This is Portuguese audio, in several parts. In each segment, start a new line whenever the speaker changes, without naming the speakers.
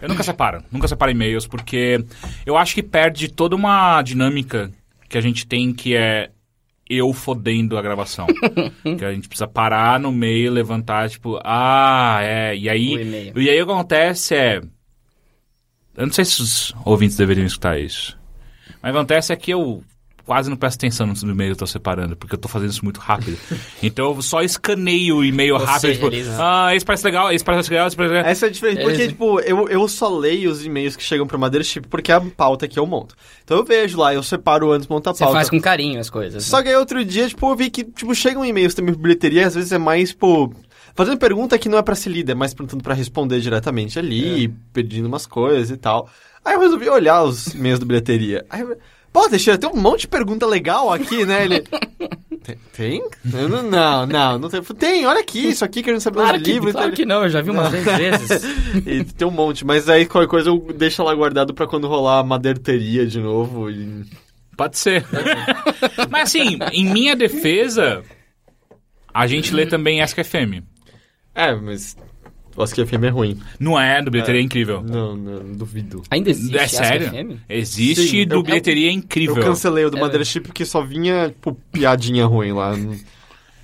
Eu nunca separo, nunca separo e-mails, porque eu acho que perde toda uma dinâmica que a gente tem que é eu fodendo a gravação. que a gente precisa parar no meio, levantar, tipo, ah, é. E aí,
O e-mail.
e aí o que acontece é. Eu não sei se os ouvintes deveriam escutar isso. Mas o que acontece é que eu quase não presto atenção nos e-mails que eu tô separando, porque eu tô fazendo isso muito rápido. então eu só escaneio o e-mail
Ou
rápido,
seja,
tipo,
eles-
ah, esse parece legal, esse parece legal, esse parece legal.
Essa é a diferença, porque,
Eles-
tipo, eu, eu só leio os e-mails que chegam pro Mothership porque é a pauta que eu monto. Então eu vejo lá, eu separo antes, monto a
Você
pauta.
faz com né? carinho as coisas.
Só que aí outro dia, tipo, eu vi que, tipo, chegam e-mails também pra bilheteria, e às vezes é mais, tipo, fazendo pergunta que não é pra ser lida, é mais perguntando pra responder diretamente
É.
ali, pedindo umas coisas e tal. Aí eu resolvi olhar os e-mails da bilheteria. Aí eu... Pô, Teixeira, tem um monte de pergunta legal aqui, né? Ele... "Tem- Tem? Eu não, não, não, não tem. Tem, olha aqui, isso aqui que a gente sabe
Claro
do
que,
livro.
claro
então-
que não, eu já vi umas 10 vezes.
e tem um monte, mas aí qualquer coisa eu deixo lá guardado pra quando rolar a maderteria de novo. e-
Pode ser. Mas assim, em minha defesa, a gente lê também Ask FM.
É, mas. Acho que a FM é ruim.
Não é, do Bilheteria é Incrível.
Não, não, duvido.
Ainda existe
é
Ask
sério?
FM?
Existe
Sim,
do
eu-
Bilheteria é
Eu
Incrível.
cancelei o do
É,
Mothership porque só vinha, tipo, piadinha ruim lá.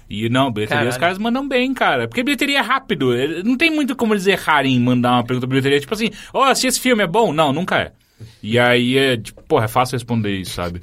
E não, Bilheteria os
Caralho.
caras mandam bem, cara. Porque Bilheteria é rápido. Eh, Não tem muito como eles errarem em mandar uma pergunta pra Bilheteria. Tipo assim, ó, se esse filme é bom? Não, nunca é. E aí, é, tipo, porra, é fácil responder isso, sabe?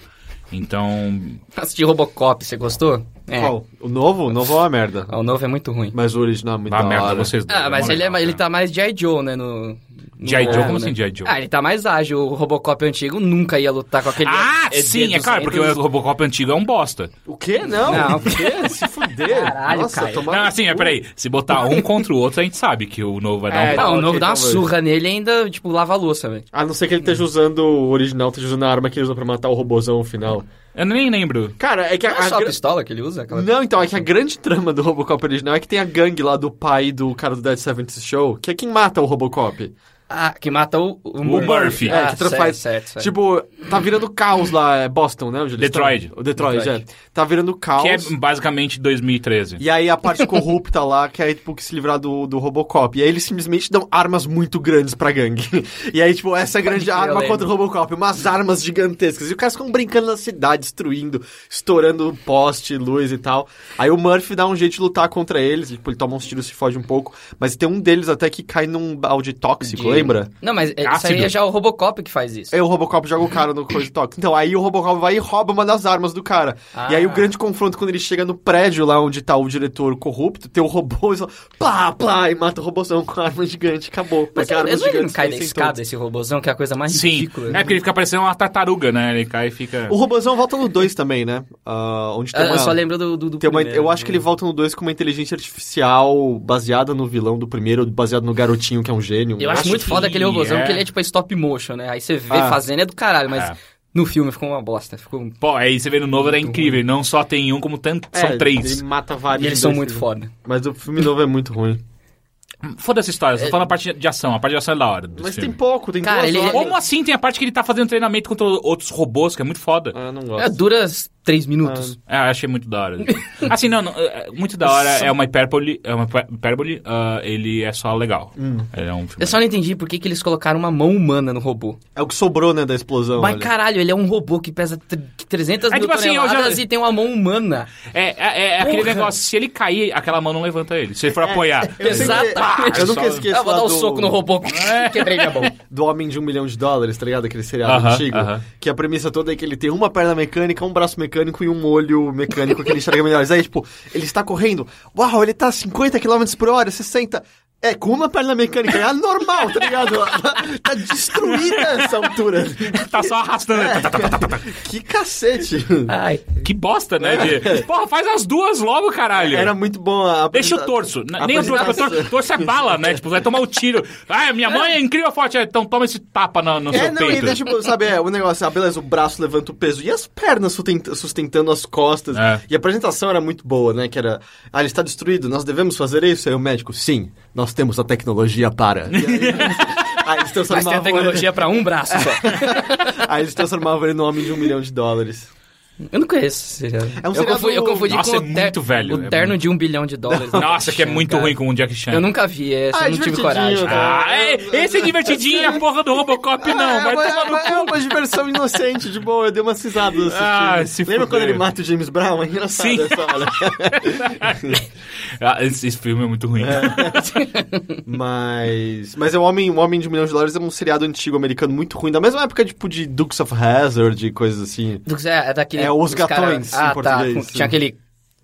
Então,
Assisti Robocop, você gostou? É.
Qual? O novo? O novo é uma merda.
Ah, O novo é muito ruim.
Mas o original é muito
vá
da
merda
hora.
vocês dois.
Ah, mas
Vamos
ele, é,
lá,
ele
cara.
tá mais G.I. Joe, né? No, no
G.I. Joe?
novo,
Como
né?
assim G.I. Joe?
Ah, ele tá mais ágil. O Robocop antigo nunca ia lutar com aquele...
Ah,
ED
sim, é claro, porque o
200.
Robocop antigo é um bosta.
O quê? Não.
Não.
O quê? Se fuder.
Caralho,
Nossa,
Caio.
tomar
Não,
no
assim,
cu.
é, peraí. Se botar um contra o outro, a gente sabe que o novo vai dar
É,
um pau.
Não, o novo
ok,
dá uma
talvez.
surra nele e ainda, tipo, lava a louça, velho.
A não ser que ele esteja usando o original, esteja usando a arma que ele usa pra matar o robozão no final.
Eu nem lembro.
Cara, é que a,
Não é
a
só a
gra-
pistola que ele usa? Aquela...
Não, então, é que a grande trama do Robocop original é que tem a gangue lá do pai do cara do Dead 70 Show, que é quem mata o Robocop.
Ah, que mata o... O,
Murphy.
Ah,
É, que
certo,
faz-
certo, certo.
Tipo, tá virando caos lá, é Boston, né? onde eles
Detroit.
estão? O Detroit,
Detroit.
é. Tá virando caos.
Que é basicamente 2013.
E aí a parte corrupta lá quer, tipo, que se livrar do, do Robocop. E aí eles simplesmente dão armas muito grandes pra gangue. E aí, tipo, essa é a grande
crer, eu
arma
lembro.
contra o Robocop. Umas armas gigantescas. E os caras ficam brincando na cidade, destruindo, estourando poste, luz e tal. Aí o Murphy dá um jeito de lutar contra eles. E, tipo, ele toma uns tiros, se foge um pouco. Mas tem um deles até que cai num balde tóxico,
De-
lembra?
Não, mas é- isso
Ácido.
aí é já o Robocop que faz isso.
Aí o Robocop joga o cara no coisa tóxica. Então, aí o Robocop vai e rouba uma das armas do cara.
Ah.
E aí o grande confronto, quando ele chega no prédio lá onde tá o diretor corrupto, tem o robô e só plá, plá, e mata o robôzão com a arma gigante. Acabou.
Mas
Porque
eu,
armas
eu não ele não
gigantes
cai da
vencem
escada,
todos.
esse robozão, que é a coisa mais
Sim.
ridícula.
né?
É porque ele fica parecendo uma tartaruga, né? Ele cai e fica.
O robôzão volta no 2 também, né? Ah, onde
É,
tem
Eu,
uma...
eu só lembro do, do, do
tem uma-
primeiro,
eu acho que
né?
ele volta no 2 com uma inteligência artificial baseada no vilão do primeiro, baseada no garotinho que é um gênio.
Eu acho,
acho
muito
que
foda aquele robozão,
é.
que ele é tipo stop motion, né? Aí você vê
Ah.
fazendo é do caralho, mas
É.
no filme ficou uma bosta. Ficou... um-
Pô, aí você vê no novo, era
Muito
incrível. Não só tem um, como tanto.
É,
são três.
Ele mata vários.
E eles são
dois
muito
filmes.
foda.
Mas o filme novo é muito ruim.
Foda essa história, só fala Hum, a parte de ação. A parte de ação é da hora. desse
Mas tem
filme.
pouco, tem
Cara,
duas
ele- é
horas.
Como assim tem a parte que ele tá fazendo treinamento contra outros robôs, que é muito foda?
Ah, não
É,
gosto.
dura três minutos.
Ah,
É, eu achei muito da hora. assim, não, não, é, é, muito da hora é uma hipérbole. É uma hipérbole, ah, ele é só legal. Ele é um filme.
Eu só não entendi por que, que eles colocaram uma mão humana no robô.
É o que sobrou, né, da explosão.
Mas
olha.
caralho, ele é um robô que pesa tre- 300
É
mil
tipo assim, eu já-
toneladas e tem uma mão humana.
É, é, é aquele
Porra.
negócio, se ele cair, aquela mão não levanta ele. Se ele
É.
for apoiar.
Eu sempre-
Exatamente.
Eu nunca
Só-
esqueço
ah, vou
lá
dar um
do-
soco no robô.
É.
Quebrei minha mão.
Do Homem de um Milhão de Dólares, tá ligado? Aquele seriado
Aham,
antigo.
aham.
Que a premissa toda é que ele tem uma perna mecânica, um braço mecânico e um olho mecânico que ele enxerga melhor. Aí, tipo, ele está correndo. Uau, ele tá 50 km por hora, 60. É, com uma perna mecânica, é anormal, tá ligado? tá destruída essa altura.
tá só arrastando. Tá,
É.
tá, tá, tá, tá, tá.
Que cacete.
Ai.
Que bosta, né? De... Porra, faz as duas logo, caralho.
Era muito bom a
Deixa o
apresenta-
torso. N- Nem o torso, porque o
apresentação.
tor- torso é bala, né? Tipo, vai tomar o tiro. Ah, minha mãe é incrível forte. É, Então toma esse tapa no, no
É,
seu
não,
peito.
e daí, tipo, sabe, é, o negócio, ah, beleza, o braço levanta o peso. E as pernas sustenta- sustentando as costas.
É.
E a apresentação era muito boa, né? Que era, ah, ele está destruído, nós devemos fazer isso? Aí o médico, sim, nós temos a tecnologia para. E aí, aí eles
Mas tem a
transformavam ele,
tecnologia pra um braço só.
aí eles transformavam ele no homem de um milhão de dólares.
Eu não conheço esse seriado.
É um
eu,
seriado-
confu- eu confundi
Nossa,
com
é
o,
muito velho,
o
é
terno
muito-
de um bilhão de dólares. do
Nossa, que é
Jackie Chan,
muito
cara.
ruim com o Jack Chan.
Eu nunca vi essa,
Ah, é
eu não tive
divertidinho,
coragem.
cara.
Ah, é, esse é divertidinho, a porra do Robocop não.
é,
Ah, Vai
uma,
tomar
é, uma, é uma diversão inocente, de boa. Eu dei umas risadas assistindo.
Ah, se
Lembra
fuder.
quando ele mata o James Brown? É engraçado
Sim.
essa hora.
Ah, esse, esse filme é muito ruim.
Mas. Mas é o Homem, o Homem de um Milhão de Dólares é um seriado antigo americano muito ruim, da mesma época, tipo, de Dukes of Hazzard e coisas assim.
Do que- é, é daquele...
É, Os
dos cara-
Gatões, em
Ah, tá.
português.
com- Tinha aquele...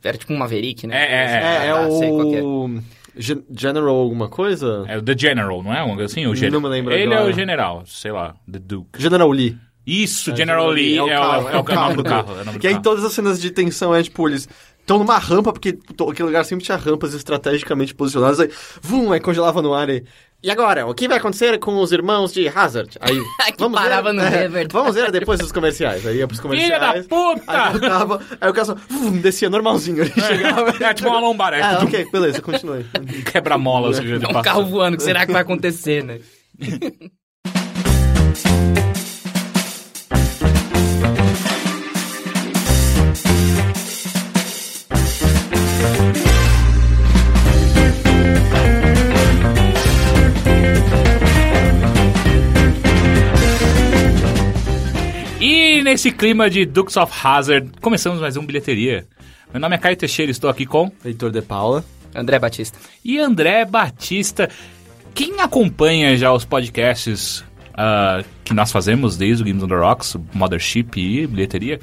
Era tipo um Maverick, né?
É, é,
É, é,
Ah, tá, sei qual que é.
o. Gen- General alguma coisa?
É o The General, não é? Um assim? O gen-
Não me lembro
Ele é
agora.
o general, sei lá, The Duke.
General Lee.
Isso, General Lee é o,
carro,
é o nome do carro. é o nome do
Que aí
carro.
todas as cenas de tensão é tipo, eles estão numa rampa, porque to- aquele lugar sempre tinha rampas estrategicamente posicionadas, aí, vum, aí congelava no ar e. E agora, o que vai acontecer com os irmãos de Hazard? Aí,
Que parava no meio, é verdade.
Vamos ver depois dos comerciais. Aí ia pros
Filha da
comerciais. Aí
puta!
voltava, aí o cara só vum, descia normalzinho. Ele chegava.
Tá. É tipo uma um lombaré.
Ah, ok, beleza, continue.
Quebra-molas. que ele
É um
assim, passa.
carro voando, o que será que vai acontecer, né?
E nesse clima de Dukes of Hazard, começamos mais um bilheteria. Meu nome é Caio Teixeira, estou aqui com
Heitor de Paula.
André Batista.
e André Batista. Quem acompanha já os podcasts ah, que nós fazemos desde o Games on the Rocks, Mothership e Bilheteria,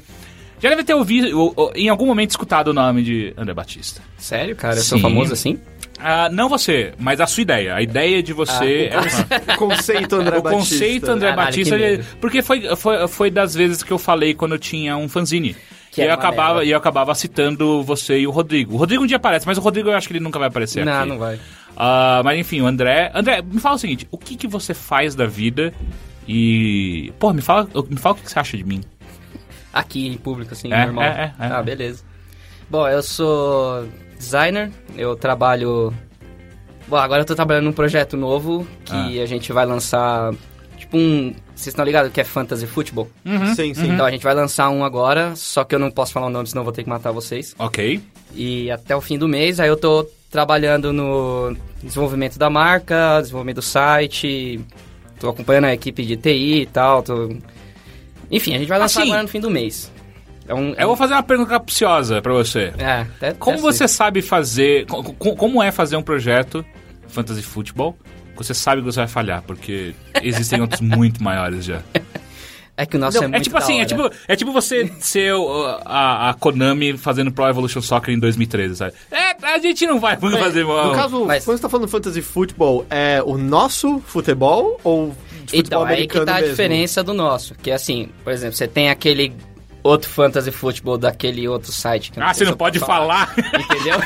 já deve ter ouvido, ou- ou, em algum momento escutado o nome de André Batista.
Sério, cara? Eu sou
Sim.
famoso assim?
Ah, não você, mas a sua ideia. A ideia de você é uma-
Conceito Ah, André
o
Batista.
conceito André
Caralho,
Batista,
Ah, que
ele-
medo.
porque foi, foi, foi das vezes que eu falei quando eu tinha um fanzine.
Que
e
era
eu
uma
acabava,
merda.
e eu acabava citando você e o Rodrigo. O Rodrigo um dia aparece, mas o Rodrigo eu acho que ele nunca vai aparecer
não,
é aqui.
não vai.
Ah, mas enfim, o André. André, me fala o seguinte: o que, que você faz da vida? E. Pô, me fala, me fala o que que você acha de mim.
Aqui, em público, assim,
É,
normal.
é, é, é.
Ah, beleza. Bom, eu sou designer, eu trabalho... Bom, agora eu tô trabalhando num projeto novo que
Ah.
a gente vai lançar, tipo um... Vocês estão ligados que é Fantasy Football?
Uhum,
Sim, sim.
Então a gente vai lançar um agora, só que eu não posso falar o nome, senão eu vou ter que matar vocês.
Ok.
E até o fim do mês, aí eu tô trabalhando no desenvolvimento da marca, desenvolvimento do site, tô acompanhando a equipe de TI e tal, tô... Enfim, a gente vai lançar
Assim,
agora no fim do mês. É um...
Eu vou fazer uma pergunta capciosa pra você.
É, até,
Como
até
você
assim.
sabe fazer. co- co- Como é fazer um projeto Fantasy Football? Você sabe que você vai falhar, porque existem outros muito maiores já.
É que o nosso é
é
muito
tipo
da
assim, é
hora.
tipo, é tipo você ser o- a, a Konami fazendo Pro Evolution Soccer em 2013, sabe? É, a gente não vai fazer mal.
No caso,
Mas-
quando você tá falando fantasy futebol, é o nosso futebol ou de futebol
Então, aí que
americano
tá a
mesmo?
diferença do nosso. Que assim, por exemplo, você tem aquele outro fantasy futebol daquele outro site. que eu
ah,
sei
você
se
não
eu
pode
posso
falar?
Entendeu?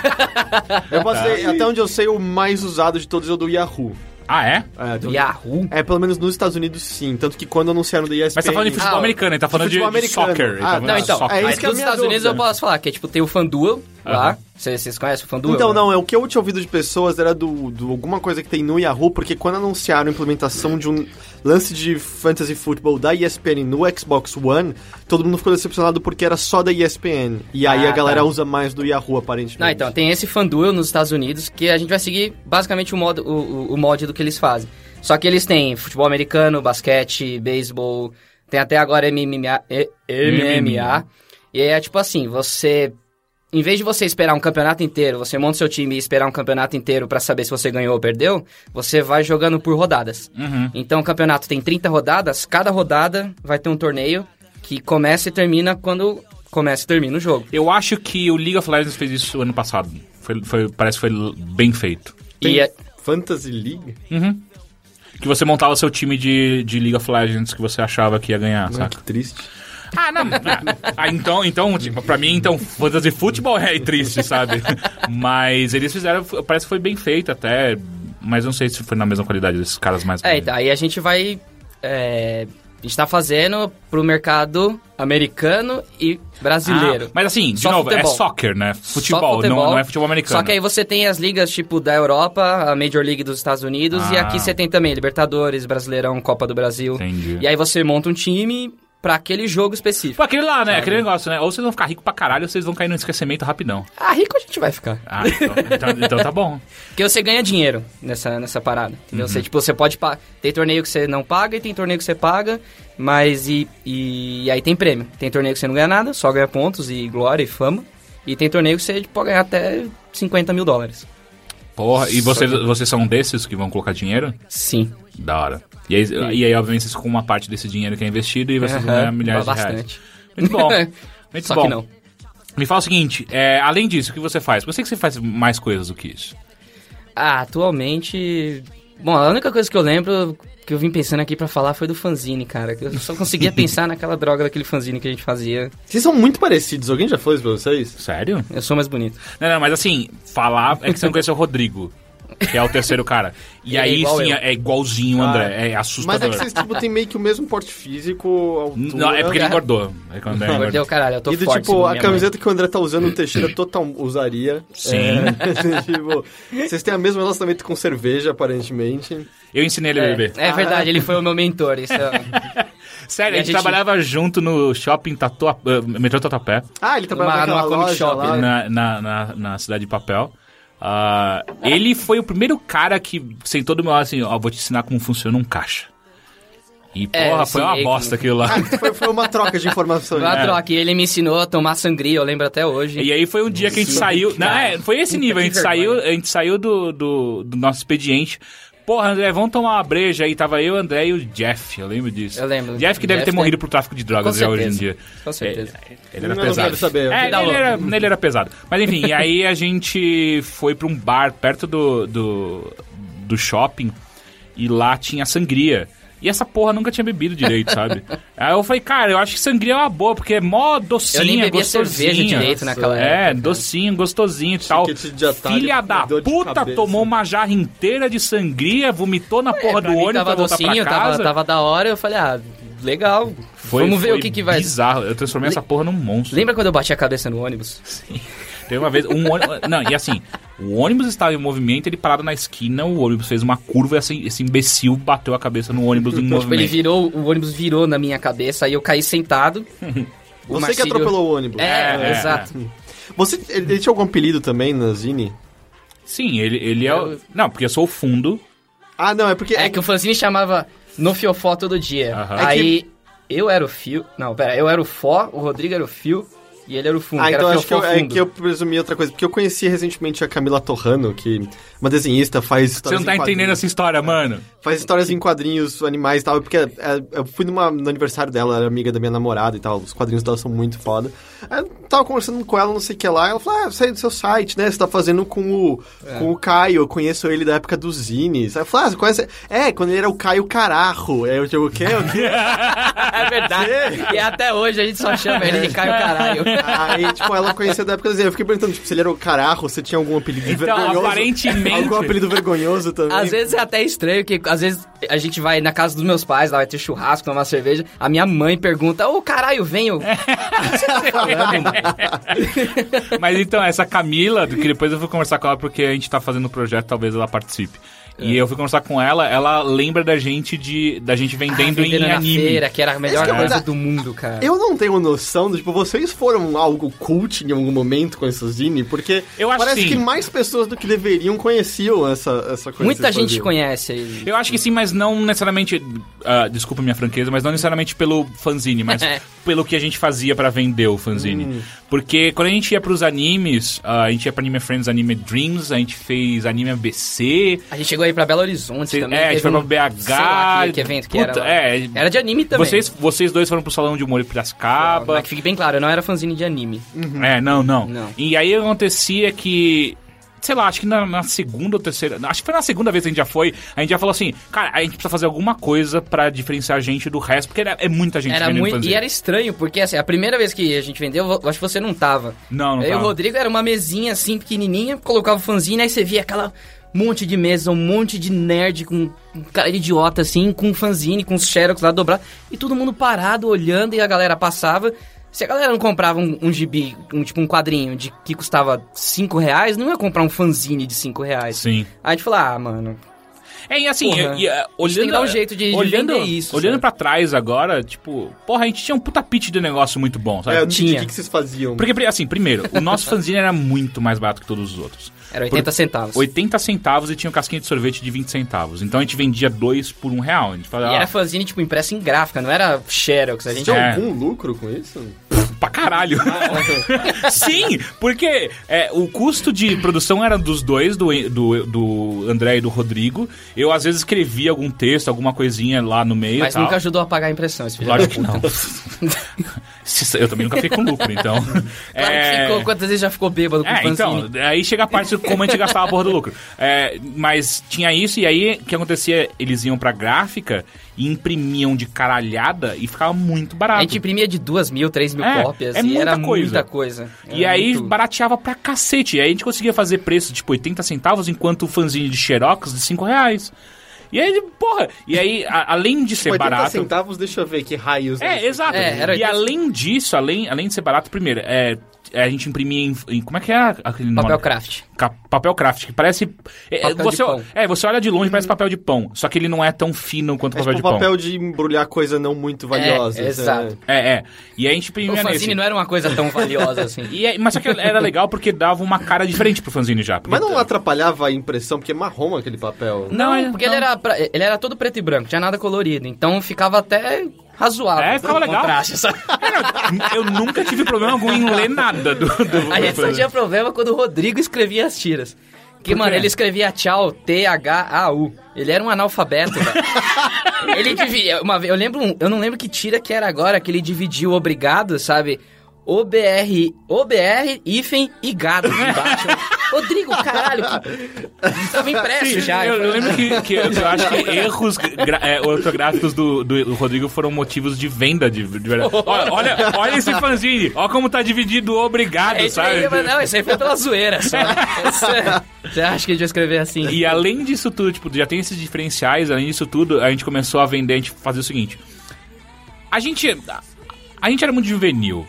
Eu posso
Tá.
dizer, até onde eu sei, o mais usado de todos é o do Yahoo.
ah, é?
É, do-
Yahoo.
é, pelo menos nos Estados Unidos, sim. Tanto que quando anunciaram do ESPN...
Mas tá falando de futebol
Ah,
americano, ele tá falando de,
futebol
de
americano.
soccer. ele tá
Ah,
falando
Não,
de
então,
soccer.
é
aí
isso que é a
dos
minha
Estados Unidos eu
dúvida.
posso falar, que é tipo, tem o FanDuel lá. Vocês vocês conhecem o FanDuel?
Então,
né?
não, é o que eu tinha ouvido de pessoas era do, do alguma coisa que tem no Yahoo, porque quando anunciaram a implementação de um lance de fantasy futebol da ESPN no Xbox One, todo mundo ficou decepcionado porque era só da ESPN. E aí
Ah,
a galera
tá.
usa mais do Yahoo, aparentemente.
Não, então, tem esse FanDuel nos Estados Unidos que a gente vai seguir basicamente o, modo, o, o- o mod do que eles fazem. Só que eles têm futebol americano, basquete, beisebol, tem até agora MMA. eh, MMA. E aí é tipo assim, você. Em vez de você esperar um campeonato inteiro, você monta seu time e esperar um campeonato inteiro pra saber se você ganhou ou perdeu, você vai jogando por rodadas.
Uhum.
Então o campeonato tem 30 rodadas, cada rodada vai ter um torneio que começa e termina quando começa e termina o jogo.
Eu acho que o League of Legends fez isso ano passado. Foi, foi- parece que foi l- bem feito.
Tem
E é-
Fantasy League?
Que você montava seu time de, de League of Legends que você achava que ia ganhar,
Tá.
Ah,
saca?
que triste.
Ah, não. ah, Ah, então, então, tipo, pra mim, então, fantasy futebol é triste, sabe? Mas eles fizeram, f- parece que foi bem feito até, mas não sei se foi na mesma qualidade desses caras mais.
É, então, aí a gente vai. É, a gente tá fazendo pro mercado americano e brasileiro.
Ah, mas assim, de
Só
novo, é
futebol.
soccer, né?
Só
Futebol, não- Não, é futebol americano.
Só que aí você tem as ligas tipo da Europa, a Major League dos Estados Unidos, e
Ah.
aqui você tem também Libertadores, Brasileirão, Copa do Brasil.
Entendi.
E aí você monta um time pra aquele jogo específico.
Pô, aquele lá, né? Aquele negócio, né? Ou vocês vão ficar ricos pra caralho ou vocês vão cair no esquecimento rapidão.
Ah, rico a gente vai ficar.
Ah, então, então- então tá bom.
Porque você ganha dinheiro nessa, nessa parada. Entendeu? Você, tipo, você pode. pa- Tem torneio que você não paga e tem torneio que você paga, mas. E, e aí tem prêmio. Tem torneio que você não ganha nada, só ganha pontos e glória e fama. E tem torneio que você tipo, pode ganhar até 50 mil dólares.
Porra, e vocês, vocês são desses que vão colocar dinheiro?
Sim.
Da hora. E aí, e aí, obviamente, vocês com uma parte desse dinheiro que é investido e vocês vão
Aham,
ganhar milhares de reais.
bastante.
Muito bom. Muito
só
bom.
que não.
Me fala o seguinte, é, além disso, o que você faz? Eu sei que você faz mais coisas do que isso.
Ah, atualmente. Bom, a única coisa que eu lembro que eu vim pensando aqui pra falar foi do fanzine, cara. que Eu só conseguia pensar naquela droga daquele fanzine que a gente fazia.
Vocês são muito parecidos. Alguém já falou isso pra vocês?
Sério?
Eu sou mais bonito.
Não, não, mas assim, falar é que você não conheceu o Rodrigo, que é o terceiro cara. E
Ele é
aí,
igual
sim,
eu.
é igualzinho o André.
Ah,
É assustador.
Mas é que vocês, tipo, têm meio que o mesmo porte físico, altura...
Não, é porque ele engordou. É quando ele engordou.
Gordeu, caralho, eu tô
E do
forte.
tipo,
segundo
a
minha mãe.
camiseta que o André tá usando, o Teixeira total usaria.
Sim.
É, tipo, vocês têm o mesmo relacionamento com cerveja, aparentemente.
Eu ensinei ele a
É,
beber.
é verdade, ele foi o meu mentor. Isso é
Sério,
E
a
a
gente,
gente-
trabalhava junto no shopping Tatua... eh, metrô Tatuapé,
Ah, ele trabalha
Numa-
naquela
numa comic
loja
shop, né?
lá.
na, na, na, na Cidade de Papel. Ah, ele foi o primeiro cara que sentou do meu lado assim, ó, vou te ensinar como funciona um caixa. E,
É,
porra, foi
sim,
uma
é-
bosta aquilo lá.
Foi, foi uma troca de informações.
uma troca. E ele me ensinou a tomar sangria, eu lembro até hoje.
É. E aí foi um dia que a gente saiu. Não, é, foi esse nível, a gente
que
saiu,
vergonha.
a gente saiu do, do, do nosso expediente. Porra, André, vamos tomar uma breja aí. Tava eu, André e o Jeff, eu lembro disso.
Eu lembro.
Jeff que deve
Jeff
ter
deve-
morrido pro tráfico de drogas
Com
já hoje em
certeza.
dia.
Com certeza.
É, Ele era
Não
pesado.
quero saber.
É,
Dá
ele,
louco.
era, ele era pesado. Mas enfim, e aí a gente foi pra um bar perto do, do, do shopping e lá tinha sangria. E essa porra nunca tinha bebido direito, sabe? aí eu falei, cara, eu acho que sangria é uma boa, porque é mó docinha,
eu nem bebia
gostosinha.
cerveja direito naquela época.
É, docinho, gostosinho e tal.
Chiquete de atalho,
Filha da
dor de
puta
cabeça.
tomou uma jarra inteira de sangria, vomitou na porra
É,
do
pra mim
ônibus pra
tava
voltar
docinho,
pra casa.
Tava, tava da hora, eu falei, ah, legal.
Foi-
Vamos ver
foi
o que, que vai.
Bizarro, eu transformei essa porra num monstro.
Lembra quando eu bati a cabeça no ônibus?
Teve uma vez, um ônibus... Não, e assim, o ônibus estava em movimento, ele parado na esquina, o ônibus fez uma curva e esse, esse imbecil bateu a cabeça no ônibus em
Tipo,
movimento.
ele virou, o ônibus virou na minha cabeça, aí eu caí sentado. O
Você
Marcílio-
que atropelou o ônibus.
É,
É, é,
exato.
Você, ele, ele tinha algum apelido também na Zine?
Sim, ele, ele é... o- Não, porque eu sou o fundo.
Ah, não, é porque...
É que o fanzine chamava No Fiofó todo dia.
É
Aham.
Aí eu era o fio. Não, pera, eu era o Fó, o Rodrigo era o fio e ele era o fundo.
Ah,
que
então
era
acho que eu,
Fiofó
é
fundo.
que eu presumi outra coisa. Porque eu conheci recentemente a Camila Torrano, que é uma desenhista, faz
Você
histórias
não tá
em quadrinhos.
entendendo essa história, mano.
Faz histórias em quadrinhos, animais e tal, porque é, eu fui numa- no aniversário dela, ela era amiga da minha namorada e tal, os quadrinhos dela são muito foda. Aí eu tava conversando com ela, não sei o que lá, ela falou, ah, eu saí do seu site, né, você tá fazendo com o, com o Caio, eu conheço ele da época dos zines. Aí eu falei, ah, você conhece... É, quando ele era o Caio Carajo. Aí eu digo, o quê, o quê?
É verdade. e até hoje a gente só chama ele de Caio Caralho.
Aí, tipo, ela conhecia da época dos zines. Eu fiquei perguntando, tipo, se ele era o Carajo, você tinha algum apelido vergonhoso?
aparentemente-
Algum apelido vergonhoso também?
Às vezes é até estranho que às vezes a gente vai na casa dos meus pais, lá vai ter churrasco, tomar cerveja. A minha mãe pergunta: Ô caralho, venho.
É. Mas então, essa Camila, que depois eu fui conversar com ela porque a gente tá fazendo um projeto, talvez ela participe.
É.
E eu fui conversar com ela, ela lembra da gente de da gente vendendo em
Ah, na
anime.
feira, que era a melhor
Esse que é o
coisa
da-
do mundo, cara.
Eu não tenho noção, do, tipo, vocês foram algo cult em algum momento com esse zine? Porque
Eu acho
parece
sim.
que mais pessoas do que deveriam conheciam essa, essa coisa.
Muita
que vocês
gente
faziam.
conhece ele.
Eu acho que sim, mas não necessariamente. ah, desculpa minha franqueza, mas não necessariamente pelo fanzine, mas pelo que a gente fazia pra vender o fanzine.
Hum.
Porque quando a gente ia pros animes, ah, a gente ia pra Anime Friends, Anime Dreams, a gente fez Anime ABC.
A gente chegou aí pra Belo Horizonte também.
é, a gente
teve
foi pra
um-
BH.
sei lá que, que evento que era.
Puta,
lá.
é.
Era de anime também.
Vocês, vocês dois foram pro Salão de Humor e Piracicaba.
Mas que fique bem claro, eu não era fanzine de anime.
É, não, não,
Não.
E aí acontecia que. Sei lá, acho que na, na segunda ou terceira. Acho que foi na segunda vez que a gente já foi. A gente já falou assim, cara, a gente precisa fazer alguma coisa pra diferenciar a gente do resto, porque era, é muita gente
Era
vendendo
muito,
fanzine.
e era estranho, porque assim, a primeira vez que a gente vendeu, eu acho que você não tava.
Não, não
eu e o
tava.
Rodrigo era uma mesinha assim, pequenininha, colocava o fanzine, aí você via aquela monte de mesa, um monte de nerd com um cara de idiota assim, com fanzine, com os xerox lá dobrado, e todo mundo parado, olhando, e a galera passava. Se a galera não comprava um, um gibi, um, tipo um quadrinho de que custava 5 reais, não ia comprar um fanzine de 5 reais.
Sim.
Aí a gente falou, ah, mano,
É, e assim,
Porra.
e, e, é, olhando,
tem que dar um jeito de- de
olhando,
vender isso,
Olhando
sabe?
pra trás agora, tipo, porra, a gente tinha um puta pitch de negócio muito bom, sabe?
É, eu não entendi o
Tinha.
que, que vocês faziam.
Porque, pri- assim, primeiro, o nosso fanzine era muito mais barato que todos os outros.
Era 80 centavos.
80 centavos e tinha um casquinho de sorvete de 20 centavos. Então a gente vendia dois por um real. A gente
E
falava,
era
ah,
fanzine, tipo, impressa em gráfica, não era Xerox. A
Vocês
gente
tinham
É.
algum lucro com isso?
pra caralho.
Ah,
Sim, porque é, o custo de produção era dos dois, do, do, do André e do Rodrigo. Eu, às vezes, escrevia algum texto, alguma coisinha lá no meio. e
Mas
tal.
nunca ajudou a pagar a impressão, esse filho da
Lógico que
puta.
não. Se- Eu também nunca fiquei com lucro, então.
Claro que ficou, quantas vezes já ficou bêbado com
É,
fanzine?
então, aí chega a parte de como a gente gastava a porra do lucro. É, mas tinha isso, e aí o que acontecia? Eles iam pra gráfica e imprimiam de caralhada e ficava muito barato.
A gente imprimia de 2 mil, 3 mil
É,
cópias
é
e era
muita coisa.
muita coisa.
E
Era
aí
muito-
barateava pra cacete. E aí a gente conseguia fazer preço tipo 80 centavos, enquanto o fanzine de Xerox de 5 reais. E aí, porra, e aí, a- além de ser
80
barato.
tipo centavos, deixa eu ver que raios. né?
É, exato.
É, era
e
80.
além disso, além, além de ser barato, primeiro, é, a gente imprimia em, em- Como é que é aquele nome?
Papel craft.
Ca- papel craft, que parece. é,
Papel de
você,
pão.
É, você olha de longe, parece papel de pão. Só que ele não é tão fino quanto
Uhum. É
papel
tipo
de pão.
papel de embrulhar coisa não muito valiosa. assim,
É, exato.
sabe?
É, é. E aí a gente
O
imprimia
fanzine
nesse.
não é era uma coisa tão valiosa assim.
E aí- mas só que era legal porque dava uma cara diferente pro fanzine já. porque-
Mas não atrapalhava a impressão, porque é marrom aquele papel.
Não,
Não,
é-
porque
não.
Ele, era pra- ele era todo preto e branco, tinha nada colorido. Então ficava até razoável.
É, ficava
o
legal.
Tá
É,
Contraste, sabe?
Eu nunca tive problema algum em ler nada do. do
A gente só tinha problema quando o Rodrigo escrevia as tiras. Que,
Por
mano,
quê?
ele escrevia tchau, T-H-A-U. Ele era um analfabeto, velho. ele dividia. Uma vez, eu lembro. um- Eu não lembro que tira que era agora, que ele dividiu obrigado, sabe? OBR, OBR, hífen e gado embaixo. Rodrigo, caralho, que... tava impresso
Sim,
já.
eu, eu lembro que, que eu, eu acho que erros gra- é, ortográficos do, do Rodrigo foram motivos de venda de, de verdade. Olha, olha, olha esse fanzine, olha como tá dividido, obrigado,
É isso
sabe?
aí, mas não, isso aí foi pela zoeira só. Isso- Você acha que a gente vai escrever assim?
E além disso tudo, tipo, já tem esses diferenciais, além disso tudo, a gente começou a vender, a gente fazia o seguinte. A gente. A gente era muito juvenil.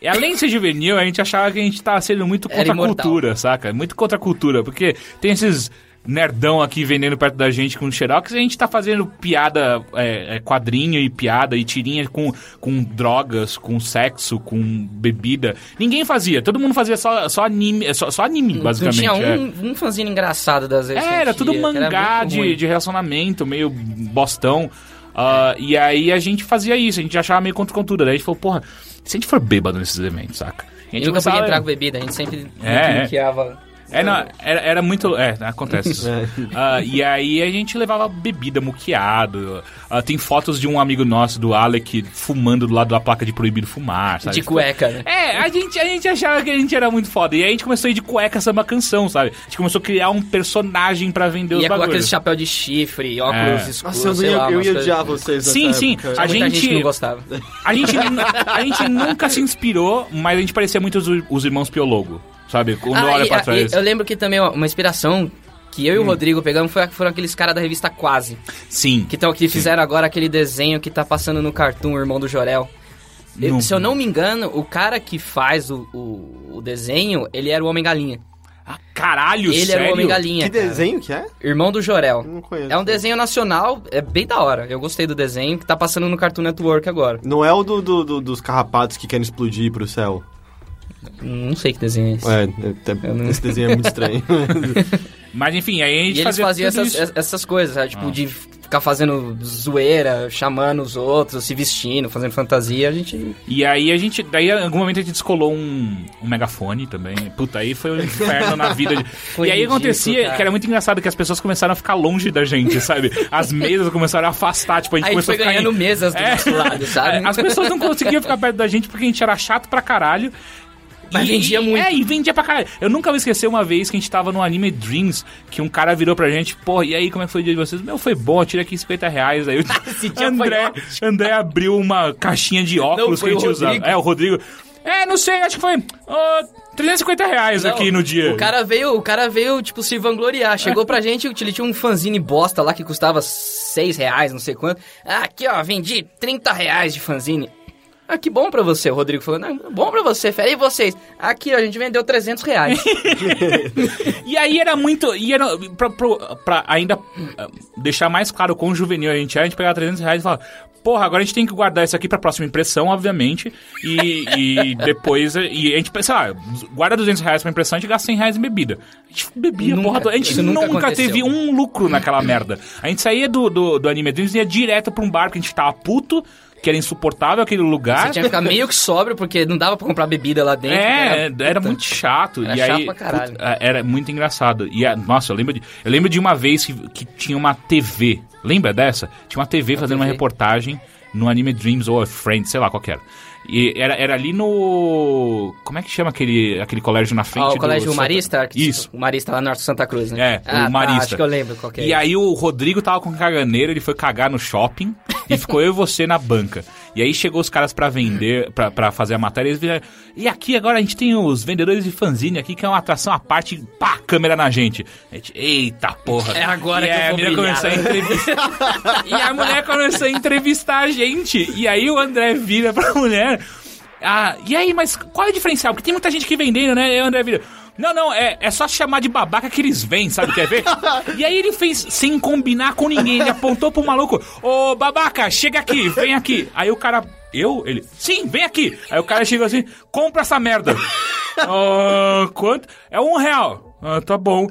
E além de ser juvenil, a gente achava que a gente tava sendo muito
Era
contra a cultura, saca? Muito contra a cultura, porque tem esses nerdão aqui vendendo perto da gente com xerox e a gente tá fazendo piada, é, é, quadrinho e piada e tirinha com, com drogas, com sexo, com bebida. Ninguém fazia, todo mundo fazia só, só anime, só, só anime,
Não
basicamente.
tinha
é.
um, um fanzine engraçado das vezes. que a
É, era
gente
tudo
ia, que era
mangá
muito ruim.
de, de relacionamento, meio bostão. Ah, E aí a gente fazia isso, a gente achava meio contra cultura. Daí a gente falou, porra, se a gente for bêbado nesses eventos, saca? E a
A
gente
gente nunca
começava-
podia entrar com bebida, a gente sempre
É, é.
bloqueava.
É, não, era, era muito. É, acontece isso. Ah, e aí a gente levava bebida muqueado. Ah, tem fotos de um amigo nosso, do Alec, fumando do lado da placa de proibido fumar, sabe?
de cueca, né?
É, a gente, a gente achava que a gente era muito foda. E aí a gente começou a ir de cueca samba canção, sabe? A gente começou a criar um personagem pra vender os
Ia com
bagulhos.
aquele chapéu de chifre, óculos
É.
escuros,
Nossa, eu, não
sei
ia,
lá,
eu
umas
ia
coisas-
odiar vocês. nessa
Sim, sim.
época.
A
Muita gente...
gente-
não gostava.
A gente, a gente nunca se inspirou, mas a gente parecia muito os, os irmãos Piologo, sabe? Quando
Ah,
olha
e-
pra
ah, e
trás. Hum.
eu lembro que também ó, uma inspiração que eu e o Rodrigo pegamos foi, foram aqueles caras da revista Quase,
Sim.
que, tão, que fizeram agora aquele desenho que tá passando no Cartoon, o Irmão do Jorel. Eu-
Não.
se eu não me engano, o cara que faz o, o- o desenho, ele era o Homem-Galinha.
Ah, caralho,
Ele
sério?
era um o Homem-Galinha.
Que
cara.
desenho que é?
Irmão do Jorel.
Não conheço.
É um desenho nacional, é bem da hora. Eu gostei do desenho, que tá passando no Cartoon Network agora.
Não é o do, do- do- dos carrapatos que querem explodir pro céu.
Não sei que desenho é esse.
É, é,
Eu não-
esse desenho é muito estranho.
Mas enfim, aí a gente
E eles
fazia
faziam
tudo
essas,
isso.
essas coisas, sabe? tipo, de ficar fazendo zoeira, chamando os outros, se vestindo, fazendo fantasia. A gente.
E aí a gente. Daí em algum momento a gente descolou um, um megafone também. Puta, aí foi um inferno na vida. de- e aí
ridículo,
acontecia
cara.
que era muito engraçado que as pessoas começaram a ficar longe da gente, sabe? As mesas começaram a afastar, tipo, a gente
Aí a gente
começou
foi
a ficar. em-
ganhando mesas do
É.
nosso lado, sabe?
As pessoas não conseguiam ficar perto da gente porque a gente era chato pra caralho.
Mas vendia muito.
É, e vendia pra caralho. Eu nunca vou esquecer uma vez que a gente tava no Anime Dreams, que um cara virou pra gente, porra, e aí, como é que foi o dia de vocês? Meu, foi bom, eu tirei aqui 50 reais. Aí o
dia
André, André abriu uma caixinha de óculos
foi
que a
o
gente usava.
Rodrigo.
É, o Rodrigo. É, não sei, acho que foi ah, 350 reais aqui no dia.
O cara veio, o cara veio, tipo, se vangloriar. Chegou pra gente, ele tinha um fanzine bosta lá que custava 6 reais, não sei quanto. Ah, aqui, ó, vendi 30 reais de fanzine. Ah, que bom pra você, o Rodrigo falando. Ah, bom pra você, fera. E vocês? Aqui, ó, a gente vendeu 300 reais.
E aí era muito. E era, pra, pra- pra ainda eh, deixar mais claro quão juvenil a gente é, a gente pegava 300 reais e falava. Porra, agora a gente tem que guardar isso aqui pra próxima impressão, obviamente. E, e depois. eh, E a gente pensa, ah, guarda 200 reais pra impressão, a gente gasta 100 reais em bebida. A gente bebia,
Nunca-
porra. toda- A gente
isso nunca
nunca,
aconteceu.
teve um lucro naquela merda. A gente saía do, do, do Anime Dreams e ia direto pra um bar que a gente tava puto, que era insuportável aquele lugar.
Você tinha que ficar meio que sóbrio, porque não dava pra comprar bebida lá dentro.
É,
né?
era, muito chato.
Era
e
chato
aí,
pra caralho.
puta, era muito engraçado. E a- nossa, eu lembro de. Eu lembro de uma vez que, que tinha uma TV. Lembra dessa? Tinha uma TV fazendo uma
TV.
reportagem no Anime Dreams ou Friends, sei lá qual que era. E era, era ali no. Como é que chama aquele, aquele colégio na frente?
Ó, Ah, o
do
colégio
Santa-
Marista? que-
Isso.
O Marista lá no Norte de Santa Cruz, né?
É,
Ah,
o
tá,
Marista.
acho que eu lembro qual que é.
E aí o Rodrigo tava com caganeira, ele foi cagar no shopping e ficou eu e você na banca. E aí chegou os caras pra vender, pra, pra fazer a matéria, eles viraram, e aqui agora a gente tem os vendedores de fanzine aqui, que é uma atração à parte, pá, câmera na gente. A gente, eita porra.
É agora
e
que eu
aí
vou
a mulher
brilhar,
começou a
né?
entrevistar. e a mulher começou a entrevistar a gente. E aí o André vira pra mulher. Ah, e aí, mas qual é o diferencial? Porque tem muita gente que vendendo, né? E o André vira. Não, não, é, é só chamar de babaca que eles vêm, sabe? Quer ver? e aí ele fez sem combinar com ninguém. Ele apontou pro maluco: Ô babaca, chega aqui, vem aqui. Aí o cara. Eu? Ele. Sim, vem aqui. Aí o cara chegou assim: compra essa merda. Ah, quanto? É um real. Ah, tá bom.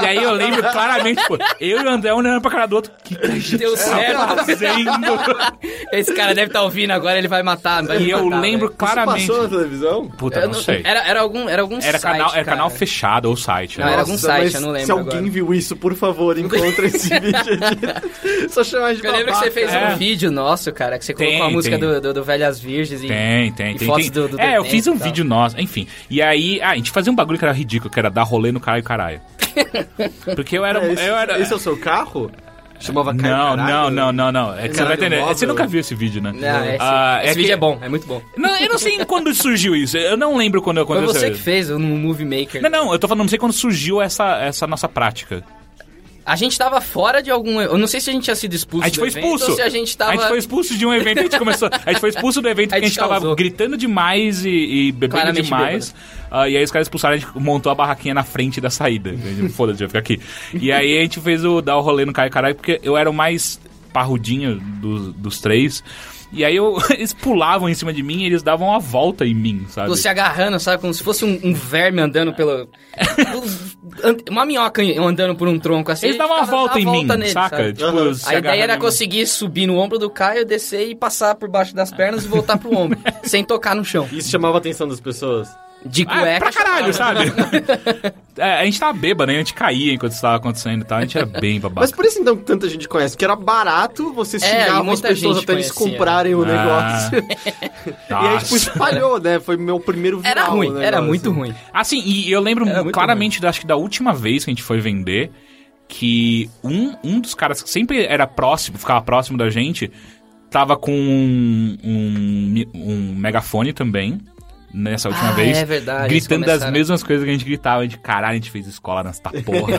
E aí eu lembro claramente, pô, eu e o André um olhando pra cara do outro. Que que a gente
Deu
tá
certo.
fazendo?
Esse cara deve estar ouvindo agora, ele vai matar. vai me
E eu
matar,
lembro
velho.
claramente.
Passou na televisão?
Puta,
Tá, né? Eu
não, sei. Era,
Era, era algum, era algum site,
canal, era
cara.
canal fechado ou site.
Não,
né?
era algum
Nossa,
site,
mas
eu não lembro
Se alguém
agora.
viu isso, por favor, encontra esse vídeo. Só chamar de
Eu lembro que você fez
É.
um vídeo nosso, cara, que você
Tem,
colocou a música
tem.
do, do, do Velhas Virgens e...
Tem, tem,
e
tem.
fotos
tem.
do- do
é, eu
desenho
fiz
e
um
tal.
vídeo nosso, enfim. E aí, ah, a gente fazia um bagulho que era ridículo, que era dar rolê no Caio Caralho. Porque eu era. um,
um-
É, esse,
eu era...
esse é o seu carro? Chamava
Não,
Caio
não,
Caralho?
não, não, não. É que você
Caralho
vai entender.
móvel.
Você nunca viu esse vídeo, né?
Não, esse,
Ah,
esse vídeo
que-
é bom, é muito bom.
Não, eu não sei quando surgiu isso. Eu não lembro quando
Foi
aconteceu
você que
isso.
fez no Movie Maker.
Não, não, eu tô falando, não sei quando surgiu essa, essa nossa prática.
A gente tava fora de algum... Eu não sei se a gente tinha sido expulso
A gente
do
foi
evento
expulso.
ou se a gente tava...
foi expulso de um evento, a gente começou. A gente foi expulso do evento
A
porque a
gente
gente tava
causou.
gritando demais e, e bebendo
Claramente
demais. Ah, e aí os caras expulsaram, a gente montou a barraquinha na frente da saída. A gente, Foda-se, vai ficar aqui. E aí a gente fez o dar o rolê no Caio Caralho, porque eu era o mais parrudinho dos, dos três. E aí eu, eles pulavam em cima de mim e eles davam uma volta em mim, sabe?
Você agarrando, sabe? Como se fosse um, um verme andando pelo... um, uma minhoca andando por um tronco assim.
Eles
a gente
davam uma
ficava-
volta
dava
em mim,
volta nele,
saca?
sabe?
Tipo,
Aham.
se
A ideia
agarrando
era
em mim.
conseguir subir no ombro do Caio, descer e passar por baixo das pernas e voltar pro ombro, sem tocar no chão.
Isso chamava a atenção das pessoas?
De
Ah,
cueca.
pra caralho, sabe? É, a gente tava bêbado, né? A gente caía enquanto isso tava acontecendo e tal. A gente era bem babaca.
Mas por isso então que tanta gente conhece, que era barato, vocês
É, e
xingavam as
muita
pessoas
gente
até eles
conhecia.
comprarem o
Ah.
negócio. E aí, tipo,
Nossa.
espalhou, né? Foi meu primeiro viral. né?
Era
o
ruim,
negócio.
era muito ruim.
Assim, e eu lembro
Era muito
claramente, da- acho que da última vez que a gente foi vender, que um, um dos caras que sempre era próximo, ficava próximo da gente, tava com um, um, mi- um megafone também, nessa última
Ah,
vez.
é verdade, eles
Gritando as
começaram.
mesmas coisas que a gente gritava. A gente, caralho, a gente fez escola nesta porra.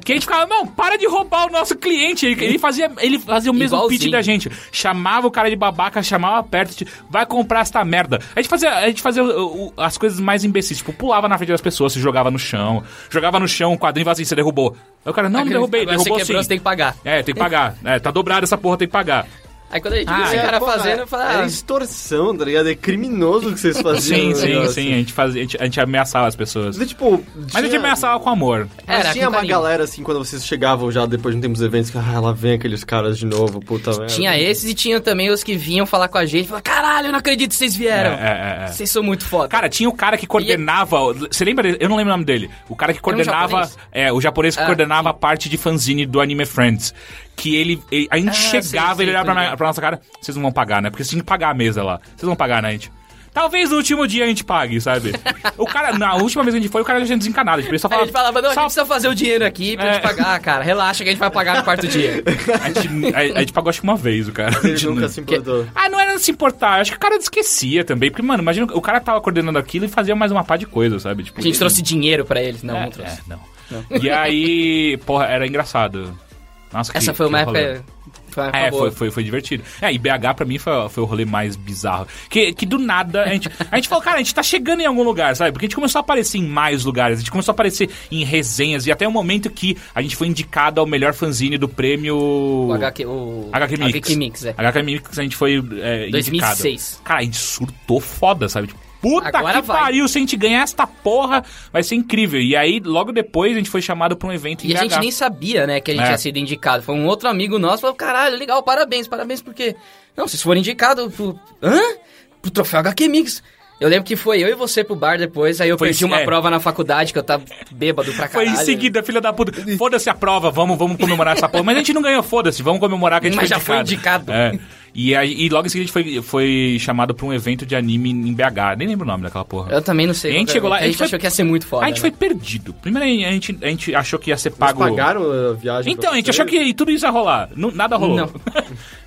que a gente ficava, não, para de roubar o nosso cliente. Ele, ele fazia, ele fazia o mesmo
Igualzinho.
pitch da gente. Chamava o cara de babaca, chamava perto, tipo, vai comprar esta merda. A gente fazia, a gente fazia o- o- as coisas mais imbecis. Tipo, pulava na frente das pessoas, se jogava no chão. Jogava no chão, o quadrinho e falava assim, você derrubou. Aí o cara, não, não derrubei,
Agora
derrubou
você quebrou,
sim.
você tem que pagar.
É, tem que pagar. É, tá dobrado essa porra, tem que pagar.
Aí quando a gente viu
Ah,
esse
é,
cara
Porra,
fazendo, eu falei,
Era
ah,
extorsão, tá ligado? É criminoso o que vocês faziam.
Sim,
no
sim,
negócio.
sim. A gente, fazia, a gente, a gente ameaçava as pessoas.
Mas, tipo,
Mas a gente ameaçava com amor.
Era,
Mas tinha
com
uma
carinho.
galera, assim, quando vocês chegavam já depois de um tempo dos eventos, que, ah, lá vem aqueles caras de novo, puta merda.
tinha esses e tinha também os que vinham falar com a gente, falar, caralho, eu não acredito que vocês
É,
vieram.
é, é, é.
Vocês são muito foda.
Cara, tinha o cara que coordenava. Você lembra dele? Eu não lembro o nome dele. O cara que
um
coordenava.
japonês?
é, o japonês que
Ah,
coordenava a parte de fanzine do Anime Friends. Que ele. ele- a gente chegava,
Ah, sim,
ele
sim,
olhava
tô
pra,
ligado.
pra nossa cara. Vocês não vão pagar, né? Porque vocês tinham que pagar a mesa lá. Vocês vão pagar, né, gente? Talvez no último dia a gente pague, sabe? o cara, na última vez que a gente foi, o cara já tinha desencanado. Tipo, ele só
Aí a
falava.
gente falava, não, a
"Só-
gente precisa fazer o dinheiro aqui pra
É.
gente pagar, cara. Relaxa que a gente vai pagar no quarto dia.
a, gente, a- a gente pagou acho que uma vez o cara. A
Ele
gente
nunca
não-
se importou.
Ah, não era se importar. Acho que o cara esquecia também. Porque, mano, imagina, o cara tava coordenando aquilo e fazia mais uma pá de coisa, sabe? Tipo,
A gente
ele-
trouxe dinheiro pra eles. Não,
É,
não trouxe.
é, não. E aí, porra, era engraçado. Nossa, que,
Essa foi
que
uma época
rolê.
Foi,
É,
acabou.
foi, foi, foi divertido. É, e BH pra mim foi, foi o rolê mais bizarro. Que, que do nada a gente, a gente falou, cara, a gente tá chegando em algum lugar, sabe? Porque a gente começou a aparecer em mais lugares, a gente começou a aparecer em resenhas e até o momento que a gente foi indicado ao melhor fanzine do prêmio.
O HQ, o...
HQ Mix.
Mix, é.
HK Mix a gente foi é,
2006.
indicado. Cara, a gente surtou foda, sabe? Tipo, puta
Agora
que
vai.
pariu, se a gente ganhar esta porra, vai ser incrível. E aí, logo depois, a gente foi chamado pra um evento em
E a
BH.
gente nem sabia, né, que a gente
É.
tinha sido indicado. Foi um outro amigo nosso que falou, caralho, legal, parabéns, parabéns, porque... Não, vocês foram indicados pro... Hã? Pro troféu HQ Mix. Eu lembro que foi eu e você pro bar depois, aí eu
Foi
perdi
em-
uma
é.
prova na faculdade, que eu tava bêbado pra
Foi
caralho.
em seguida, filha da puta. Foda-se a prova, vamos, vamos comemorar essa porra. Mas a gente não ganhou, foda-se, vamos comemorar que a gente
Mas
foi
já foi
indicado.
indicado.
É. E, aí, e logo em seguida a gente foi, foi chamado pra um evento de anime em BH. Nem lembro o nome daquela porra.
Eu também não sei.
A gente
qual que
chegou lá, a
era. a
gente
gente
foi-
achou que ia ser muito foda.
a gente
né?
foi perdido. Primeiro a gente, a gente achou que ia ser
Eles
pago.
pagaram a viagem
Então, a gente achou que tudo isso ia rolar. Não- nada rolou.
Não.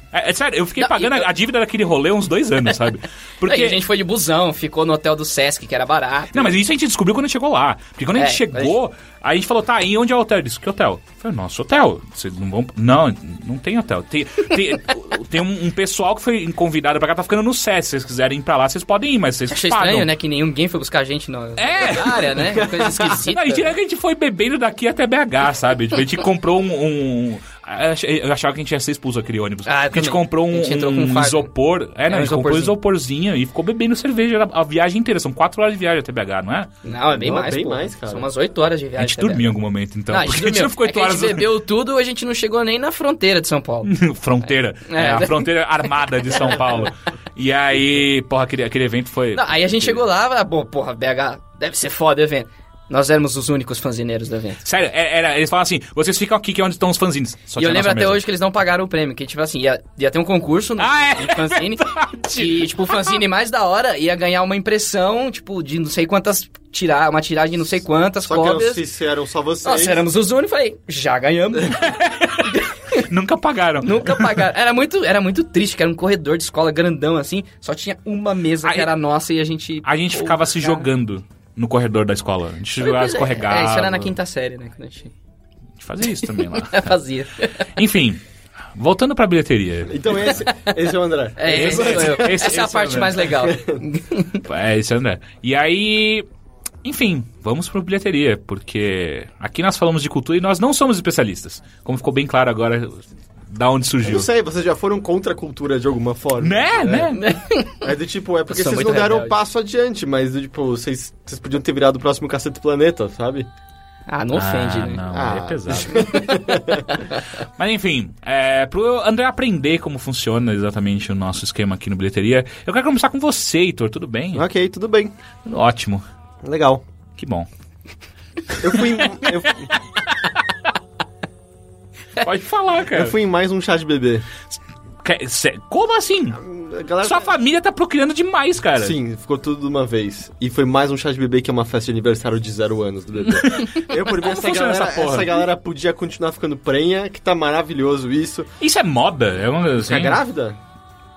É, é sério, eu fiquei
Não,
pagando
e-
a dívida daquele rolê uns dois anos, sabe?
Aí
Porque.
a gente foi de busão, ficou no hotel do Sesc, que era barato.
Não, mas isso a gente descobriu quando a gente chegou lá. Porque quando a gente
É,
chegou, aí a gente falou, tá, e onde é o hotel? Eu disse, que hotel? Eu falei, nosso hotel. Vocês não vão. Não, não tem hotel. Tem, tem, tem um, um pessoal que foi convidado pra cá, tá ficando no SES. Se vocês quiserem ir pra lá, vocês podem ir, mas vocês
Achei
pagam.
estranho, né, que ninguém foi buscar a gente na
É.
na área, né? Coisa
Não,
esquisita.
a gente, a gente foi bebendo daqui até BH, sabe? Tipo, a gente comprou um. um- eu achava que a gente ia ser expulso aquele ônibus.
Ah, eu
Porque a gente
também.
comprou
A
um,
gente entrou com
um
fardo.
isopor. É, não,
um
a gente comprou um
isoporzinho.
isoporzinho e ficou bebendo cerveja a, a viagem inteira. São quatro horas de viagem até BH, não é?
Não, é bem
Não,
mais,
bem
pô.
mais, cara.
São umas 8 horas de
A
viagem. tá
gente
até
dormiu em algum momento, então.
Não, a
porque
gente,
a gente não ficou oito
é que
horas.
A gente bebeu tudo, a gente não chegou nem na fronteira de São Paulo.
fronteira. É,
É.
a fronteira armada de São Paulo. E aí, porra, aquele, aquele evento foi.
Não, aí a gente chegou lá, ah, bom, porra, BH, deve ser foda o evento. Nós éramos os únicos fanzineiros do evento.
Sério, é- era, eles falam assim: vocês ficam aqui que é onde estão os fanzines. Só
e
tinha
eu
a
lembro
nossa
até
mesa.
hoje que eles não pagaram o prêmio, que tipo assim, ia, ia ter um concurso no
Ah, é,
de fanzine.
verdade.
e tipo, o fanzine mais da hora ia ganhar uma impressão, tipo, de não sei quantas tirar, uma tiragem de não sei quantas
Só que
cópias.
eram, se, se eram só vocês.
Nossa, éramos os únicos, falei, já ganhamos.
Nunca pagaram.
Nunca pagaram. Era muito, era muito triste, que era um corredor de escola grandão assim, só tinha uma mesa
Aí-
que era nossa e a gente
A gente
Pô,
ficava se
cara.
jogando no corredor da escola. A gente jogava,
Pois é,
escorregava.
É, isso era na quinta série, né? Quando a gente
A gente fazia isso também lá.
fazia.
Enfim, voltando pra bilheteria.
Então esse, esse é o André.
É,
Esse-
esse, sou eu.
esse-
Essa é a
esse
parte
é o
mais legal.
É, isso é André. E aí. Enfim, vamos para bilheteria, porque aqui nós falamos de cultura e nós não somos especialistas. Como ficou bem claro agora, da onde surgiu.
Não sei, vocês já foram contra a cultura de alguma forma.
Né? Né?
É do tipo, é porque
Eu sou
vocês
muito
não deram o
rebelde.
passo adiante, mas do tipo, vocês, vocês podiam ter virado o próximo Cacete Planeta, sabe?
Ah, não ofende,
ah,
né?
Não,
Ah.
aí é pesado. Mas enfim, é, pro André aprender como funciona exatamente o nosso esquema aqui no bilheteria, eu quero começar com você, Heitor, tudo bem?
Ok, tudo bem.
Ótimo,
Legal.
que bom.
Eu fui, em- eu,
Pode falar, cara.
eu fui em mais um chá de bebê.
Que- cê- Como assim?
A galera...
Sua família tá procriando demais, cara.
Sim, ficou tudo de uma vez. E foi mais um chá de bebê que é uma festa de aniversário de zero anos do bebê. Eu, por mim,
Como
essa
funciona
galera,
essa porra?
essa galera podia continuar ficando prenha, que tá maravilhoso isso.
Isso é moda? É uma, assim,
Tá grávida?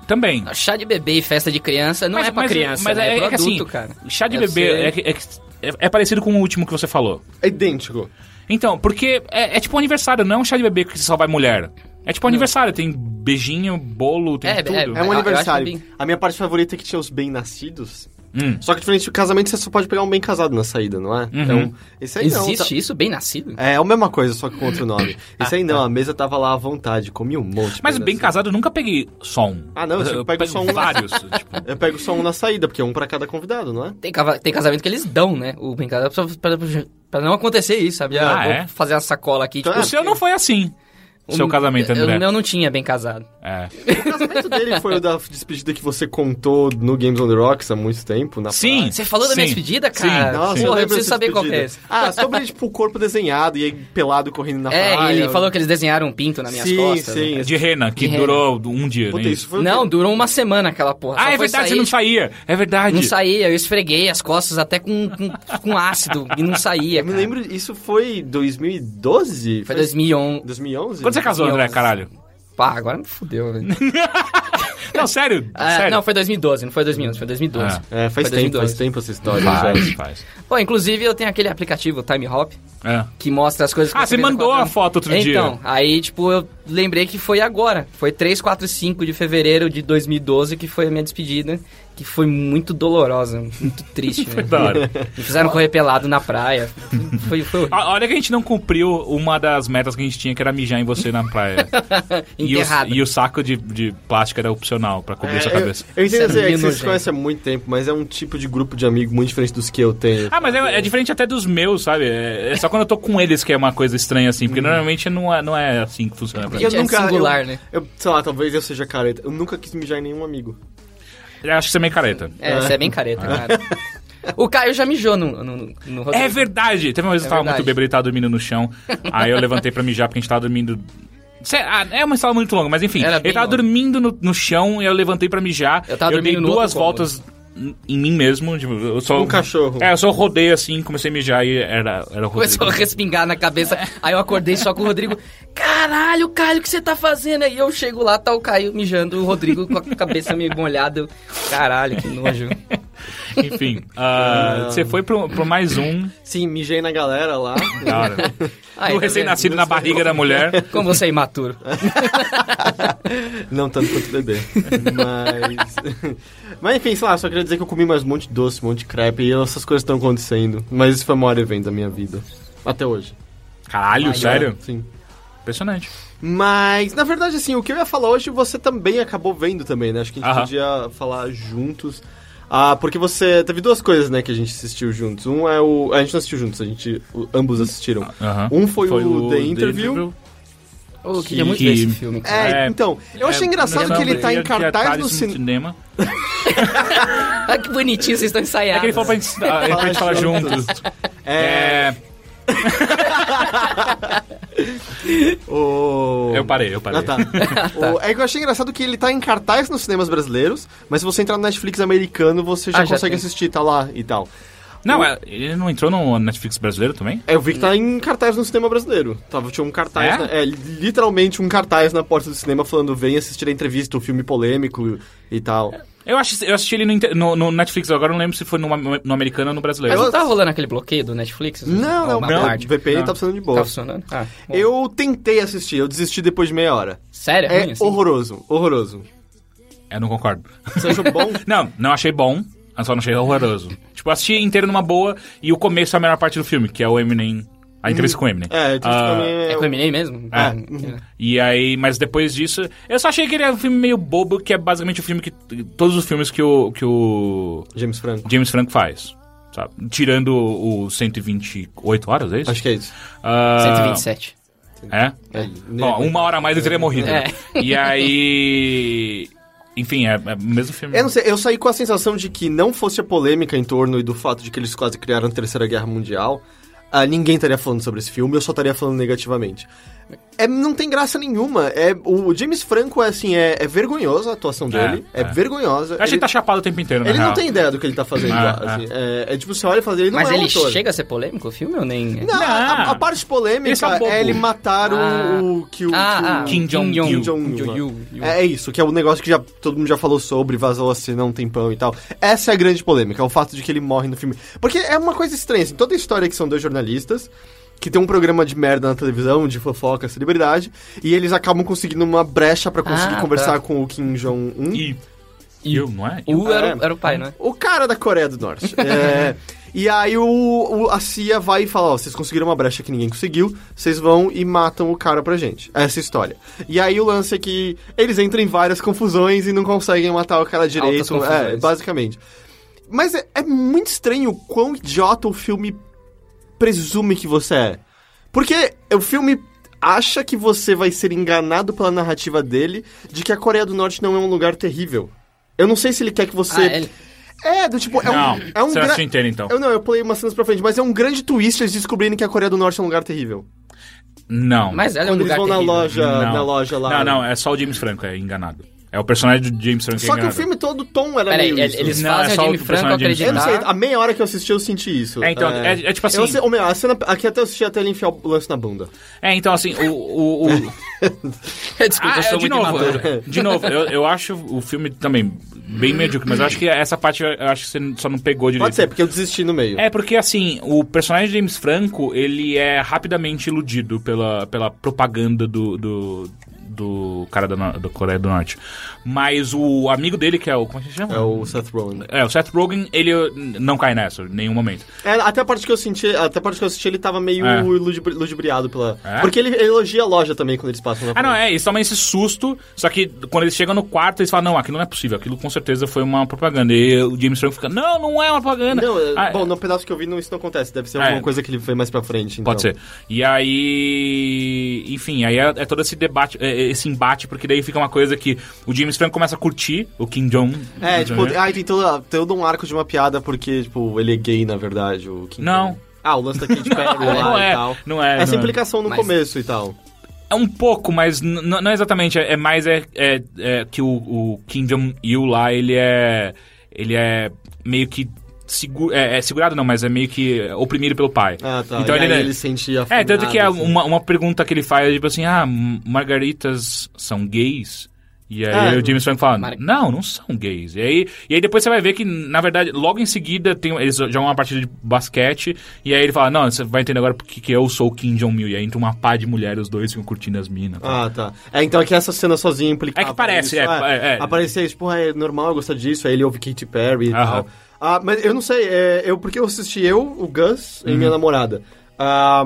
Também.
Chá de bebê e festa de criança não é pra criança,
mas
né?
é,
é, pro
que
adulto,
assim,
cara.
chá de
Eu
bebê
sei.
é, que- é, que- é- é parecido com o último que você falou.
É idêntico.
Então, porque é, é tipo um aniversário, não é um chá de bebê que só vai mulher. É tipo um aniversário, tem beijinho, bolo, tem
É, é,
tudo.
É
Eu-
um
eu
aniversário.
acho bem-
A minha parte favorita é que tinha os bem-nascidos.
Hum. Uhum.
Só que diferente do casamento, você só pode pegar um bem casado na saída, não é? Então, esse aí não.
Existe
tá-
isso bem nascido?
É, é a mesma coisa, só que com outro nome. Esse aí não, a mesa tava lá à vontade, comi um monte.
Ah, tá. Mas bem
bem-nascido.
casado eu nunca peguei só um.
Ah, não, eu sempre pego só um.
Vários. tipo.
Eu pego só um na saída, porque é um pra cada convidado, não é?
Tem, cava- tem casamento que eles dão, né? O bem casado só pra, pra não acontecer isso, sabe? Ah,
Ah,
vou
é?
fazer uma sacola aqui.
Então
Tipo,
O seu não foi assim. O seu
um-
casamento, André.
Eu, eu não tinha bem casado.
É.
O casamento dele foi o da despedida que você contou no Games on the Rocks há muito tempo, na praia.
Sim.
Você falou da minha
sim,
despedida,
sim.
cara?
Nossa,
Porra, eu
lembro
preciso
dessa
saber qual que é
despedida. Ah, sobre, tipo, o corpo desenhado e aí pelado correndo na
É,
praia.
e ele falou que eles desenharam um pinto nas minhas
Ah, Sim,
costas.
sim.
De rena, que
De rena.
durou um dia,
Puta,
né?
isso foi o
Não,
quê?
durou uma semana aquela porra. Só
Ah, é
foi
verdade,
sair, tipo,
você não saía. É verdade.
Não saía, eu esfreguei as costas até com, com, com ácido e não saía.
Eu me
cara.
lembro, isso foi 2012?
Foi 2011.
2011?
Quando você casou, né? André, caralho?
Pá, agora me fudeu, velho.
Não, sério.
Ah,
sério.
não, foi 2012, não foi 2011, foi 2012.
Ah.
É, faz
Foi
tempo, faz
2012.
tempo essa história. já.
Faz, faz.
Pô, inclusive eu tenho aquele aplicativo, o Time Hop,
É.
que mostra as coisas que
Ah, você
fez
mandou
enquanto-
a foto outro dia.
Então, aí, tipo, eu lembrei que foi agora. Foi 3, 4, 5 de fevereiro de 2012 que foi a minha despedida, que foi muito dolorosa, muito triste.
Foi
velho.
da hora.
Me fizeram correr pelado na praia. Foi, foi horrível.
A- Olha que a gente não cumpriu uma das metas que a gente tinha, que era mijar em você na praia. e, o,
enterrado.
e o saco de, de plástico era opcional pra cobrir
É,
sua
eu-
cabeça.
Eu, entendo
Isso é
assim, é que
bem
vocês
nojento.
se conhecem há muito tempo, mas é um tipo de grupo de amigo muito diferente dos que eu tenho.
Ah, mas é, é diferente até dos meus, sabe? É, é só quando eu tô com eles que é uma coisa estranha, assim.
Hum.
Porque normalmente não é, não é assim que funciona pra mim.
Gente, é singular,
eu,
né?
Eu, sei lá, talvez eu seja careta. Eu nunca quis mijar em nenhum amigo.
Eu acho que você é meio careta.
É, você é bem careta, cara. O Caio já mijou no, no, no roteiro.
É verdade! Teve uma vez que eu
É
tava
verdade.
muito bêbado e tava dormindo no chão. aí eu levantei pra mijar, porque a gente tava dormindo. Cê- ah, é uma história muito longa, mas enfim.
Era bem
Ele tava
longa.
dormindo no, no chão, eu levantei pra mijar.
Eu tava
dei
dormindo no
duas
outro cômodo.
voltas em- em mim mesmo. Tipo, eu só,
Um cachorro.
É, eu só rodei assim, comecei a mijar e era, era o
Começou a
Rodrigo.
respingar na cabeça. Aí eu acordei só com o Rodrigo. Caralho, Caio, o que você tá fazendo? Aí eu chego lá, tá o Caio mijando, o Rodrigo com a cabeça meio molhada. Eu, Caralho, que nojo.
Enfim, ah, você foi pro, pro mais um.
Sim, mijei na galera lá.
Da hora.
Aí,
Do
tá
recém-nascido na barriga da mulher.
vendo? Como você é imaturo.
Não tanto quanto bebê. Mas. Mas enfim, sei lá, só queria dizer que eu comi mais um monte de doce, um monte de crepe e essas coisas estão acontecendo. Mas isso foi o maior evento da minha vida. Até hoje.
Caralho,
Maior.
sério?
Sim.
Impressionante.
Mas, na verdade, assim, o que eu ia falar hoje você também acabou vendo também, né? Acho que a gente
Aham.
podia falar juntos. Ah, porque você. Teve duas coisas, né, que a gente assistiu juntos. Um é o. A gente não assistiu juntos, a gente. o- Ambos assistiram.
Aham.
Um foi, o, The, Interview.
Ô, eu queria
Que-
muito ver esse filme, cara.
É,
É,
então. Eu achei
É,
engraçado
não
que ele tá
sabia
em
que é
cartaz
atalhos
no cinema.
Ah, que bonitinho, vocês estão
É
ensaiados.
que ele falou pra gente, ah, ele pra gente falar juntos.
É.
É,
O...
É. eu parei, eu parei.
Ah, tá. O- É que eu achei engraçado que ele tá em cartaz nos cinemas brasileiros, mas se você entrar no Netflix americano, você já
Ah, já
consegue
tem.
assistir, tá lá e tal.
Não, é, ele não entrou no Netflix brasileiro também?
É, eu vi que tá em cartaz no cinema brasileiro. Tava, tinha um cartaz,
É?
na- é? literalmente um cartaz na porta do cinema falando vem assistir a entrevista, um filme polêmico e tal.
É.
Eu, acho, eu assisti ele no, inter- no- no Netflix, agora eu não lembro se foi no, no americano ou no
Mas
brasileiro.
não tá rolando aquele bloqueio do Netflix?
Não, não,
Uma
não,
parte.
o VPN
Não.
tá funcionando de
Tá
boa.
funcionando? Ah, bom.
eu tentei assistir, eu desisti depois de meia hora.
Sério?
É
ruim assim?
horroroso, horroroso.
Eu não concordo.
Você achou bom?
Não, não achei bom, eu só não achei horroroso. tipo, eu assisti inteiro numa boa e o começo é a melhor parte do filme, que é o Eminem, a entrevista com o Eminem.
É, eu
Ah,
É com o Eminem mesmo? Ah,
E aí, mas depois disso, eu só achei que ele era um filme meio bobo, que é basicamente o filme que. Todos os filmes que o, que o
James Franco.
James Franco faz. Sabe? Tirando o 128 horas, é isso?
Acho que é isso.
Ah,
127.
É?
É,
Bom, uma hora a mais eu teria morrido. né?
É.
E aí. Enfim, é, é o mesmo filme.
Eu não sei, eu saí com a sensação de que não fosse a polêmica em torno e do fato de que eles quase criaram a Terceira Guerra Mundial, ah, ninguém estaria falando sobre esse filme, eu só estaria falando negativamente. É, não tem graça nenhuma. É, o James Franco é assim, é, é vergonhosa a atuação dele. É,
é.
vergonhosa.
Eu achei que
ele
tá chapado o tempo inteiro, na
ele não
real.
tem ideia do que ele tá fazendo
Ah,
lá. assim. É, é tipo, você olha e fala, ele não
Mas
é um
ele
ator.
chega a ser polêmico o filme ou nem?
Não, A, a parte
Esse é um
polêmica
bobo.
é ele matar o-
Ah.
o, que o.
Ah, ah,
que o
Kim Jong-il.
Kim
Kim
Jong-il, né?
Jong-il.
É é isso, que é um negócio que já, todo mundo já falou sobre, vazou assim há um tempão e tal. Essa é a grande polêmica, é o fato de que ele morre no filme. Porque é uma coisa estranha, assim, toda a história é que são dois jornalistas, que tem um programa de merda na televisão, de fofoca, celebridade, e eles acabam conseguindo uma brecha pra conseguir
Ah, tá.
conversar com o Kim Jong-un.
E. Eu, não é?
U era,
É.
o- era o pai, né?
O cara da Coreia do Norte. É, e aí o, o- a CIA vai e fala, ó, vocês conseguiram uma brecha que ninguém conseguiu, vocês vão e matam o cara pra gente. Essa é a história. E aí o lance é que eles entram em várias confusões e não conseguem matar o cara direito,
confusões.
é, basicamente. Mas é, é muito estranho o quão idiota o filme presume que você é. Porque o filme acha que você vai ser enganado pela narrativa dele de que a Coreia do Norte não é um lugar terrível. Eu não sei se ele quer que você
Ah, ele-
é, do tipo, é
Não,
um. É um
você
gra-
assistiu inteiro então.
Eu não, eu pulei umas cenas pra frente, mas é um grande twist eles descobrindo que a Coreia do Norte é um lugar terrível.
Não.
Mas ela é um
Quando
lugar
eles vão na
terrível.
loja,
Não.
na loja lá.
Não, não, é só o James Franco, é enganado. É o personagem do James Franco é
Só que o
enganado.
filme todo o tom era
Peraí,
meio
ele-
isso.
eles
Não,
fazem
é
o
só
Jimmy
o
Franco
personagem de
Eu não
Tá.
sei,
acreditar.
a meia hora que eu assisti eu senti isso.
É, então, é- é tipo assim-
Eu sei, ou melhor, a cena, aqui até eu assisti até ele enfiar o lance na bunda.
É, então assim, o. o, o...
Desculpa, eu
Ah,
sou
é,
eu, de
muito
novo,
imaturo.
eu- de novo, eu, eu acho o filme também bem medíocre, mas eu acho que essa parte eu acho que você só não pegou direito.
Pode ser, porque eu desisti no meio.
É, porque assim, o personagem de James Franco, ele é rapidamente iludido pela, pela propaganda do, do, do cara da, no- da Coreia do Norte. Mas o amigo dele, que é o. Como é que se chama?
É o Seth Rogen.
É, o Seth Rogen, ele eh, não cai nessa, em nenhum momento.
É, até a parte que eu senti, até a parte que eu senti, ele tava meio
É.
ludibri- ludibriado pela.
É?
Porque ele, ele elogia a loja também quando eles passam na
Ah, não,
frente.
é, eles tomam esse susto, só que quando eles chegam no quarto, eles falam, não, aquilo não é possível, aquilo com certeza foi uma propaganda. E o James Franco fica, não, não é uma propaganda.
Não, é-
Ah,
bom, no pedaço que eu vi, não, isso não acontece. Deve ser
É.
alguma coisa que ele vê mais pra frente.
Pode
então.
ser. E aí. Enfim, aí é, é todo esse debate, é- é esse embate, porque daí fica uma coisa que o James Franco começa a curtir o Kim né? Jong.
É, tipo, ai, tem todo, todo um arco de uma piada porque, tipo, ele é gay, na verdade, o Kim
Não.
Jong. Ah, o lance da Kate Perry lá
não
e
é,
tal.
não é,
Essa
não é.
implicação no
Mas-
começo e tal.
É um pouco, mas n- n- não exatamente. É, é mais é, é- é que o, o Kim Jong-il lá, ele é. Ele é meio que. segu- é, é segurado não, mas é meio que oprimido pelo pai.
Ah, tá.
Então
e
ele,
aí ele sente a
É, tanto que é
assim.
uma, uma pergunta que ele faz, é tipo assim, ah, m- margaritas são gays? E aí
É.
o James Franco fala,
Mar-
não, não são gays. E aí, e aí depois você vai ver que, na verdade, logo em seguida, tem, eles jogam uma partida de basquete, e aí ele fala, não, você vai entender agora porque que eu sou o Kim Jong-il. E aí entra uma pá de mulheres, os dois ficam curtindo as minas. tá?
Ah, tá. É, então é que essa cena sozinha implicava.
É que parece,
isso. Ah,
é, é, é.
Aparecia isso, porra, é normal gostar disso. Aí ele ouve Katy Perry e
Aham.
tal. Ah, mas eu não sei, é, eu, porque eu assisti eu, o Gus e minha
Uhum.
namorada. Ah,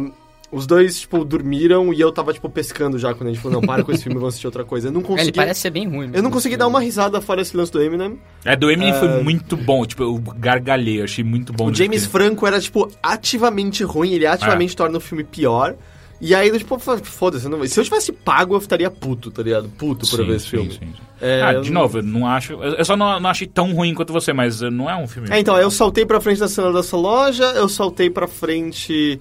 os dois, tipo, dormiram e eu tava, tipo, pescando já quando a gente falou, não, para com esse filme, vamos assistir outra coisa. Eu não
Ele
consegui.
parece ser bem ruim.
Eu não
mesmo.
consegui dar uma risada fora esse lance do Eminem.
É, do Eminem foi muito bom, tipo, eu gargalhei, eu achei muito bom.
Ah. O
de
James
ver.
Franco era, tipo, ativamente ruim, ele ativamente
É.
torna o filme pior. E aí, eu, tipo, foda-se, eu não... se eu tivesse pago, eu ficaria puto, tá ligado? Puto pra
Sim,
ver esse
sim,
filme.
sim, sim.
É,
ah,
eu
de
não-
novo, eu não acho. Eu eu só não, não achei tão ruim quanto você, mas eh, não é um filme.
É, então, eu saltei pra frente da cena dessa loja, eu saltei pra frente.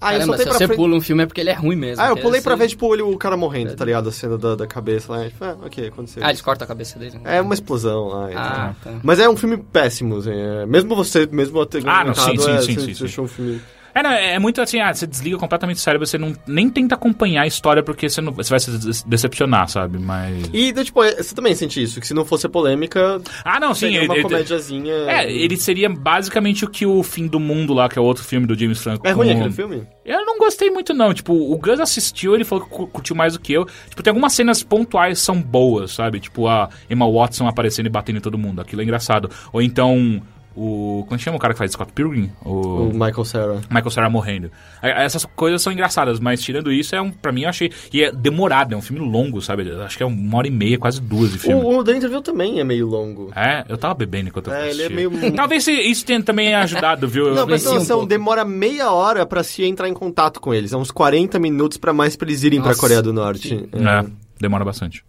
Ah, eu
Caramba,
saltei
se
pra
você
frente.
pula um filme é porque ele é ruim mesmo.
Ah, eu
porque
pulei pra
você-
ver, tipo, ele, o cara morrendo, tá ligado? A cena da, da cabeça lá. Tipo, ah, ok, aconteceu.
Ah, eles cortam a cabeça dele. né?
É uma explosão lá. então.
Ah, tá.
Mas é um filme péssimo, assim, é, Mesmo você, mesmo eu ter
Ah, não, sim,
comentado,
sim,
é,
sim,
você-
sim,
você
sim.
achou um filme.
É, não, é muito assim, ah, você desliga completamente o cérebro, você não, nem tenta acompanhar a história porque você, não, você vai se des- decepcionar, sabe? Mas.
E, então, tipo, é, você também sente isso, que se não fosse a polêmica,
Ah, não, sim.
seria
Ele,
uma né?
ele,
comédiazinha.
é, ele seria basicamente o que o Fim do Mundo lá, que é outro filme do James Franco.
É ruim
com-
aquele filme?
Eu não gostei muito, não. Tipo, o Gus assistiu, ele falou que cu- curtiu mais do que eu. Tipo, tem algumas cenas pontuais que são boas, sabe? Tipo, a Emma Watson aparecendo e batendo em todo mundo. Aquilo é engraçado. Ou então, o. Como chama o cara que faz Scott Pilgrim?
O Michael Cera.
Michael Cera morrendo. É, Essas coisas são engraçadas, mas tirando isso, é um, pra mim eu achei. E é demorado, é um filme longo, sabe? Acho que é uma hora e meia, quase duas de filme.
O, o The Interview também é meio longo.
É, eu tava bebendo enquanto eu
É, ele é
assistia.
meio-
Talvez se- isso tenha também ajudado, viu? Eu-
Não, mas
influencia um
noção,
pouco.
demora meia hora pra se entrar em contato com eles. É uns 40 minutos pra mais pra eles irem pra
Nossa.
Coreia do Norte.
É, demora bastante.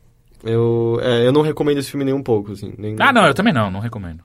Eu, é, eu não recomendo esse filme nem um pouco, assim. nem-
Ah, não, eu também não, não recomendo.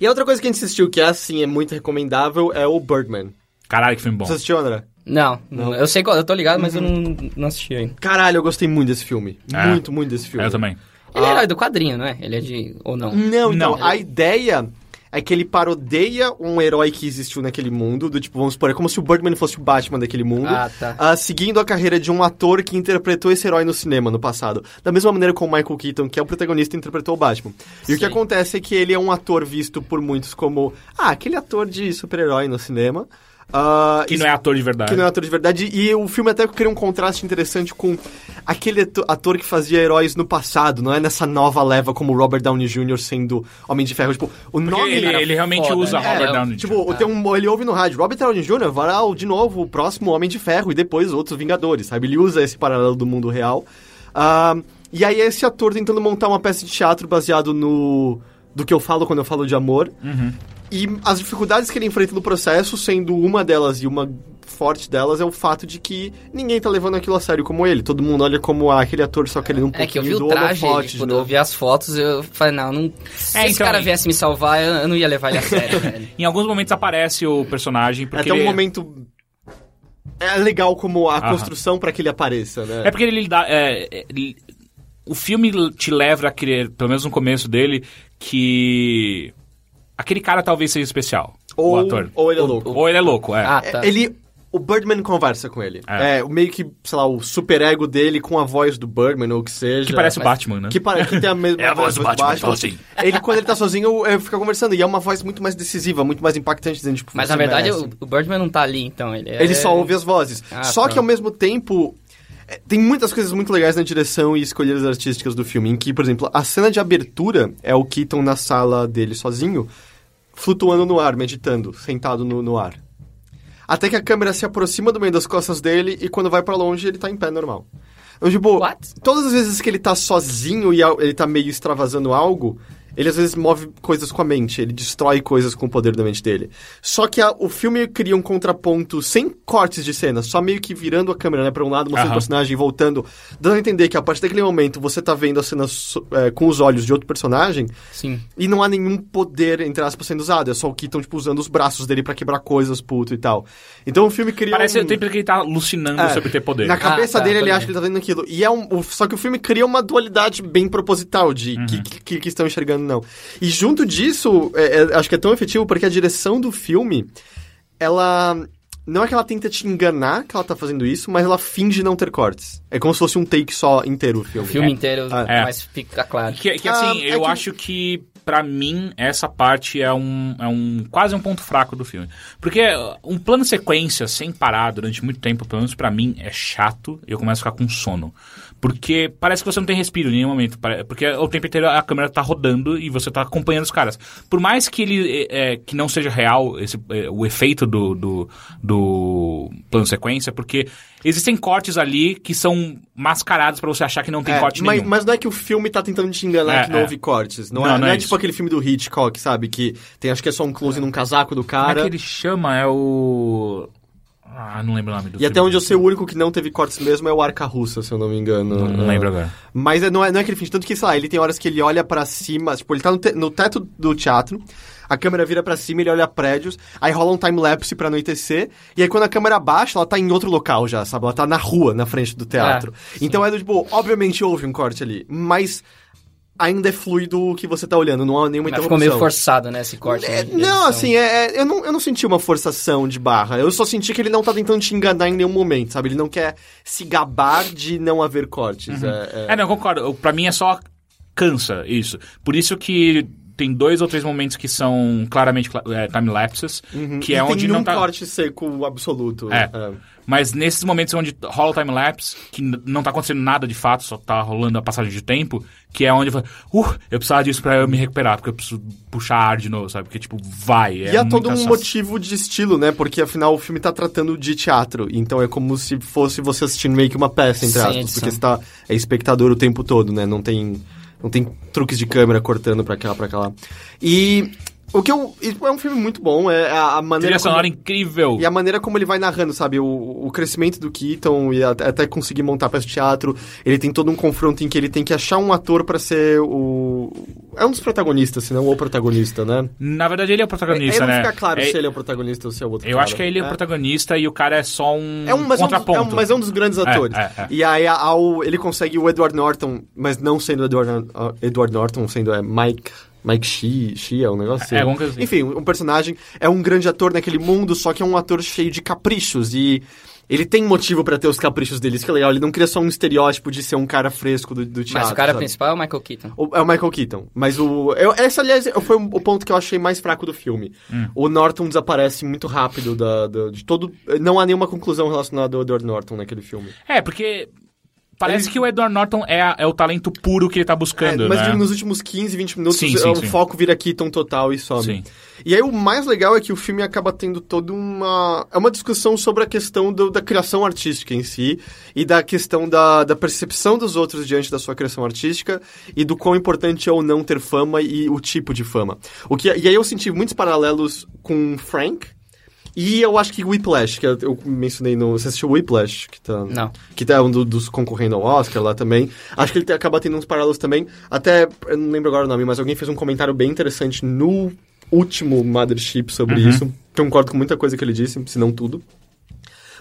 E a outra coisa que a gente assistiu que é, assim, é muito recomendável é o Birdman.
Caralho, que filme bom.
Você assistiu, André?
Não, não, eu sei, qual- eu tô ligado, mas eu
Uhum.
não, não assisti ainda.
Caralho, eu gostei muito desse filme.
É.
Muito, muito desse filme.
Eu também.
Ele é
Ah.
herói do quadrinho, não é? Ele é de. ou não?
Não, então,
Não.
a ideia é que ele parodeia um herói que existiu naquele mundo, do tipo, vamos supor, é como se o Birdman fosse o Batman daquele mundo.
Ah, tá.
ah, seguindo a carreira de um ator que interpretou esse herói no cinema no passado. Da mesma maneira como o Michael Keaton, que é o protagonista, interpretou o Batman. E o que
Sim.
acontece é que ele é um ator visto por muitos como, ah, aquele ator de super-herói no cinema. Ah,
Que não é ator de verdade.
que não é ator de verdade. E o filme até cria um contraste interessante com aquele ato- ator que fazia heróis no passado, não é nessa nova leva como o Robert Downey Jr. sendo Homem de Ferro. Tipo, o nome.
Ele, ele realmente
foda,
usa
né?
Robert
É,
Downey Jr.
Tipo, tem um, ele ouve no rádio, Robert Downey Jr. vará o- de novo o próximo Homem de Ferro e depois outros Vingadores, sabe? Ele usa esse paralelo do mundo real. Ah, e aí esse ator tentando montar uma peça de teatro baseado no... Do que eu falo quando eu falo de amor.
Uhum.
E as dificuldades que ele enfrenta no processo, sendo uma delas e uma forte delas, é o fato de que ninguém tá levando aquilo a sério como ele. Todo mundo olha como ah, aquele ator só querendo um
É
pouquinho
que eu vi
do
o traje,
holofote de
tipo, eu
novo.
vi as fotos, eu falei, não, não se
É,
esse
então,
cara
aí-
viesse me salvar, eu, eu não ia levar ele a sério, velho.
Em alguns momentos aparece o personagem,
É
porque
até um
ele-
momento... É legal como a
Aham.
construção pra que ele apareça, né?
É porque ele dá. é, é, ele- o filme te leva a crer, pelo menos no começo dele, que. Aquele cara talvez seja especial. o ator.
Ou ele é louco.
Ou ele é louco, é.
Ah,
É,
tá.
Ele. O Birdman conversa com ele.
É.
É. o meio que, sei lá, o superego dele com a voz do Birdman, ou o que seja.
que parece o
mas-
Batman, né?
é. Que, pare- que tem a mesma
É a voz do Batman, ele fala assim.
Ele, quando ele tá sozinho, eu- eu fico conversando. E é uma voz muito mais decisiva, muito mais impactante dentro de tipo,
Mas
você
na verdade
merece.
o, o Birdman não tá ali, então. Ele, é...
Ele só ouve as vozes.
Ah,
Só
tá.
que ao mesmo tempo. é, tem muitas coisas muito legais na direção e escolhas artísticas do filme, em que, por exemplo, a cena de abertura é o Keaton na sala dele sozinho, flutuando no ar, meditando, sentado no, no ar. Até que a câmera se aproxima do meio das costas dele e quando vai pra longe ele tá em pé normal. Então, tipo,
What?
todas as vezes que ele tá sozinho e al- ele tá meio extravasando algo, ele às vezes move coisas com a mente, ele destrói coisas com o poder da mente dele. Só que a- o filme cria um contraponto sem cortes de cena, só meio que virando a câmera, né, pra um lado, mostrando o
Aham.
personagem e voltando, dando a entender que a partir daquele momento você tá vendo a cena so- eh, com os olhos de outro personagem,
Sim.
e não há nenhum poder, entre aspas, sendo usado. É só o Keaton, tipo, usando os braços dele pra quebrar coisas, puto e tal. Então o filme cria
Parece
um...
o tempo que ele tá alucinando
É.
sobre ter poder.
Na cabeça
tá,
dele, ele
pode
acha que ele tá vendo aquilo. E é um, o- só que o filme cria uma dualidade bem proposital de
Uhum.
que, que, que estão enxergando, não. E junto disso, é- é- acho que é tão efetivo porque a direção do filme, ela. Não é que ela tenta te enganar que ela tá fazendo isso, mas ela finge não ter cortes. É como se fosse um take só inteiro o
O
filme.
filme inteiro,
Ah,
é.
mas fica claro.
Que, que, assim,
Ah, é
eu
que-
acho que, pra mim, essa parte é um, é um. quase um ponto fraco do filme. Porque uh, um plano sequência sem parar durante muito tempo, pelo menos pra mim, é chato e eu começo a ficar com sono. Porque parece que você não tem respiro em nenhum momento. pare- Porque o tempo inteiro a câmera tá rodando e você tá acompanhando os caras. Por mais que ele é, é, que não seja real esse, é, o efeito do, do, do plano sequência, porque existem cortes ali que são mascarados pra você achar que não tem
É,
corte
mas,
nenhum.
mas não é que o filme tá tentando te enganar
É,
que não
é.
houve cortes. Não,
Não,
é,
não
não é
é
tipo
isso.
aquele filme do Hitchcock, sabe? Que tem, acho que é só um close num casaco do
Como é que
cara.
ele chama? É o. Ah, não lembro o nome do
E até onde eu sei, o único que não teve cortes mesmo é o Arca Russa, se eu não me engano.
Não, não
É.
lembro agora.
Mas é- não é, não é que ele finge. Tanto que, sei lá, ele tem horas que ele olha pra cima. Tipo, ele tá no, te- no teto do teatro. A câmera vira pra cima, ele olha prédios. Aí rola um time-lapse pra anoitecer. E aí, quando a câmera baixa, ela tá em outro local já, sabe? Ela tá na rua, na frente do teatro. então é do tipo, obviamente houve um corte ali. Mas ainda é fluido o que você tá olhando. Não há nenhuma
Mas
interrupção.
ficou meio forçado, né, esse corte.
É,
né, de
não,
um
edição.
assim, é, é- eu, não, eu não senti uma forçação de barra. Eu só senti que ele não tá tentando te enganar em nenhum momento, sabe? Ele não quer se gabar de não haver cortes. É, é-
É, não, concordo. Eu- Pra mim é só. Cansa isso. Por isso que tem dois ou três momentos que são claramente cla- é, time-lapses, que é
não
onde não
Uhum. tem nenhum
tá.
corte seco absoluto.
É.
É.
Mas nesses momentos onde rola o time-lapse, que n- não tá acontecendo nada de fato, só tá rolando a passagem de tempo, que é onde eu falo, uh, eu precisava disso pra eu me recuperar, porque eu preciso puxar ar de novo, sabe? Porque, tipo, vai.
E
é
há todo
muita
um
ação.
motivo de estilo, né? Porque afinal o filme tá tratando de teatro. Então é como se fosse você assistindo meio que uma peça, entre
Sem
aspas.
edição.
Porque você tá, é espectador o tempo todo, né? Não tem, não tem truques de câmera cortando pra cá, pra cá. E o que eu. É um filme muito bom, é a a maneira.
Trilha
como-
sonora incrível.
E a maneira como ele vai narrando, sabe? O, o crescimento do Keaton e até, até conseguir montar peça de teatro. Ele tem todo um confronto em que ele tem que achar um ator pra ser o. É um dos protagonistas, se não o protagonista, né?
Na verdade, ele é o protagonista,
Aí não
né?
fica claro
É-
se ele é o protagonista ou se é o outro.
Eu
cara.
acho que ele é, o protagonista e o cara é só um
É um, mas, é um, dos-
contraponto.
é um, mas é um dos grandes atores.
é, é.
E aí a- ao- ele consegue o Edward Norton, mas não sendo o Edward, Nor- ah, Edward Norton, sendo é, Mike. Mike Shea, Shea, um negócio assim.
É, alguma coisa assim.
Enfim, um personagem é um grande ator naquele mundo, só que é um ator cheio de caprichos e ele tem motivo pra ter os caprichos dele, isso que é legal. Ele não cria só um estereótipo de ser um cara fresco do, do teatro.
Mas o cara
sabe?
principal é o Michael Keaton.
O- É o Michael Keaton. Mas o. Eu, esse, aliás, foi o ponto que eu achei mais fraco do filme. O Norton desaparece muito rápido da, da- de todo. Não há nenhuma conclusão relacionada ao Edward Norton naquele filme.
É, porque parece que o Edward Norton é, a- é o talento puro que ele tá buscando,
É, mas
né?
digo, nos últimos 15, 20 minutos,
Sim, sim,
o
sim.
foco vira Keaton total e some.
Sim.
E aí o mais legal é que o filme acaba tendo toda uma. É uma discussão sobre a questão do- da criação artística em si e da questão da, da percepção dos outros diante da sua criação artística e do quão importante é ou não ter fama e o tipo de fama. O que, é, e aí eu senti muitos paralelos com Frank. E eu acho que Whiplash, que eu- eu mencionei no. Você assistiu Whiplash? Que tá,
Não.
Que tá um do- dos concorrendo ao Oscar lá também. Acho que ele te- acaba tendo uns paralelos também. Até, eu não lembro agora o nome, mas alguém fez um comentário bem interessante no último Mothership sobre
Uhum.
isso. Que eu concordo com muita coisa que ele disse, se não tudo.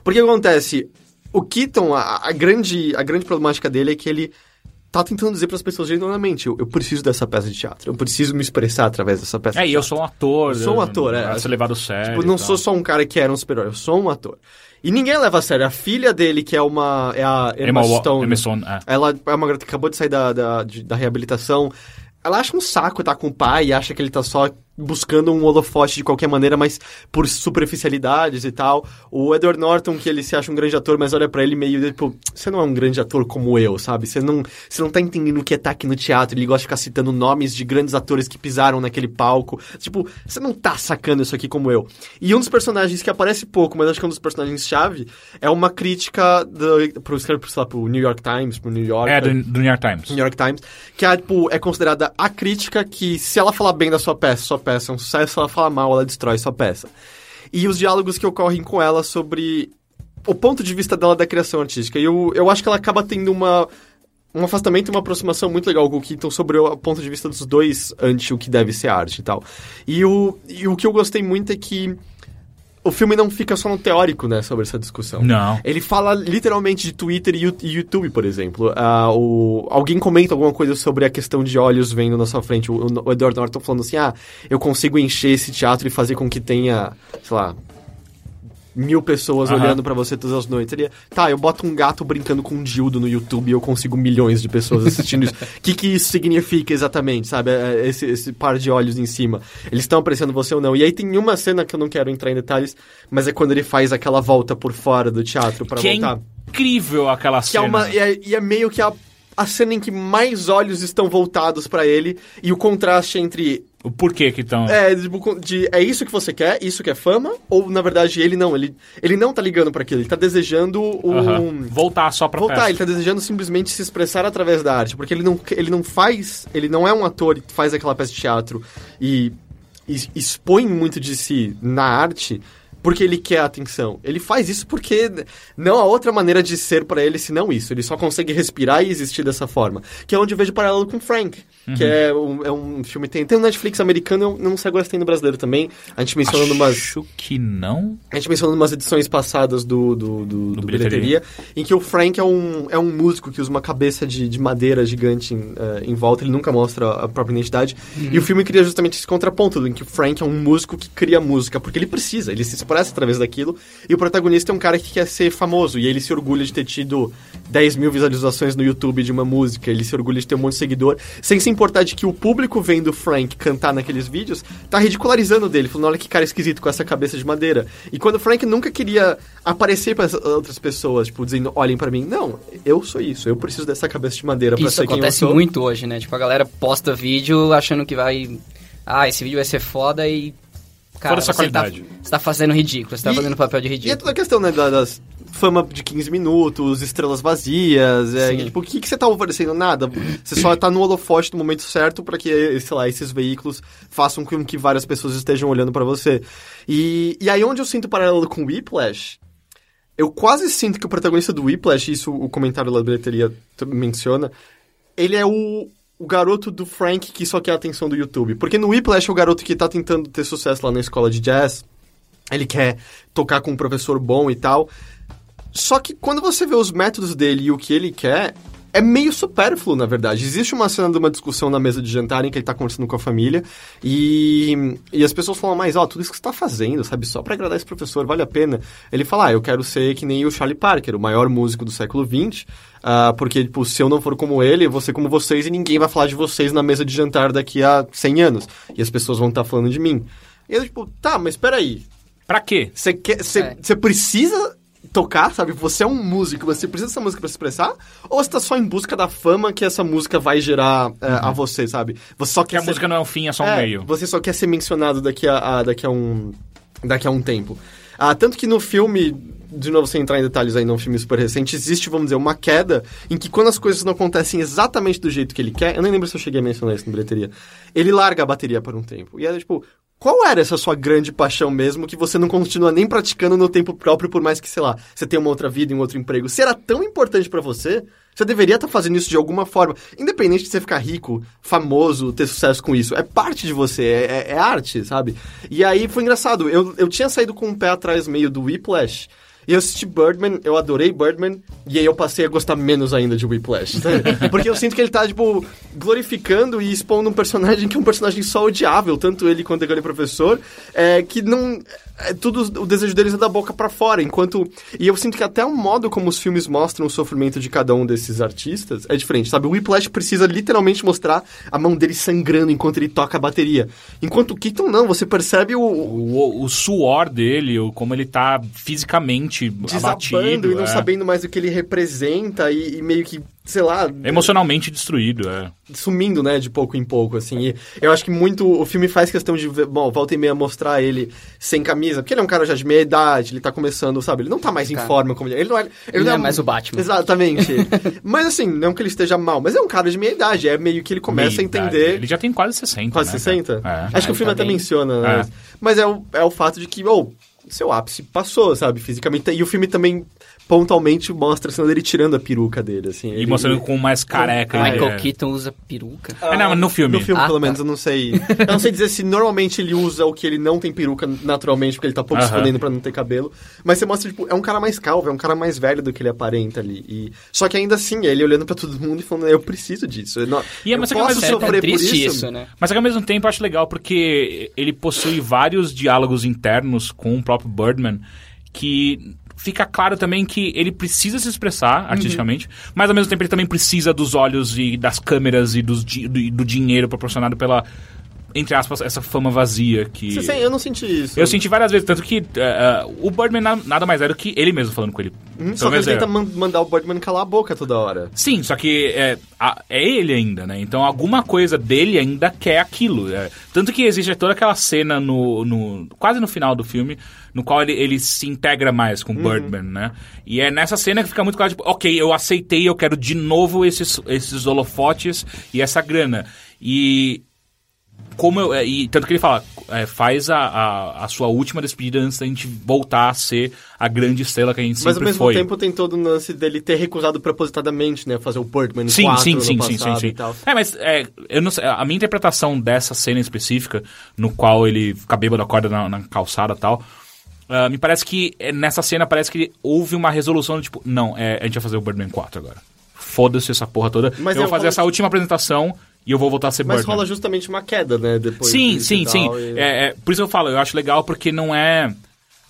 Porque o que acontece? O Keaton, a, a grande, a grande problemática dele é que ele tá tentando dizer para as pessoas genuinamente: eu, eu preciso dessa peça de teatro, eu preciso me expressar através dessa peça
É,
de
e eu sou um ator.
Eu sou um ator, é.
Pra ser levado a sério.
Tipo,
e
não
tal.
sou só um cara que era um super-herói, eu sou um ator. E ninguém leva a sério. A filha dele, que é uma. É a Emma,
Emma Wa-
Stone.
Emma Stone, é.
Ela é uma garota que acabou de sair da, da, de- da reabilitação. Ela acha um saco estar com o pai e acha que ele tá só buscando um holofote de qualquer maneira, mas por superficialidades e tal. O Edward Norton, que ele se acha um grande ator, mas olha pra ele meio tipo, você não é um grande ator como eu, sabe? Você não, você não tá entendendo o que é estar aqui no teatro. Ele gosta de ficar citando nomes de grandes atores que pisaram naquele palco. Tipo, você não tá sacando isso aqui como eu. E um dos personagens que aparece pouco, mas acho que é um dos personagens-chave, é uma crítica do, pro, sei lá, pro New York Times, pro New York.
É, do, do New York Times.
New York Times, que é, tipo, é considerada a crítica que, se ela falar bem da sua peça, sua peça é um sucesso, se ela falar mal, ela destrói sua peça. E os diálogos que ocorrem com ela sobre o ponto de vista dela da criação artística. E eu, eu acho que ela acaba tendo uma, um afastamento e uma aproximação muito legal com o Keaton sobre o ponto de vista dos dois ante o que deve ser arte e tal. E o, e o que eu gostei muito é que o filme não fica só no teórico, né, sobre essa discussão.
Não.
Ele fala literalmente de Twitter e Yu- e YouTube, por exemplo. Ah, o, alguém comenta alguma coisa sobre a questão de olhos vendo na sua frente. O, o Edward Norton falando assim, ah, eu consigo encher esse teatro e fazer com que tenha, sei lá, mil pessoas
Aham.
olhando pra você todas as noites. Ele, tá, eu boto um gato brincando com um dildo no YouTube e eu consigo milhões de pessoas assistindo isso. O que, que isso significa exatamente, sabe? É, é, Esse, esse par de olhos em cima. Eles estão apreciando você ou não. E aí tem uma cena que eu não quero entrar em detalhes, mas é quando ele faz aquela volta por fora do teatro pra
que
voltar.
é incrível aquela
Que é
cena.
uma. E é, e é meio que a, a cena em que mais olhos estão voltados pra ele e o contraste entre
O porquê que estão...
é, tipo, de- é isso que você quer, isso que é fama, ou na verdade ele não, ele, ele não tá ligando pra aquilo, ele tá desejando o.
Aham. Voltar só pra
Voltar,
peça.
ele tá desejando simplesmente se expressar através da arte, porque ele não, ele não faz, ele não é um ator e faz aquela peça de teatro e, e expõe muito de si na arte porque ele quer a atenção. Ele faz isso porque não há outra maneira de ser pra ele senão isso. Ele só consegue respirar e existir dessa forma. Que é onde eu vejo o paralelo com Frank, que é
Uhum.
um, é um filme... Tem, tem um Netflix americano, eu não sei agora se tem no brasileiro também. A gente mencionou numas...
Acho que não.
A gente mencionou umas edições passadas do, do, do, do
Bilheteria.
bilheteria. em que o Frank é um, é um músico que usa uma cabeça de, de madeira gigante em, eh, em volta, ele nunca mostra a própria identidade. E o filme cria justamente esse contraponto, em que o Frank é um músico que cria música, porque ele precisa, ele se expressa através daquilo. E o protagonista é um cara que quer ser famoso, e ele se orgulha de ter tido 10 mil visualizações no YouTube de uma música, ele se orgulha de ter um monte de seguidor, sem se importar de que o público vendo o Frank cantar naqueles vídeos, tá ridicularizando dele, falando, olha que cara esquisito com essa cabeça de madeira. E quando o Frank nunca queria aparecer para outras pessoas, tipo, dizendo, olhem pra mim, não, eu sou isso, eu preciso dessa cabeça de madeira pra
Isso
ser quem eu
acontece
sou.
muito hoje, né? Tipo, a galera posta vídeo achando que vai. Ah, esse vídeo vai ser foda e. Cara,
Foda essa
você, tá,
qualidade.
você tá fazendo ridículo, você tá
E-
fazendo papel de
E é
ridículo.
toda a questão, né, da- das fama de 15 minutos, estrelas vazias, é,
Sim.
tipo, o que, que você tá oferecendo? Nada. Você só tá no holofote no momento certo pra que, sei lá, esses veículos façam com que várias pessoas estejam olhando pra você. E, e aí onde eu sinto paralelo com o Whiplash, eu quase sinto que o protagonista do Whiplash, isso o comentário lá da bilheteria t- menciona, ele é o, o garoto do Frank que só quer a atenção do YouTube. Porque no Whiplash é o garoto que tá tentando ter sucesso lá na escola de jazz, ele quer tocar com um professor bom e tal. Só que quando você vê os métodos dele e o que ele quer, é meio supérfluo, na verdade. Existe uma cena de uma discussão na mesa de jantar em que ele tá conversando com a família e, e as pessoas falam, mas ó, tudo isso que você tá fazendo, sabe, só pra agradar esse professor, vale a pena. Ele fala, ah, eu quero ser que nem o Charlie Parker, o maior músico do século XX, ah, porque, tipo, se eu não for como ele, eu vou ser como vocês e ninguém vai falar de vocês na mesa de jantar daqui a 100 anos. E as pessoas vão estar falando de mim. E eu, tipo, tá, mas peraí,
Pra quê?
você quer, você,
É.
você precisa tocar, sabe? Você é um músico, você precisa dessa música pra se expressar? Ou você tá só em busca da fama que essa música vai gerar é, a você, sabe? Você só
Porque
quer
Uhum. a
ser-
música não é um fim, é só um
é,
meio.
Você só quer ser mencionado daqui a, a- daqui a um daqui a um tempo. Ah, tanto que no filme, de novo sem entrar em detalhes aí, não é um filme super recente, existe, vamos dizer, uma queda em que quando as coisas não acontecem exatamente do jeito que ele quer, eu nem lembro se eu cheguei a mencionar isso na bilheteria, ele larga a bateria por um tempo. E era tipo, qual era essa sua grande paixão mesmo que você não continua nem praticando no tempo próprio, por mais que, sei lá, você tenha uma outra vida, um outro emprego? Se era tão importante pra você, você deveria estar fazendo isso de alguma forma. Independente de você ficar rico, famoso, ter sucesso com isso. É parte de você, é, é- um é arte, sabe? E aí foi engraçado. Eu, eu tinha saído com o pé atrás meio do Whiplash. E eu assisti Birdman, eu adorei Birdman, e aí eu passei a gostar menos ainda de Whiplash, sabe? Porque eu sinto que ele tá, tipo, glorificando e expondo um personagem que é um personagem só odiável, tanto ele quanto aquele professor, é, que não... é, tudo o desejo deles é da boca pra fora, enquanto... E eu sinto que até o modo como os filmes mostram o sofrimento de cada um desses artistas é diferente, sabe? O Whiplash precisa literalmente mostrar a mão dele sangrando enquanto ele toca a bateria. Enquanto o Keaton não, você percebe o,
O, o suor dele, o, como ele tá fisicamente abatido.
desabando e não
é.
sabendo mais o que ele representa e, e meio que, sei lá,
Emocionalmente destruído, é.
sumindo, né, de pouco em pouco, assim. E eu acho que muito o filme faz questão de, ver- bom, volta e meia mostrar ele sem camisa, porque ele é um cara já de meia idade, ele tá começando, sabe, ele não tá mais em
Tá.
forma como ele, ele não é... Ele,
Ele não é mais o Batman.
Exatamente. mas assim, não que ele esteja mal, mas é um cara de meia idade, é meio que ele começa
Meia
a
idade.
entender...
Ele já tem quase 60.
Quase
né,
60?
cara? É.
Acho que o filme
tá
até
bem.
menciona, né?
É.
Mas é o, é o fato de que, oh, seu ápice passou, sabe? Fisicamente. E o filme também pontualmente mostra a cena dele tirando a peruca dele, assim.
E mostrando com mais careca. ele
Michael
é.
Keaton usa peruca.
É, não, no filme.
No filme,
Ah,
pelo
tá.
menos, eu não sei. Eu não sei dizer se normalmente ele usa o que ele não tem peruca naturalmente, porque ele tá pouco
Aham.
escondendo pra não ter cabelo. Mas você mostra, tipo, é um cara mais calvo, é um cara mais velho do que ele aparenta ali. E... Só que ainda assim, é ele olhando pra todo mundo e falando, eu preciso disso. Eu, não...
E é,
eu
mas é que é
posso
mais-
É,
sofrer
é
por
triste
isso.
isso, né?
Mas é que, ao mesmo tempo eu acho legal porque ele possui vários diálogos internos com o próprio Birdman que fica claro também que ele precisa se
Uhum.
expressar artisticamente, mas ao mesmo tempo ele também precisa dos olhos e das câmeras e dos di- do, do dinheiro proporcionado pela entre aspas essa fama vazia que
Você sente- Eu não senti isso.
Eu senti várias vezes, tanto que eh, eh, o Birdman na- nada mais é do que ele mesmo falando com ele. Pelo
Hum, Uhum, Só que ele
menos é.
tenta man- mandar o Birdman calar a boca toda hora.
Sim, só que é, a- é ele ainda, né? Então alguma coisa dele ainda quer aquilo. é. Tanto que existe toda aquela cena no, no- quase no final do filme, no qual ele, ele se integra mais
Uhum.
com o Birdman, né? E é nessa cena que fica muito claro, tipo, ok, eu aceitei, eu quero de novo esses, esses holofotes e essa grana. E como eu, é, e tanto que ele fala, é, faz a, a, a sua última despedida antes da gente voltar a ser a grande estrela que a gente
Mas ao
sempre
mesmo
foi.
tempo tem todo o lance dele ter recusado propositadamente, né? Fazer o Birdman
Sim,
4
sim,
no
sim, sim,
passado
sim, sim.
e tal.
É, mas é, eu não sei, a minha interpretação dessa cena específica, no qual ele fica bêbado, acorda na, na calçada e tal, ah, me parece que é, nessa cena parece que houve uma resolução do tipo, não, é, a gente vai fazer o Birdman 4 agora. Foda-se essa porra toda.
Mas
eu
eu
vou fazer
falo
essa
que-
última apresentação e eu vou voltar a ser
Mas
Birdman.
rola justamente uma queda, né? Depois
Sim,
disso
sim,
e
sim.
tal, e-
É, é, por isso eu falo, eu acho legal porque não é.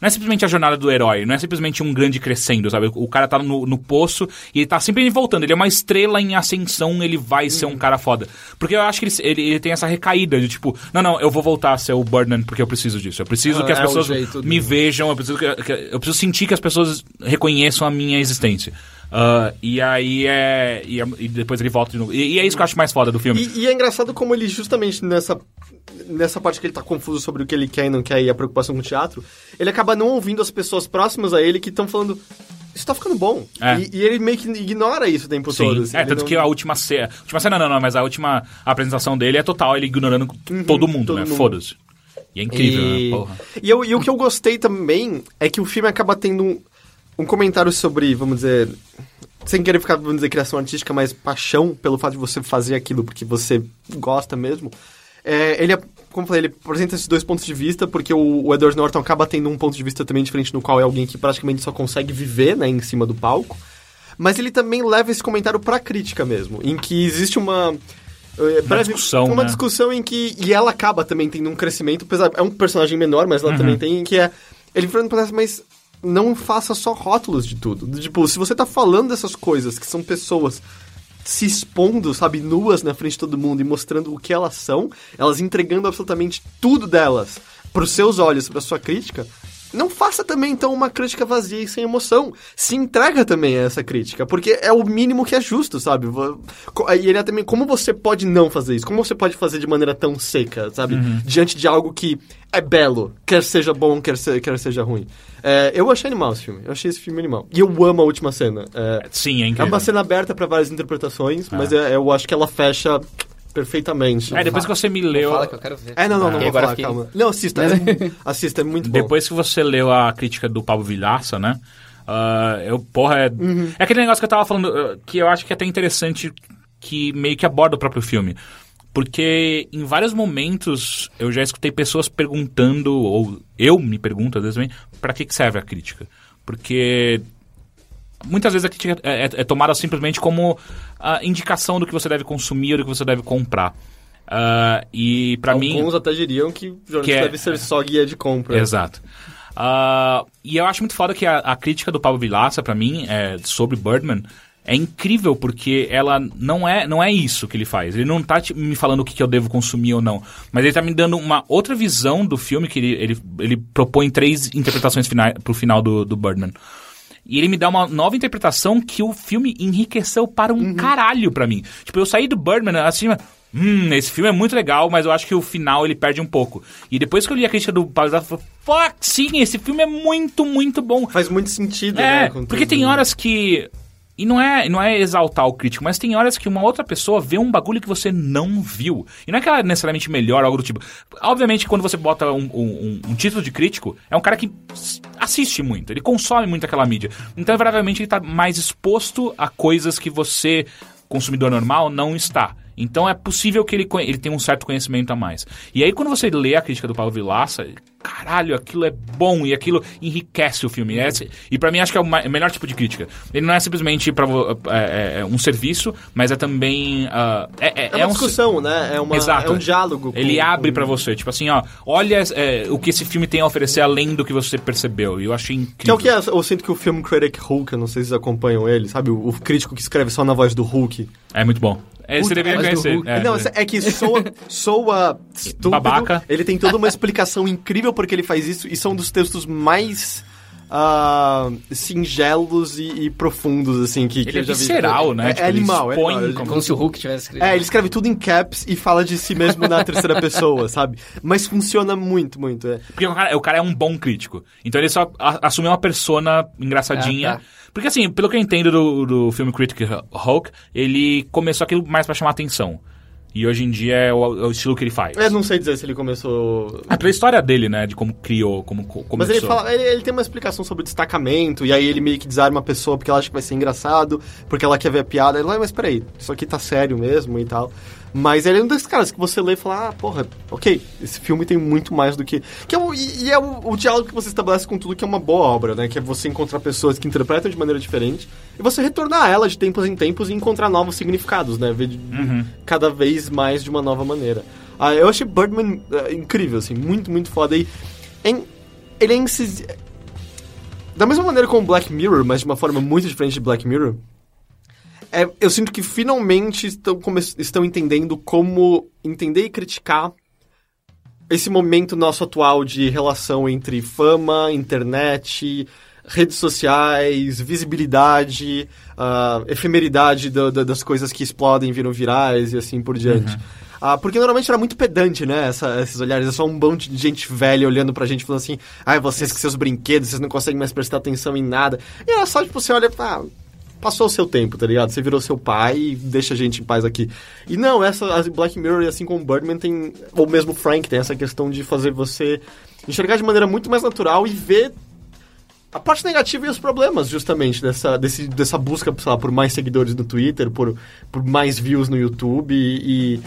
Não é simplesmente a jornada do herói, não é simplesmente um grande crescendo, sabe? O cara tá no, no poço e ele tá sempre voltando. Ele é uma estrela em ascensão, ele vai ser
Uhum.
um cara foda. Porque eu acho que ele, ele, ele tem essa recaída de tipo, não, não, eu vou voltar a ser o Birdman porque eu preciso disso. Eu preciso
Ah,
que as
é o
pessoas
jeito
me
do-
vejam, eu preciso, que- que- eu preciso sentir que as pessoas reconheçam a minha existência. Ah, e aí é e, é- e depois ele volta de novo. E, e é isso que eu acho mais foda do filme.
E, e é engraçado como ele, justamente nessa, nessa parte que ele tá confuso sobre o que ele quer e não quer e a preocupação com o teatro, ele acaba não ouvindo as pessoas próximas a ele que estão falando. Isso tá ficando bom.
É.
E, e ele meio que ignora isso o tempo
Sim.
todo. assim,
é,
ele
tanto
não-
que a última cena. Última cena não, não, mas a última apresentação dele é total, ele ignorando todo mundo,
Uhum. todo
né?
mundo.
Foda-se. E é incrível, né? Porra.
E, eu- e o que eu gostei também é que o filme acaba tendo um, um comentário sobre, vamos dizer. Sem querer ficar, vamos dizer, criação artística, mas paixão pelo fato de você fazer aquilo porque você gosta mesmo. É, ele, é- como eu falei, ele apresenta esses dois pontos de vista, porque o, o Edward Norton acaba tendo um ponto de vista também diferente, no qual é alguém que praticamente só consegue viver, né, em cima do palco. Mas ele também leva esse comentário pra crítica mesmo, em que existe uma... eh, breve-
discussão,
uma
né?
discussão em que... E ela acaba também tendo um crescimento, apesar... É um personagem menor, mas ela
Uhum.
também tem, em que é... Ele falando pra ela, mas não faça só rótulos de tudo. Do Tipo, se você tá falando dessas coisas, que são pessoas se expondo, sabe, nuas na frente de todo mundo e mostrando o que elas são, elas entregando absolutamente tudo delas pros seus olhos, pra sua crítica, não faça também, então, uma crítica vazia e sem emoção. Se entrega também a essa crítica, porque é o mínimo que é justo, sabe? Vo- co- E ele é também, como você pode não fazer isso? Como você pode fazer de maneira tão seca, sabe? Diante de algo que é belo, quer seja bom, quer, se- quer seja ruim. É, eu achei animal esse filme, eu achei esse filme animal. E eu amo a última cena. É,
Sim, é
é
incrível. Ah.
uma cena aberta pra várias interpretações, mas eu, eu acho que ela fecha perfeitamente.
É, depois que você me leu.
Fala que eu quero ver.
É, não, não, não
Porque
vou
Ah, agora
falar,
fiquei-
calma. Não, assista. é- assista, é muito bom.
Depois que você leu a crítica do Pablo Vilaça, né? ah, eu, porra, é,
Uhum.
é aquele negócio que eu tava falando, ah, que eu acho que é até interessante, que meio que aborda o próprio filme. Porque em vários momentos eu já escutei pessoas perguntando, ou eu me pergunto às vezes também, pra que, que serve a crítica? Porque muitas vezes a crítica é, é- é tomada simplesmente como a indicação do que você deve consumir ou do que você deve comprar. Ah, e para mim.
Alguns até diriam que jornalista
Que é-
deve ser só guia de compra.
Exato. Ah, e eu acho muito foda que a, a crítica do Pablo Vilaça, pra mim, é, sobre Birdman, é incrível, porque ela não é, não é isso que ele faz. Ele não tá tipo, me falando o que, que eu devo consumir ou não. Mas ele tá me dando uma outra visão do filme que ele, ele, ele propõe três interpretações finais, pro final do, do Birdman. E ele me dá uma nova interpretação que o filme enriqueceu para um caralho pra mim. Tipo, eu saí do Birdman assim, hum, esse filme é muito legal, mas eu acho que o final ele perde um pouco. E depois que eu li a crítica do Pablo Vilaça, eu falei, fuck, sim, esse filme é muito, muito bom.
Faz muito sentido,
É,
né? com
porque
tudo.
tem horas que. E não é, não é exaltar o crítico, mas tem horas que uma outra pessoa vê um bagulho que você não viu. E não é que ela é necessariamente melhor, algo do tipo. Obviamente, quando você bota um, um- um- um título de crítico, é um cara que s- assiste muito, ele consome muito aquela mídia. Então, provavelmente, ele tá mais exposto a coisas que você, consumidor normal, não está. Então é possível que ele, conhe- ele tenha um certo conhecimento a mais. E aí, quando você lê a crítica do Paulo Vilaça, caralho, aquilo é bom e aquilo enriquece o filme. É esse- e pra mim, acho que é o ma- o melhor tipo de crítica. Ele não é simplesmente pra, vo- é- é- é um serviço, mas é também. ah, é, é- é
É uma
um se-
discussão, né? É, uma,
Exato.
é um diálogo. com-
Ele abre
com-
pra você, tipo assim, ó, olha é, o que esse filme tem a oferecer além do que você percebeu. E eu achei incrível.
Que é o que é, eu sinto que o filme Critic Hulk, eu não sei se vocês acompanham ele, sabe? O, o crítico que escreve só na voz do Hulk.
É muito bom. É, você
Puta,
deveria
mas do
conhecer.
Hulk-
É,
não, é que soa, soa estúpido.
Babaca.
Ele tem toda uma explicação incrível porque ele faz isso e são dos textos mais ah, singelos e, e profundos, assim, que, que
Ele é
eu já vi.
visceral, né?
É,
Tipo,
é
ele
animal, é
expõe
animal.
como-
Como se o Hulk tivesse escrito.
É, ele escreve tudo em caps e fala de si mesmo na terceira pessoa, sabe? Mas funciona muito, muito. é.
Porque o cara, o cara é um bom crítico. Então ele só a- assumiu uma persona engraçadinha.
Ah, tá.
Porque assim, pelo que eu entendo do, do filme Critic Hulk, ele começou aquilo mais pra chamar atenção. E hoje em dia é o, é o estilo que ele faz.
Eu não sei dizer se ele começou
É pela história dele, né? De como criou, como co-
Mas
começou.
ele, fala, ele, ele tem uma explicação sobre destacamento, e aí ele meio que desarma a pessoa porque ela acha que vai ser engraçado, porque ela quer ver a piada. Ele, ah, mas peraí, isso aqui tá sério mesmo e tal. Mas ele é um desses caras que você lê e fala, ah, porra, ok, esse filme tem muito mais do que... que é o- e e é o, o diálogo que você estabelece com tudo que é uma boa obra, né? Que é você encontrar pessoas que interpretam de maneira diferente, e você retornar a ela de tempos em tempos e encontrar novos significados, né? Ver de-
Uhum.
cada vez mais de uma nova maneira. Ah, eu achei Birdman eh, incrível, assim, muito, muito foda. E em- ele é incisivo. Da mesma maneira como Black Mirror, mas de uma forma muito diferente de Black Mirror, é, eu sinto que finalmente estão, come- estão entendendo como entender e criticar esse momento nosso atual de relação entre fama, internet, redes sociais, visibilidade, ah, efemeridade da- da- das coisas que explodem, viram virais e assim por diante. Ah, porque normalmente era muito pedante, né? essa- esses olhares. É só um bando de gente velha olhando pra gente falando assim: ai, vocês com seus brinquedos, vocês não conseguem mais prestar atenção em nada. E era só tipo, você olha, ah, passou o seu tempo, tá ligado? Você virou seu pai e deixa a gente em paz aqui. E não, essa as Black Mirror, assim como Birdman, tem. Ou mesmo Frank, tem essa questão de fazer você enxergar de maneira muito mais natural e ver a parte negativa e os problemas, justamente, dessa, desse, dessa busca, sei lá, por mais seguidores no Twitter, por, por mais views no YouTube e, e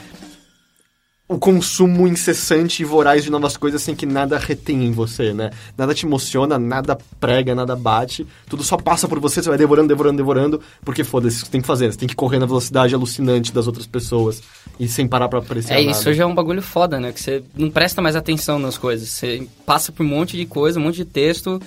o consumo incessante e voraz de novas coisas sem que nada retém em você, né? Nada te emociona, nada prega, nada bate. Tudo só passa por você, você vai devorando, devorando, devorando, porque foda-se, você tem que fazer, você tem que correr na velocidade alucinante das outras pessoas e sem parar pra apreciar
É,
nada.
isso já é um bagulho foda, né? Que você não presta mais atenção nas coisas. Você passa por um monte de coisa, um monte de texto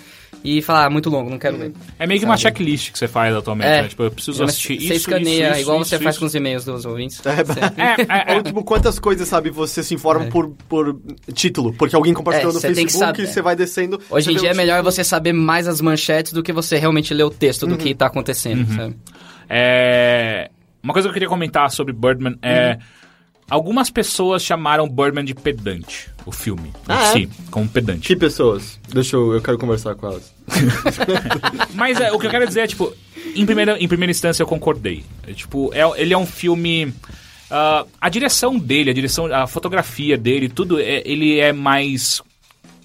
e fala, ah, muito longo, não
Uhum.
quero ler.
É meio que uma checklist que você faz atualmente,
É.
né? Tipo, eu preciso
Mas
assistir isso,
Você escaneia,
isso, isso,
igual
isso,
você faz
isso.
com os e-mails dos ouvintes.
É,
É, é,
Ou, tipo, quantas coisas, sabe, você se informa por, por título, porque alguém compartilhou
É,
no
você tem
Facebook
que
e
saber.
você vai descendo.
Hoje
você um
em
vê
dia
o
é melhor você saber mais as manchetes do que você realmente ler o texto
Uhum.
do que tá acontecendo,
Uhum.
sabe?
É, Uma coisa que eu queria comentar sobre Birdman
Uhum.
é. Algumas pessoas chamaram Birdman de pedante, o filme.
Ah, é?
em si, como pedante.
Que pessoas? Deixa eu. Eu quero conversar com elas.
Mas é, o que eu quero dizer é, tipo, em primeira, em primeira instância eu concordei. É, tipo, é, ele é um filme. ah, a direção dele, a direção, a fotografia dele, tudo, é- ele é mais.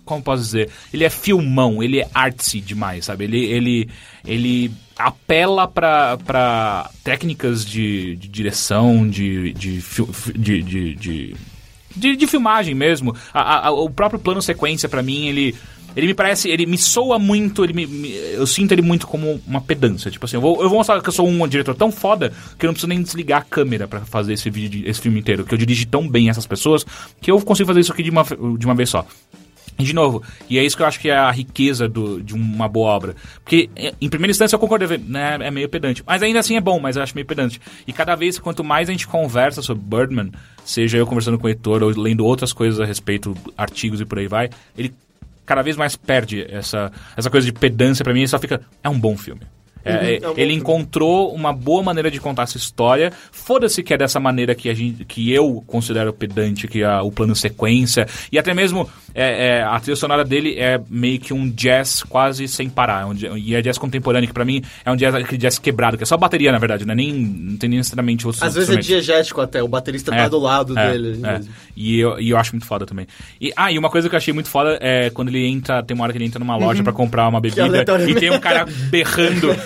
Como posso dizer? Ele é filmão, ele é artsy demais, sabe? Ele, ele, ele apela pra, pra técnicas de, de direção, de, de, fil- de, de, de de, de filmagem mesmo. A- a- a- o próprio plano sequência, pra mim, ele. Ele me parece, ele me soa muito, ele me, me- eu sinto ele muito como uma pedância. Tipo assim, eu vou, eu vou mostrar que eu sou um diretor tão foda que eu não preciso nem desligar a câmera pra fazer esse vídeo, de- esse filme inteiro. Que eu dirigi tão bem essas pessoas que eu consigo fazer isso aqui de uma, fe- de uma vez só. E, De novo, e é isso que eu acho que é a riqueza do- de uma boa obra. Porque, é, em primeira instância, eu concordo, né, é meio pedante. Mas ainda assim é bom, mas eu acho meio pedante. E cada vez, quanto mais a gente conversa sobre Birdman, seja eu conversando com o Heitor ou lendo outras coisas a respeito, artigos e por aí vai, ele cada vez mais perde essa, essa coisa de pedância pra mim e só fica, é um bom filme. É, é,
é um bom
ele
filme.
encontrou uma boa maneira de contar essa história. Foda-se que é dessa maneira que, a gente, que eu considero pedante, que a- o plano sequência. E até mesmo é, é, a trilha sonora dele é meio que um jazz quase sem parar. É um ja- e é jazz contemporâneo, que pra mim é um jazz, aquele jazz quebrado, que é só bateria, na verdade, né? Nem, não tem nem necessariamente outros
Às vezes é
instrumentos.
diegético até, o baterista tá
É,
do lado
é,
dele.
é.
mesmo.
E, eu, e eu acho muito foda também. E, ah, e uma coisa que eu achei muito foda é quando ele entra, tem uma hora que ele entra numa loja pra comprar uma bebida e
Uhum. aleatoriamente.
tem um cara berrando.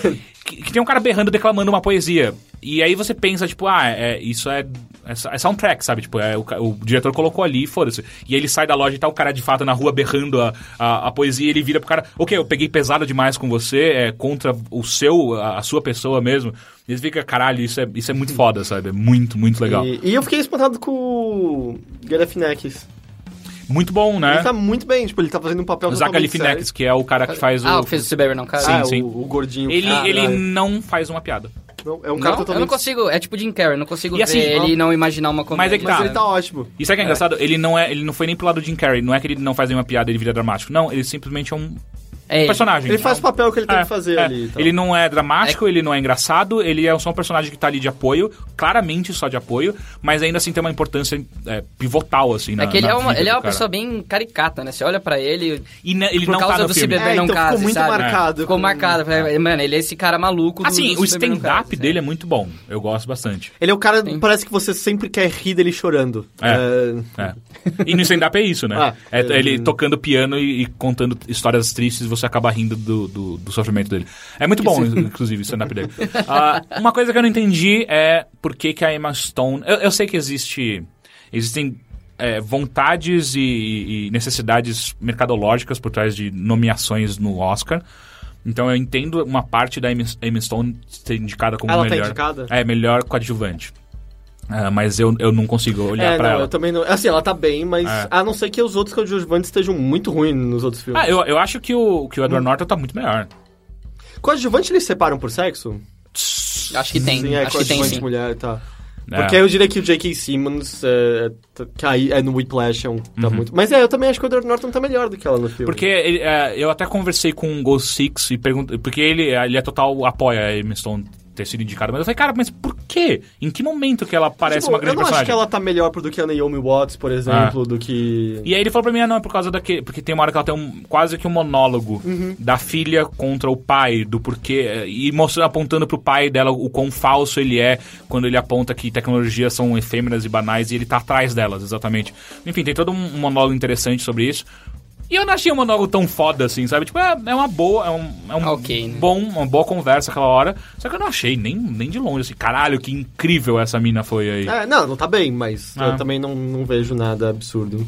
que, que tem um cara berrando declamando uma poesia. E aí você pensa, tipo, ah, é, isso é, é, sa- é soundtrack, sabe? Tipo, é, o, ca- o diretor colocou ali, foda-se. E aí ele sai da loja e tá o cara de fato na rua berrando a, a, a poesia e ele vira pro cara, ok, eu peguei pesado demais com você, é contra o seu, a, a sua pessoa mesmo. E ele fica, caralho, isso é, isso é muito foda, sabe? É muito, muito legal.
E, e eu fiquei espantado com o Galifianakis.
Muito bom, né?
Ele tá muito bem, tipo, ele tá fazendo um papel
O Zach
totalmente
Galifianakis, que é o cara que faz
Ah,
o...
o que fez o Suburban, não, cara?
Sim,
sério. Ah,
sim.
O, o gordinho.
Ele,
Ah,
ele
ah,
não faz uma piada.
não, é
Não,
um cara
eu
totalmente...
não consigo. É tipo Jim Carrey, eu não consigo
E assim,
ver
ó,
ele e não imaginar uma comédia.
mas é que
Mas
tá.
ele tá ótimo.
E sabe o que é engraçado? Ele, não é, ele não foi nem pro lado de Jim Carrey. Não é que ele não faz nenhuma piada e ele vira dramático. Não, ele simplesmente é um
É ele.
personagem.
Ele faz o papel que ele tem
É,
que fazer
é.
ali. então. e tal.
Ele não é dramático, ele não é engraçado, ele é só um personagem que tá ali de apoio, claramente só de apoio, mas ainda assim tem uma importância é, pivotal, assim, na,
É que ele
na
é uma,
vida
ele é
do
uma
cara.
pessoa bem caricata, né? Você olha pra ele,
E ne- ele
por
não
causa
tá no
do
filme.
Cyber
É,
não
então
case,
ficou muito
sabe?
marcado
Ficou
com-
marcado. falei, Mano, ele é esse cara maluco. do-
Assim,
do
o
Cyber não
stand-up
case,
dele é
né?
muito bom. Eu gosto bastante.
Ele é o cara, parece que você sempre quer rir dele chorando.
É. É. E no stand-up é isso, né?
Ah,
é,
ele-
ele tocando piano e, e contando histórias tristes, você acaba rindo do, do, do sofrimento dele. É muito bom, inclusive, o stand-up dele. Ah, uma coisa que eu não entendi é por que, que a Emma Stone. Eu, eu sei que existe. Existem. é, vontades e, e necessidades mercadológicas por trás de nomeações no Oscar. Então eu entendo uma parte da Emma Emma Stone ser indicada como
Ela tá
melhor.
indicada?
É, melhor coadjuvante. Ah, mas eu, eu não consigo olhar
É,
pra
não,
ela.
eu também não. Assim, ela tá bem, mas.
É.
A não ser que os outros coadjuvantes estejam muito ruins nos outros filmes.
Ah, eu, eu acho que o, que o
Hum.
Edward Norton tá muito melhor. é.
Coadjuvante eles separam por sexo?
Acho que tem.
Hum,
é,
acho que tem,
coadjuvante
sim.
mulher, tá.
É.
Porque eu diria que o J.K. Simmons, é, tá- que aí é no Whiplash, é um, tá muito. Mas é, eu também acho que o Edward Norton tá melhor do que ela no filme.
Uhum.
Tipo,
Porque ele, é, eu até conversei com o Ghost Six e perguntei. Porque ele, ele é total apoia a Emma Stone ter sido indicada. Mas eu falei, cara, mas por quê? Em que momento que ela parece
Tipo,
uma grande
Eu não acho que
personagem? Ah.
ela tá melhor do que a Naomi Watts, por exemplo, do que.
E aí ele falou pra mim, ah, não, é por causa daquele. Porque tem uma hora que ela tem um, quase que um monólogo
Uhum.
da filha contra o pai, do porquê. E mostrando, apontando pro pai dela o quão falso ele é quando ele aponta que tecnologias são efêmeras e banais e ele tá atrás delas, exatamente. Enfim, tem todo um monólogo interessante sobre isso. E eu não achei o monólogo tão foda assim, sabe? Tipo, é, é uma boa, é um, é um
Ok, né?
bom, uma boa conversa aquela hora. Só que eu não achei nem, nem de longe, assim, caralho, que incrível essa mina foi aí.
É, não, não tá bem, mas
Ah.
eu também não, não vejo nada absurdo.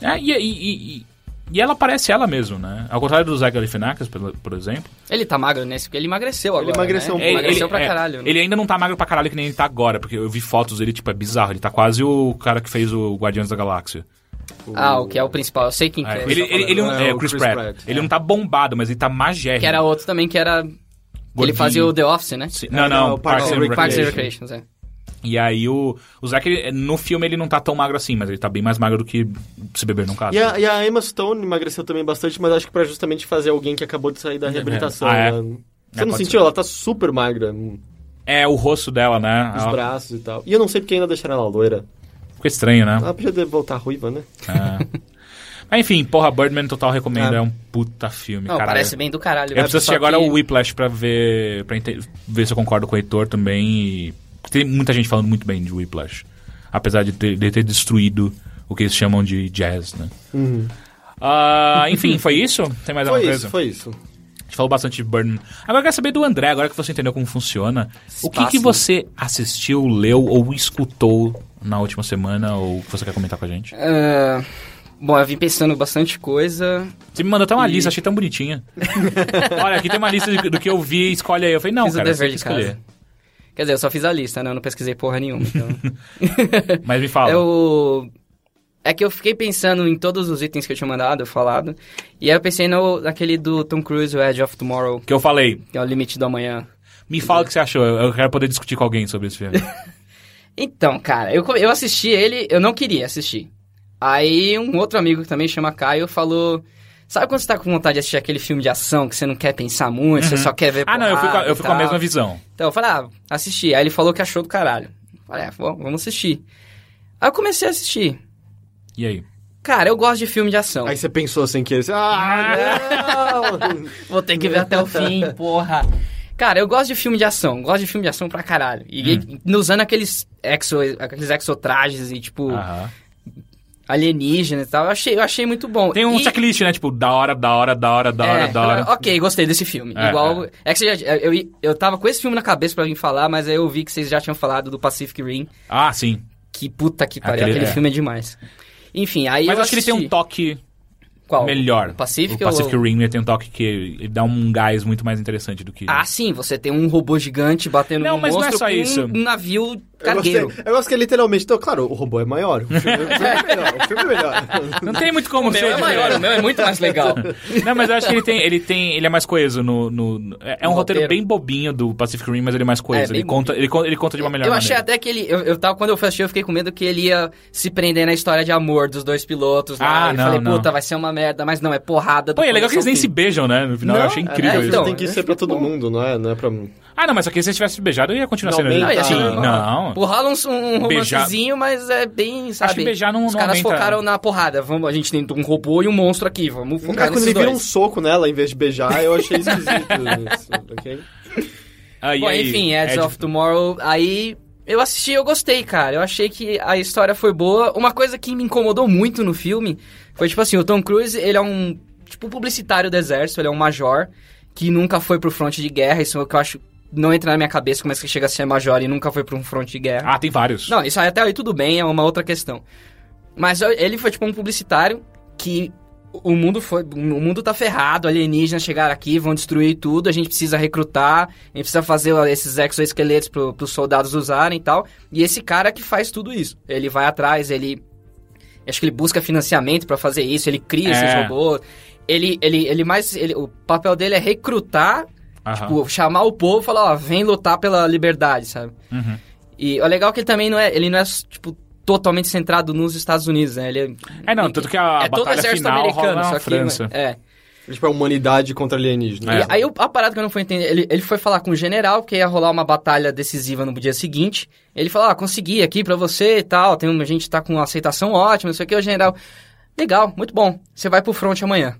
É, e, e, e- e ela parece ela mesmo, né? Ao contrário do Zach Galifianakis, por, por exemplo.
Ele tá magro nesse, porque ele emagreceu agora.
emagreceu
né?
um pouco.
Emagreceu pra
é,
caralho. né?
ele ainda não tá magro pra caralho que nem ele tá agora, porque eu vi fotos dele, tipo, é bizarro. Ele tá quase o cara que fez o Guardiões da Galáxia.
Ah, o que é o principal. Eu sei quem que
É,
é.
ele,
você tá
ele, ele
falando.
não-
é,
é,
o
o Chris,
Chris
Pratt.
Pratt,
Ele não tá bombado, mas ele tá magérrimo.
Que era outro também que era... Ele
Gordinho.
fazia o The Office, né?
Sim, Não,
É,
não,
não, o
Parks and
Parks and
Parks and
Recreation.
Recreations, é.
E aí o, o Zac, ele- no filme ele não tá tão magro assim, mas ele tá bem mais magro do que se beber num caso.
E a, e a Emma Stone emagreceu também bastante, mas acho que pra justamente fazer alguém que acabou de sair da reabilitação.
Ah, é.
né? Você
É,
não
pode
sentiu?
ser.
Ela tá super magra, hum,
É o rosto dela, né?
os
Ela-
braços e tal. E eu não sei porque ainda deixaram ela loira.
Ficou estranho, né?
Ela podia voltar ruiva, né?
É. Mas enfim, porra, Birdman total recomendo.
É.
É, um puta filme,
Não,
caralho.
parece bem do caralho.
Eu preciso
Só
assistir agora
que-
o Whiplash pra ver pra ente- ver se eu concordo com o Heitor também. e- Tem muita gente falando muito bem de Whiplash. Apesar de ter, de ter destruído o que eles chamam de jazz, né?
Uhum.
Ah, enfim, foi isso? Tem mais
Foi
alguma coisa?
isso, foi isso.
A gente falou bastante de Burn. Agora eu quero saber do André, agora que você entendeu como funciona. o que,
Espaço,
que
né?
você assistiu, leu ou escutou na última semana ou que você quer comentar com a gente?
Ah, Bom, eu vim pensando bastante coisa.
Você me mandou até uma lista, achei tão bonitinha. Olha, aqui tem uma lista de- do que eu vi, escolhe aí. Eu falei, não,
Fiz o
cara, você
dever
tem que
de casa.
escolher.
Quer dizer, eu só fiz a lista, né? Eu não pesquisei porra nenhuma. Então...
Mas me fala.
Eu... É que eu fiquei pensando em todos os itens que eu tinha mandado, falado. E aí eu pensei no, naquele do Tom Cruise, o Edge of Tomorrow,
Que eu falei,
que é o limite do amanhã.
me fala o que você achou. Eu eu quero poder discutir com alguém sobre esse filme.
Então, cara, eu, come- eu assisti ele, eu não queria assistir. Aí um outro amigo que também chama Caio falou... Sabe quando você tá com vontade de assistir aquele filme de ação que você não quer pensar muito, você só quer ver
ah, não, eu fui, com a,
porrada
eu
e
fui com a
tal?"
mesma visão.
Então eu falei, ah, assisti. Aí ele falou que achou do caralho. Eu Falei, ah, bom, vamos assistir. Aí eu comecei a assistir.
E aí?
Cara, eu gosto de filme de ação.
Aí você pensou assim sem querer, você, ah, não!
Vou ter que ver até o fim, porra. Cara, eu gosto de filme de ação. Gosto de filme de ação pra caralho. E
Hum.
e usando aqueles, exo, aqueles exotrajes e, tipo,
Aham.
alienígenas e tal. Eu achei, eu achei muito bom.
Tem um
e...
checklist, né? Tipo, da hora, da hora, da hora, da hora,
É,
da hora.
Ok, gostei desse filme.
É,
Igual. É que você já- eu, eu, eu tava com esse filme na cabeça pra vir falar, mas aí eu vi que vocês já tinham falado do Pacific Rim.
Ah, sim.
Que puta que pariu.
Aquele-
Aquele,
é.
filme é demais. Enfim, aí
Mas
eu
acho que ele tem um
assisti.
toque
Qual?
melhor.
O Pacific
o Pacific
ou...
Rim ele tem um toque que ele dá um gás muito mais interessante do que.
Ah, sim, você tem um robô gigante batendo
Não,
num
mas não é
monstro
só
com
isso.
um navio
Eu gosto,
cargueiro.
eu gosto que é literalmente. Então, claro, o robô é maior. O filme o filme é melhor. O filme é melhor.
Não tem muito como né?
O meu
ser
é maior, o
diferente.
meu é muito mais legal.
Não, mas eu acho que ele tem, ele tem, ele é mais coeso no, no- no- é é um
No
roteiro,
roteiro.
bem bobinho do Pacific Rim, mas ele é mais coeso.
bem
ele conta, ele, con- ele conta de uma melhor
eu achei
maneira.
até que ele. Eu, eu tava, quando eu fui assistir, eu fiquei com medo que ele ia se prender na história de amor dos dois pilotos lá.
Ah,
eu
não,
falei,
não.
puta, vai ser uma merda, mas não, é porrada do
Pô, e é legal que eles nem se
começo
beijam, né? No final, eu
Não,
achei
é,
incrível
é,
isso.
então.
tem que ser pra todo mundo, não é? Não é pra...
Ah, não, mas aqui se eles tivessem se beijado, ia continuar
Não,
sendo.
bem-
ao fim. ia ser
Sim,
normal.
não.
então, Pô, assim, rola um, um
Beijar-
romancezinho, mas é bem, sabe?
Acho que beijar não-
Os
não
caras
aumenta-
focaram na porrada. Vamos, a gente tem um robô e um monstro aqui, vamos focar
Cara, quando
nesses
ele vira
dois.
um soco nela em vez de beijar, eu achei esquisito. isso, ok?
Ah, e
Bom,
aí,
enfim, é Edge
Ed-
of Tomorrow, aí eu assisti e eu gostei, cara. Eu achei que a história foi boa. Uma coisa que me incomodou muito no filme foi, tipo assim, o Tom Cruise, ele é um, tipo, publicitário do exército, ele é um major que nunca foi pro fronte de guerra. Isso é o que eu acho, não entra na minha cabeça como é que chega a ser major e nunca foi pra um fronte de guerra.
Ah, tem vários.
Não, isso aí até aí tudo bem, é uma outra questão. Mas eu- ele foi tipo um publicitário que o mundo foi, o mundo tá ferrado, alienígenas chegaram aqui, vão destruir tudo, a gente precisa recrutar, a gente precisa fazer esses exoesqueletos pro, pros soldados usarem e tal. E esse cara que faz tudo isso, ele vai atrás, ele acho que ele busca financiamento pra fazer isso, ele cria esses
É.
robôs. Ele, ele, ele mais. ele- o papel dele é recrutar,
Aham.
tipo, chamar o povo e falar, ó, vem lutar pela liberdade, sabe?
Uhum.
E o legal é que ele também não é, ele não é tipo totalmente centrado nos Estados Unidos, né? Ele é,
É, não, tanto que a
é todo
batalha
exército
final rola
americano,
na
só que
França.
é.
Tipo, a humanidade contra alienígena.
É.
E aí o- a parada que eu não fui entender, ele, ele foi falar com o general que ia rolar uma batalha decisiva no dia seguinte. Ele falou: "Ah, consegui aqui pra você e tal, tem uma- a gente tá com uma aceitação ótima, não sei o que". O general: "Legal, muito bom. Você vai pro front amanhã".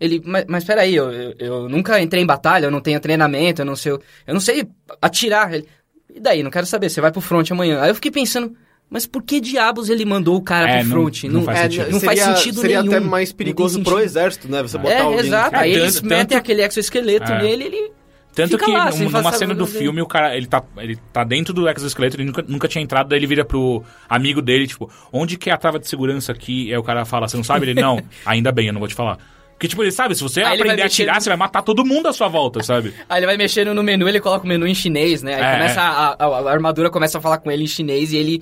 Ele, mas, mas peraí, eu, eu, eu nunca entrei em batalha, eu não tenho treinamento, eu não sei, eu não sei atirar. Ele, e daí, não quero saber, você vai pro front amanhã. Aí eu fiquei pensando, mas por que diabos ele mandou o cara
É,
pro
não-
front?
não faz sentido.
não faz
seria,
sentido
seria
nenhum.
até mais
Não tem
perigoso pro
sentido.
exército, né? Você botar
É,
alguém...
exato.
É,
Aí eles
tanto-
metem
tanto-
aquele exoesqueleto
É.
nele ele.
Tanto
Fica
que
lá,
num-
sem
numa
fazer
cena do
nada.
filme, o cara, ele tá, ele tá dentro do exoesqueleto, ele nunca, nunca tinha entrado, daí ele vira pro amigo dele, tipo, onde que é a trava de segurança aqui? E aí o cara fala, você não sabe? Ele, não, ainda bem, eu não vou te falar. Porque, tipo, ele sabe, se você
Aí ele vai
aprender a
mexer
atirar,
no-
você vai matar todo mundo à sua volta, sabe?
Aí ele vai mexendo no menu, ele coloca o menu em chinês, né? Aí
É,
começa
é.
a, a- a armadura começa a falar com ele em chinês e ele.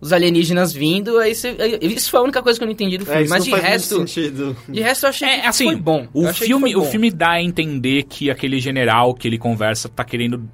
Os alienígenas vindo, aí você. aí- Isso foi a única coisa que eu não entendi do
É,
filme.
isso
mas
não
de
faz muito
resto.
sentido.
De resto eu achei que
É, assim,
foi bom. Eu
o
achei que
filme,
foi
o
bom.
filme dá a entender que aquele general que ele conversa tá querendo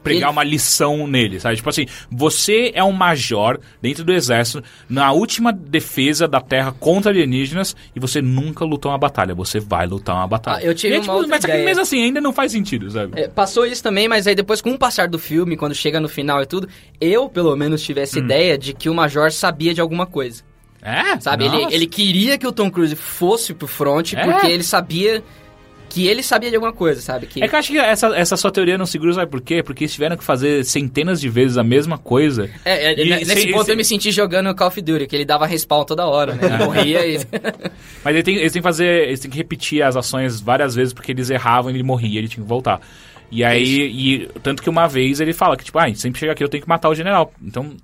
pregar
Ele-
uma lição nele, sabe? Tipo assim, você é um major dentro do exército na última defesa da terra contra alienígenas e você nunca lutou uma batalha, você vai lutar uma batalha.
Ah, eu tive
E é,
uma outra
mas é que
ideia.
mesmo assim ainda não faz sentido, sabe?
É, passou isso também, mas aí depois, com o passar do filme, quando chega no final e tudo, eu, pelo menos, tive
Hum.
essa ideia de que o Major sabia de alguma coisa.
É,
Sabe? Ele,
Nossa.
ele queria que o Tom Cruise fosse pro front,
É.
porque ele sabia que ele sabia de alguma coisa, sabe? Que...
É que eu acho que essa, essa sua teoria não segura, sabe por quê? Porque eles tiveram que fazer centenas de vezes a mesma coisa.
É, é,
E
ne- nesse
se-
ponto
se- É.
eu me senti jogando Call of Duty, que ele dava respawn toda hora, né? Ele Morria e...
Mas ele tem, eles têm que fazer. Eles têm que repetir as ações várias vezes porque eles erravam e ele morria, ele tinha que voltar. E
É
aí, e, tanto que uma vez ele fala que, tipo, ah, sempre chega aqui eu tenho que matar o general. Então,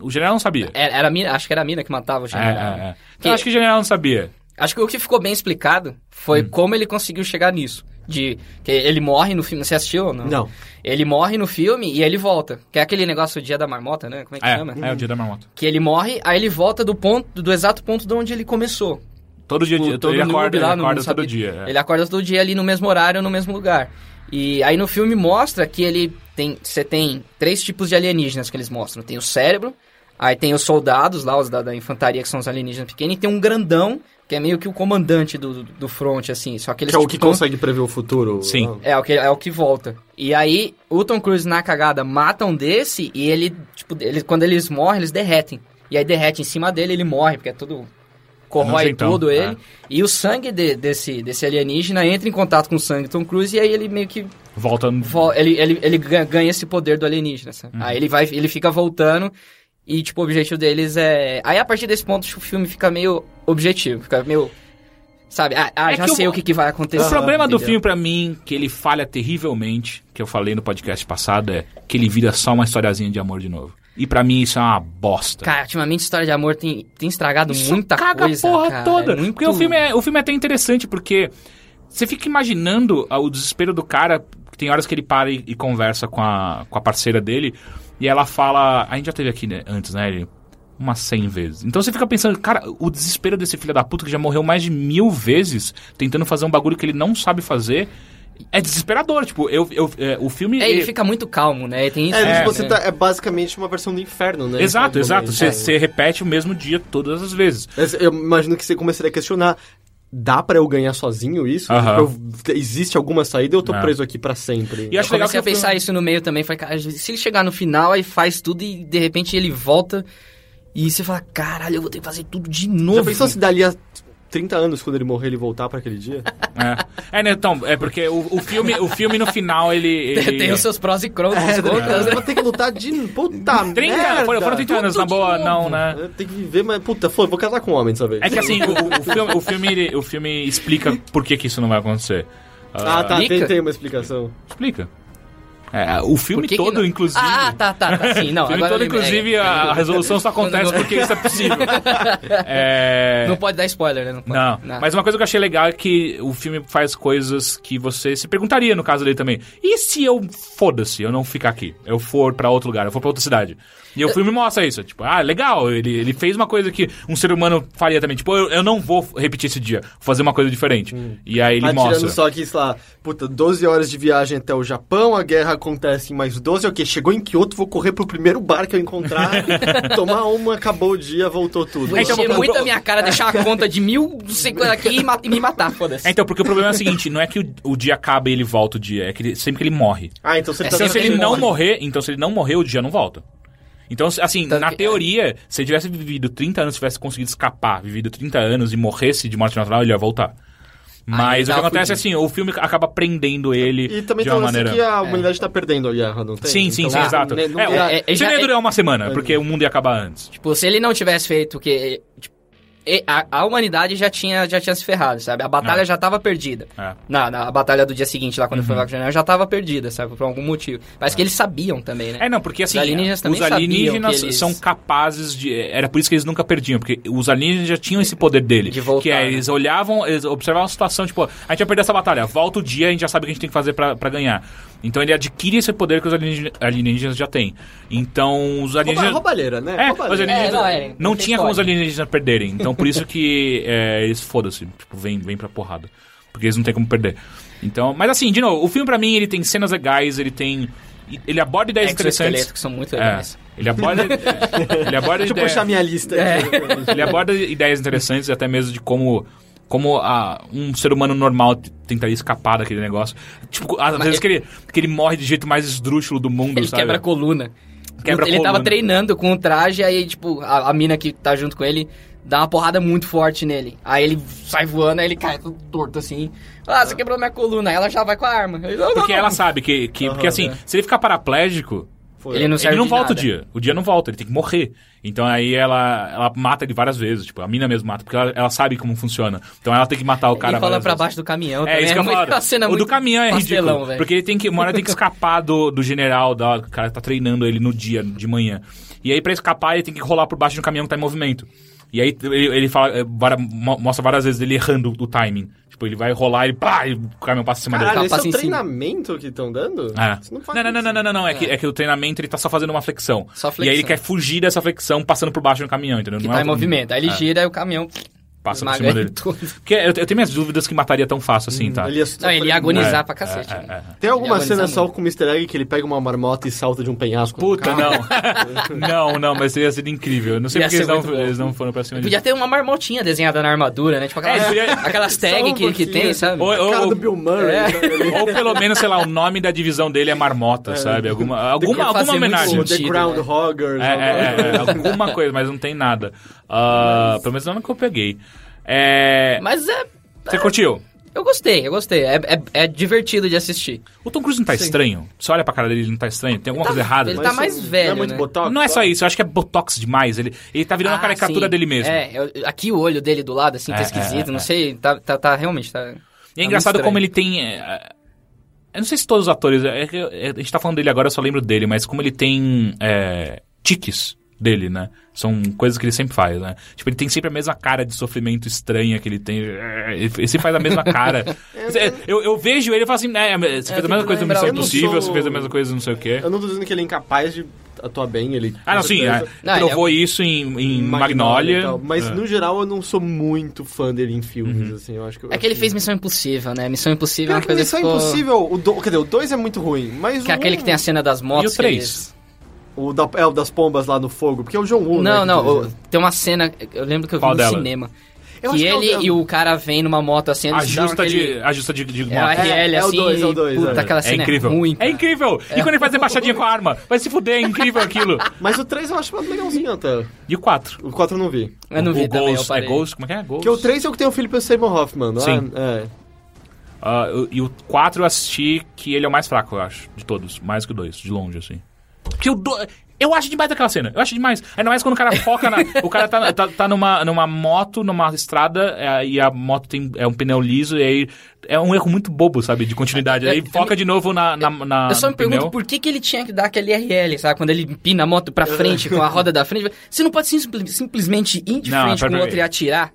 o general não sabia.
Era, era a mina, acho que era a mina que matava o
É,
general.
é, é.
Que-
Eu acho que o general não sabia.
Acho que o que ficou bem explicado foi
Hum.
como ele conseguiu chegar nisso. De que ele morre no filme. Você assistiu ou não?
Não.
Ele morre no filme e ele volta. Que é aquele negócio do dia da marmota, né? Como é que
É,
chama?
é o dia da marmota.
Que ele morre, aí ele volta do ponto, do exato ponto de onde ele começou.
Todo dia,
Tipo,
dia-
todo
ele
noob
acorda, ele
lá no
acorda
sabe-
todo dia.
né?
é.
Ele acorda todo dia ali no mesmo horário, no mesmo lugar. E aí no filme mostra que ele tem. Você tem três tipos de alienígenas que eles mostram. Tem o cérebro, aí tem os soldados lá, os da, da infantaria, que são os alienígenas pequenos, e tem um grandão, que é meio que o comandante do, do front, assim. Só que eles
Que é o
tipo,
que
tão-
consegue prever o futuro.
Sim.
lá.
é o que é o que volta. E aí o Tom Cruise na cagada mata um desse e ele tipo ele, quando eles morrem eles derretem. E aí derrete em cima dele ele morre porque é tudo corrói
Nojentão,
tudo
é.
ele. E o sangue de- desse desse alienígena entra em contato com o sangue do Tom Cruise e aí ele meio que
Volta no-
Vo- ele, ele, ele ga- ganha esse poder do alienígena, sabe?
Uhum.
Aí ele vai, ele fica voltando e, tipo, o objetivo deles é... Aí, a partir desse ponto, o filme fica meio objetivo, fica meio... Sabe? Ah, ah,
É
já
que o-
sei o que, que vai acontecer.
O problema do
entendeu?
filme, pra mim, que ele falha terrivelmente, que eu falei no podcast passado, é que ele vira só uma historiazinha de amor de novo. E pra mim isso é uma bosta.
Cara, ultimamente história de amor tem, tem estragado
Isso
muita
caga
coisa.
a porra
cara.
toda.
É muito...
Porque o filme, é, o filme é até interessante, porque você fica imaginando a- o desespero do cara. Tem horas que ele para e, e conversa com a, com a parceira dele, e ela fala. A gente já teve aqui né, antes, né? Ele, umas 100 vezes. Então você fica pensando, cara, o desespero desse filho da puta que já morreu mais de mil vezes tentando fazer um bagulho que ele não sabe fazer. É desesperador, tipo, eu, eu, é, o filme.
É, ele
é-
fica muito calmo, né? E Tem isso.
É,
É,
né?
você tá- é basicamente uma versão do inferno, né?
Exato,
Em certo
exato.
momento.
Você você repete o mesmo dia todas as vezes.
É. Eu imagino que você começaria a questionar. Dá pra eu ganhar sozinho isso?
Aham.
Tipo, eu- existe alguma saída ou eu tô
É.
preso aqui pra sempre?
E
Eu
acho legal
comecei a
que o
pensar isso no meio também. Falei, cara, se ele chegar no final, aí faz tudo e de repente ele volta. E você fala, caralho, eu vou ter que fazer tudo de
Já
novo.
pensou se dali a 30 anos, quando ele morrer, ele voltar pra aquele dia?
É, é né, então, é porque o, o filme, o filme no final, ele... ele
Tem os seus prós e contras.
É,
contras, né?
Vou ter que lutar de... Puta
30
merda!
foram- foram 30 anos,
Tudo
na boa,
de
não,
novo.
né?
Eu tenho que viver, mas... Puta, foi, vou casar com um homem dessa vez.
É que assim, o, o- o filme, o, filme, ele- o filme explica por que que isso não vai acontecer.
Ah, tá, tem,
Rica?
tem uma explicação.
Explica. É, o filme
Por que que
todo,
não-
inclusive...
Ah, tá, tá, tá. Sim, não.
o filme
agora
todo,
eu lembrei.
inclusive,
É,
a, a resolução só acontece porque isso é possível. É...
Não pode dar spoiler, né? Não. Pode.
Não, mas uma coisa que eu achei legal é que o filme faz coisas que você se perguntaria no caso dele também. E se eu foda-se, eu não ficar aqui? Eu for pra outro lugar, eu for pra outra cidade. E o filme mostra isso, tipo, ah, legal, ele, ele fez uma coisa que um ser humano faria também. Tipo, eu, eu não vou repetir esse dia, vou fazer uma coisa diferente. E aí ele
Atirando
mostra.
Tá só que, sei lá, puta, 12 horas de viagem até o Japão, a guerra acontece em mais 12, ok, chegou em Kyoto, vou correr pro primeiro bar que eu encontrar, tomar uma, acabou o dia, voltou tudo.
Vou
Então,
encher
pro-
muito a minha cara, deixar a conta de mil, não sei quanto aqui e ma- e me matar, foda-se.
É, então, porque o problema é o seguinte, não é que o, o dia acaba e ele volta o dia, é que ele- sempre que ele morre.
Ah, então você
É
tá...
Então, se
sempre
ele
ele
não
morre.
morrer, então se ele não morrer, o dia não volta. Então, se- assim,
Tanto
na
que-
teoria, se ele tivesse vivido 30 anos, tivesse conseguido escapar, vivido 30 anos e morresse de morte natural, ele ia voltar.
ele
Mas o
tava
que acontece é
fudido.
assim, o filme acaba prendendo ele
E também
de
tem um
uma
lance
maneira. É.
que a humanidade tá perdendo a guerra, não tem?
Sim, sim,
Então,
sim,
não-
exato.
né, não-
é, o-
é- é-
o filme
já-
ia durar uma semana,
é.
porque o mundo ia acabar antes.
Tipo, se ele não tivesse feito o que. tipo, e- a, a humanidade já tinha, já tinha se ferrado, sabe? A batalha
É.
já tava perdida.
É. Uhum.
Na, na batalha do dia seguinte, lá quando foi lá com o general, já tava perdida, sabe? Por algum motivo. Parece que eles sabiam também, né?
É, não, porque assim,
Os alienígenas
os
também
alienígenas
sabiam que eles-
são capazes de. Era por isso que eles nunca perdiam, porque os alienígenas já tinham esse poder dele.
De voltar,
Que é,
né?
eles olhavam, eles observavam a situação, tipo, a gente vai perder essa batalha, volta o dia, a gente já sabe o que a gente tem que fazer pra pra ganhar. Então ele adquire esse poder que os alienígena- alienígenas já têm. Então os
Rouba,
alienígenas.
roubalheira, né?
É,
Roubalheira.
os alienígenas.
É, não, é,
não
não tem
tinha como os
história.
alienígenas perderem. Então por isso que é, eles foda-se, tipo, vem, vem pra porrada. Porque eles não têm como perder. Então, mas assim, de novo, o filme pra mim ele tem cenas legais, ele tem. Ele aborda ideias interessantes.
Exoesqueletos que são muito
É.
legais.
Ele aborda, ele aborda
Deixa eu
ideias,
é tipo puxar minha lista.
É.
aqui. né?
ele aborda ideias interessantes, até mesmo de como como a, um ser humano normal t- tentaria escapar daquele negócio. Tipo, às
é
vezes que ele, que ele morre do jeito mais esdrúxulo do mundo,
Ele
sabe?
quebra a coluna.
Quebra a
ele
coluna.
tava treinando com o traje, aí, tipo, a, a mina que tá junto com ele dá uma porrada muito forte nele. Aí ele sai voando, aí ele cai todo torto assim. Ah, você quebrou minha coluna. Aí ela já vai com a arma. Ele, "Não, não,
É. Porque
não."
ela sabe que... que porque
Aham,
assim,
é.
se ele ficar paraplégico,
Foi.
Ele não serve
ele não
de
volta
nada.
o dia. O dia não volta, ele tem que morrer. Então aí ela, ela mata ele várias vezes. Tipo, a mina mesmo mata, porque ela, ela sabe como funciona. Então ela tem que matar o cara
ele cola
várias
pra
vezes.
baixo do caminhão
É
também.
isso que eu
muito-
falo.
uma cena
O
muito
do caminhão é
pastelão,
ridículo.
velho.
Porque ele tem que, uma hora tem que escapar do, do general, da, o cara tá treinando ele no dia, de manhã. E aí pra escapar ele tem que rolar por baixo de um caminhão que tá em movimento. E aí ele, ele fala, é, várias- mo- mostra várias vezes ele errando o timing. Tipo, ele vai rolar ele, pá, e o caminhão passa em cima dele.
Caralho, esse é
passa
o
em cima.
treinamento que estão dando?
É.
Isso não faz
Não, não, não, não, não, não, não. É, que, é que o treinamento ele tá só fazendo uma flexão.
né? Só
E aí ele
flexão.
quer fugir dessa flexão passando por baixo do caminhão, entendeu?
Que
Não
tá
é
em
um-
movimento. Aí ele gira e o caminhão
Passa por
esmaga
cima dele.
ele todo.
Porque eu, eu tenho minhas dúvidas que mataria tão fácil assim, tá?
Ele ia só-
Não, Hum, ele ia agonizar pra cacete.
É,
né?
é, é.
Tem alguma
Ele ia
cena
agonizar
só com o Mr. Egg que ele pega uma marmota e salta de um penhasco?
é
Puta,
Calma.
não. não, não, mas teria sido incrível. Eu não sei
Ia
porque eles
ser
não,
muito bom.
eles não foram pra cima
Podia
disso.
ter uma marmotinha desenhada na armadura, né? Tipo aquelas,
É, podia-
aquelas
Só
tags
um
que, que
pouquinho.
tem, sabe? É.
Ou, ou-
Cara do Bill Murray. né? sabe?
ou pelo menos, sei lá, o nome da divisão dele é Marmota, sabe? Alguma, alguma,
Ia fazer
alguma
muito
homenagem.
Ou The
sentido, né?
Groundhoggers.
Ah, É,
alguma-
é, é, é, alguma coisa, mas não tem nada. Ah, pelo menos não que eu peguei. É,
Mas é.
você curtiu?
Eu gostei, eu gostei. É, é- é divertido de assistir.
O Tom Cruise não tá estranho? Você olha pra cara dele, ele não tá estranho? Tem alguma coisa errada?
ele
Mas
tá mais
isso Não
velho,
é muito
né?
botox?
Não é só isso, eu acho que é botox demais. Ele, ele tá virando
Ah,
uma caricatura
sim.
dele mesmo.
É, eu- aqui o olho dele do lado, assim, tá
É,
esquisito,
é,
não
é.
sei. Tá, tá, tá realmente. Tá,
E é engraçado como ele tem. é, é, Eu não sei se todos os atores. é que eu- é, a gente tá falando dele agora, eu só lembro dele, mas como ele tem. é, tiques dele, né? São coisas que ele sempre faz, né? Tipo, ele tem sempre a mesma cara de sofrimento estranha que ele tem. é, Ele ele sempre faz a mesma cara. Você- eu, eu vejo ele e falo assim, né? Você fez a
tento
mesma coisa do
lembrar.
Missão
É Eu não
Impossível,
sou-
você fez a mesma coisa do não sei o quê.
Eu não tô dizendo que ele é incapaz de atuar bem, ele...
Ah, não, sim. é,
Não, ele é
provou isso em, em Magnolia.
e tal, Mas,
É.
no geral, eu não sou muito fã dele em
Uhum.
filmes, assim, eu acho que... eu-
É que ele fez Missão Impossível, né? Missão Impossível é
Pior
uma
que
coisa
Missão
ficou-
Impossível, o do... quer dizer, o 2 é muito ruim, mas
Que é
o
aquele
um-
que tem a cena das
E
motos.
o
que
3?
O, da... é, o das pombas lá no fogo, porque é o John Woo,
eles-
né,
Não,
que
não.
dirige.
o- Tem uma cena. Eu lembro que eu vi
Qual
no
dela?
cinema.
Eu acho
que
que é o
ele
dela.
e o cara vem numa moto assim, eles dão
Ajusta
aquele...
de. Ajusta de. de
É, a
moto.
RL,
é o
assim,
dois, é o dois,
puta,
é.
aquela
É
cena é,
incrível.
ruim.
é incrível. E quando ele faz embaixadinha com a arma? Vai se fuder, é incrível aquilo.
Mas o 3 eu acho legalzinho até.
E o 4?
O 4 eu não vi.
Eu não
o
vi
Ghost,
também, eu
é
parei.
Ghost? Como é que é? Ghost.
Porque o 3 é o que tem o Philip Seymour Hoffman, não é?
Sim.
É.
Ah, eu- e o 4 eu assisti que ele é o mais fraco, eu acho, de todos. Mais que o 2, de longe, assim. Porque o do... Eu acho demais daquela cena, eu acho demais. Ainda mais quando o cara foca na. O cara tá, tá, tá numa, numa moto, numa estrada, é, e a moto tem é um pneu liso, e aí. É um erro muito bobo, sabe? De continuidade. Aí
Eu- eu
foca de novo na. na, na
é, Eu só me
no pneu.
pergunto por que, que ele tinha que dar aquele RL, sabe? Quando ele empina a moto pra frente, com a roda da frente. Você não pode simpli- simplesmente ir de
Não, é
frente
pera
com o
aí.
outro e atirar?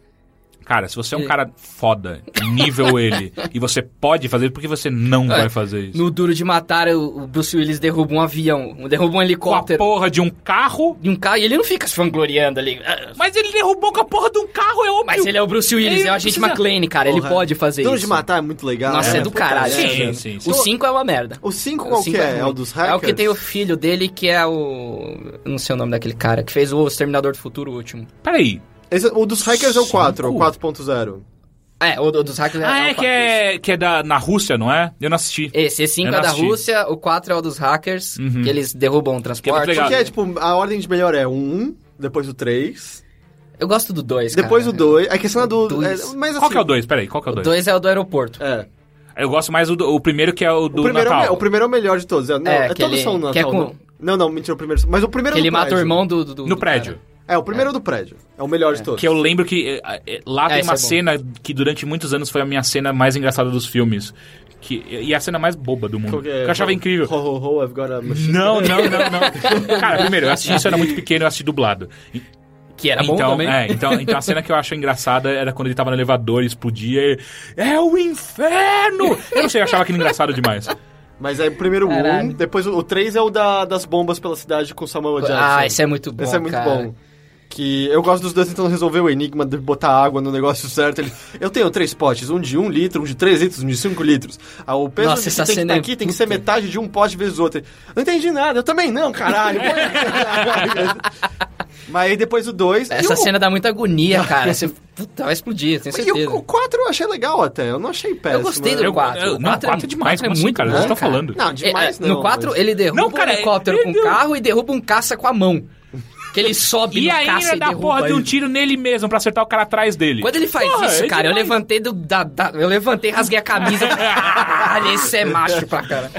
Cara, se você é um cara foda, nível ele, e você pode fazer, por que você não vai fazer isso?
É, No duro de matar, o o Bruce Willis derruba um avião, derruba um
Com a
helicóptero
porra de um carro.
de um carro e ele não fica se vangloriando ali. Ah,
Mas ele derrubou com a porra de um carro, é óbvio.
Mas ele é o Bruce
Ele
Willis, é o
não
agente
precisa-
McClane, cara. Ele
Porra.
pode fazer
Duro
isso.
de Matar é muito legal.
Nossa, é, do
Puta
caralho.
Sim,
merda.
né?
sim, sim.
O 5 é uma merda.
O 5
O
qual
cinco
que é? É
ruim.
o dos hackers?
É o que tem o filho dele, que é o. Não sei o nome daquele cara, que fez o Exterminador do Futuro, o último.
Peraí.
Esse- o dos hackers é o 4, o
Cinco?
4.0.
É, o, do- dos hackers
Ah, é
o
que é, que é da, na Rússia, não é? Eu não assisti.
Esse, esse
Eu
5 é
não
da
assisti. Uhum.
Rússia, o 4 é o dos hackers, que eles derrubam o transporte.
legal. né?
Porque é tipo, a ordem de melhor é o 1, depois o 3,
Eu gosto do 2,
depois o 2. A questão é do.
Dois.
É, mas assim,
Qual que é o 2? Peraí, qual que é o 2?
2 é o do aeroporto.
É.
Eu gosto mais do, o primeiro que é o do
O primeiro, é o
Natal.
me- o primeiro é o melhor de todos. É, não,
É,
é,
que
todos
ele-
são no
que é
Natal.
com-
não. Não, não, mentira, o primeiro. Mas o primeiro
Que
é do
ele mata o
prédio.
irmão do. do- do-
No
do
prédio.
cara.
É, o primeiro é do prédio. É o melhor de todos.
Que eu lembro que eh, eh, lá tem
esse
uma
é bom.
cena que durante muitos anos foi a minha cena mais engraçada dos filmes. Que, e a cena mais boba do mundo.
Qual
Que
que é?
eu achava incrível.
Ho, ho, ho, I've got a machine.
Não, não, não, não. Cara, primeiro, eu assisti isso, eu era muito pequeno, eu assisti dublado. E-
Que era bom
então,
também.
é, então, então a cena que eu acho engraçada era quando ele tava no elevador e explodia. e, É o inferno! Eu não sei, eu achava aquilo engraçado demais.
Mas aí o primeiro
Caralho.
um, depois o 3 é o da, das bombas pela cidade com Samuel Jackson.
Ah, esse é muito bom.
Esse é muito
cara.
bom. Que eu gosto dos dois tentando resolver o enigma de botar água no negócio certo. Ele, eu tenho três potes, um de um litro, um de três litros, um de cinco litros. Ah, o peso
Nossa,
que
essa
tem que
cena
tá
é
aqui tem que ser
puta.
metade de um pote vezes outro. Ele, Não entendi nada, eu também não, caralho. Mas aí depois o dois. e
Essa
o-
cena dá muita agonia, cara. Você, puta, vai explodir, tenho
E
certeza.
o, o quatro eu achei legal até, eu não achei péssimo. né,
gostei do
Eu,
quatro.
eu-
O
não,
quatro é-
4 é demais,
quatro é
como assim,
muito
cara?
bom,
Vocês estão
cara.
falando.
Não, demais
É,
não.
no 4
mas-
ele derruba
Não, cara, é
um helicóptero
ele
com um
deu-
carro e derruba um caça com a mão. Que ele sobe
E
no caça
ainda
e
dá
derruba
porra de um
ele.
tiro nele mesmo pra acertar o cara atrás dele.
Quando ele faz
Porra,
isso,
é
cara, eu
demais.
levantei do. Da, da- eu levantei, rasguei a camisa. Caralho, esse é macho pra cara.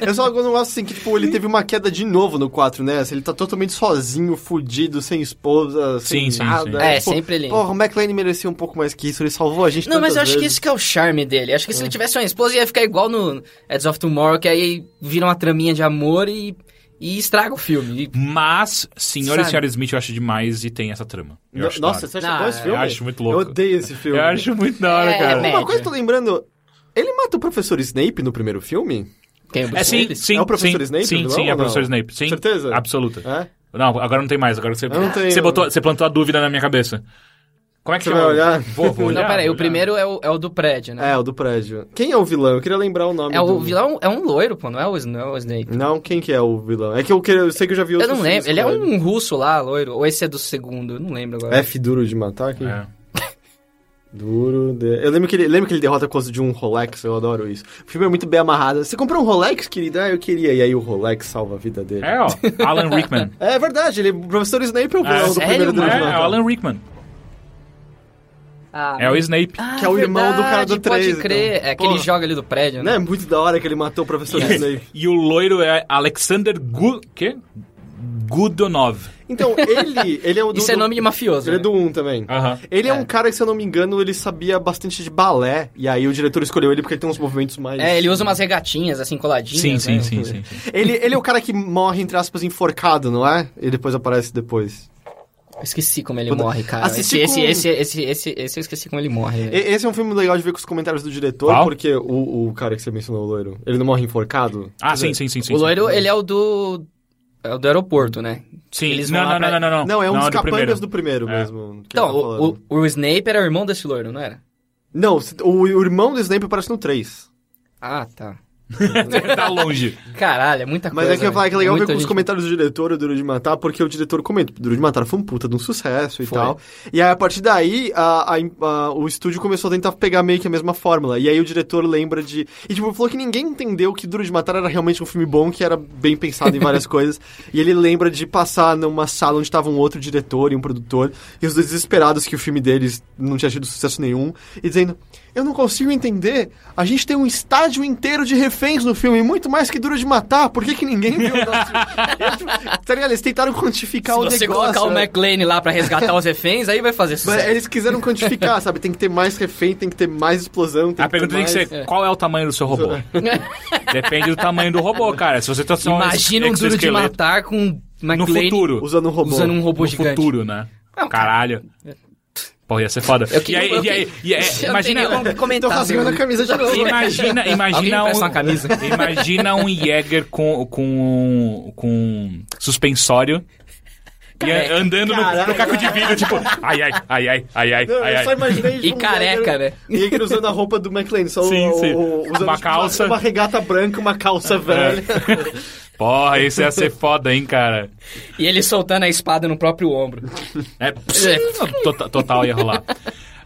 Eu só não gosto assim que, tipo, ele teve uma queda de novo no 4, né? Assim, Ele tá totalmente sozinho, fudido, sem esposa, sem
Sim, sim,
nada.
sim.
É, sempre ele-
Porra, o McLean merecia um pouco mais que isso, ele salvou a gente
Não, mas eu
tantas
acho que
vezes.
esse que é o charme dele. Acho que se ele tivesse uma esposa, ia ficar igual no Heads of Tomorrow, que aí vira uma traminha de amor e, e estraga o filme. E-
Mas, Senhora e
Sabe?
Senhora Smith eu acho demais e tem essa trama. Eu
No-
acho
Nossa,
da
você acha
Não,
bom esse
eu
filme?
acho muito louco.
Ah, Eu odeio esse filme.
hora. eu acho muito da hora,
É,
cara.
né?
Uma coisa
Média.
que eu tô lembrando, ele mata o professor Snape no primeiro filme?
Quem
É sim,
eles?
sim.
É o professor
sim,
Snape,
Sim,
não
sim,
ou
é
não?
o professor Snape. Sim.
Certeza?
Absoluta.
É?
Não, agora não tem mais. Agora você.
não tenho.
Você, botou, você plantou a dúvida na minha cabeça. Como é que
Você
chama?
vai olhar?
Vou, vou olhar.
Não, peraí,
vou olhar.
o primeiro é o, é o do prédio, né?
É, o do prédio. Quem é o vilão? Eu queria lembrar o nome
É,
do...
o vilão é um loiro, pô, não é o, Sna- não é o Snape.
Não, quem que é o vilão? É que eu, queria, eu sei que eu já vi
Eu
outros
não lembro,
filmes
ele é
com
um russo lá, loiro, ou esse é do segundo, eu não lembro agora.
É F duro de matar? Quem?
É.
Duro. de- Eu lembro que, ele, lembro que ele derrota por causa de um Rolex, eu adoro isso. O filme é muito bem amarrado. Você comprou um Rolex, querido? Ah, eu queria. E aí o Rolex salva a vida dele.
É, ó. Alan Rickman.
É verdade, ele, o professor Snape é o vilão do
sério,
primeiro duro
É,
de
é o
matar.
Alan Rickman.
Ah,
É o Snape.
ah,
que é o irmão do cara do
verdade, pode
três,
crer,
então.
é que ele
Porra.
joga ali do prédio,
Não
né?
é muito da hora que ele matou o professor Snape.
E o loiro é Alexander Gu... Quê? Gudonov.
Então, ele, ele é o do...
Isso é
do-
nome de mafioso.
Ele é
né?
do 1 também.
Aham.
Ele é.
É.
um cara que, se eu não me engano, ele sabia bastante de balé. E aí o diretor escolheu ele porque ele tem uns movimentos mais...
É, ele usa umas regatinhas, assim, coladinhas,
Sim, sim, sim,
né?
sim, sim.
Ele, ele é o cara que morre, entre aspas, enforcado, não é? E depois aparece depois.
Eu Esqueci como ele
Quando-
morre, cara. Esse,
Assisti
esse,
com-
esse, esse, esse, esse eu esqueci como ele morre.
E-
velho.
Esse é um filme legal de ver com os comentários do diretor,
Qual?
porque o, o cara que você mencionou, o loiro, ele não morre enforcado?
Ah,
Quer
sim,
dizer,
sim, sim, sim.
o
sim.
loiro, ele é o do... É o do aeroporto, né?
Sim,
eles
não,
vão lá
não,
pra-
não, não, não.
Não, é um dos
do primeiro.
capangas do primeiro
É.
mesmo. que
Então,
eu tô
o,
tá falando.
o, o Snape era o irmão desse loiro, não era?
Não, o, o irmão do Snape aparece no 3.
Ah, tá.
tá longe.
Caralho, é muita
Mas
coisa.
é que eu
velho.
falo que é legal ver
Muita
com os
gente-
comentários do diretor, o Duro de Matar, porque o diretor comenta, o Duro de Matar foi um puta de um sucesso e
Foi.
tal. E aí, a partir daí, a- a- a- o estúdio começou a tentar pegar meio que a mesma fórmula. E aí o diretor lembra de... E tipo, falou que ninguém entendeu que Duro de Matar era realmente um filme bom, que era bem pensado em várias coisas. E ele lembra de passar numa sala onde estava um outro diretor e um produtor, e os dois desesperados que o filme deles não tinha tido sucesso nenhum, e dizendo... Eu não consigo entender. A gente tem um estádio inteiro de reféns no filme, muito mais que Duro de Matar. Por que, que ninguém viu o nosso Tá ligado? Eles tentaram quantificar o
Se você
negócio.
colocar o
né?
McLean lá pra resgatar os reféns, aí vai fazer
Mas é
sucesso.
eles quiseram quantificar, sabe? Tem que ter mais refém, tem que ter mais explosão.
Ah,
Tem
A pergunta tem que
mais...
ser, qual é o tamanho do seu robô? Depende do tamanho do robô, cara. Se você tá só um
Imagina um duro de
exoesqueleto-
matar com um
No
McLean
futuro.
Usando um robô.
usando um robô
no
gigante.
futuro, né?
Não,
Caralho. Porra, ia ser foda.
Eu que-
e aí,
eu um
e aí,
que-
e aí-
eu não
imagina,
tenho nem como
Tô
comentar,
rasgando a
velho.
Então, camisa de novo.
imagina,
Alguém
imagina
me
um,
presta uma camisa?
imagina um Jäger com, com, com suspensório e a- andando no,
Caraca.
no caco de vidro, tipo, ai, ai, ai, ai, ai, ai,
Não, eu
ai, ai.
só imaginei
E careca, né?
E ele usando a roupa do McLean, só o-
Sim, sim.
o- usando,
Uma
tipo,
calça.
Uma, regata branca, uma
É.
calça velha.
Ah. Porra, isso ia ser foda, hein, cara.
E ele soltando a espada no próprio ombro.
É, total, total ia rolar.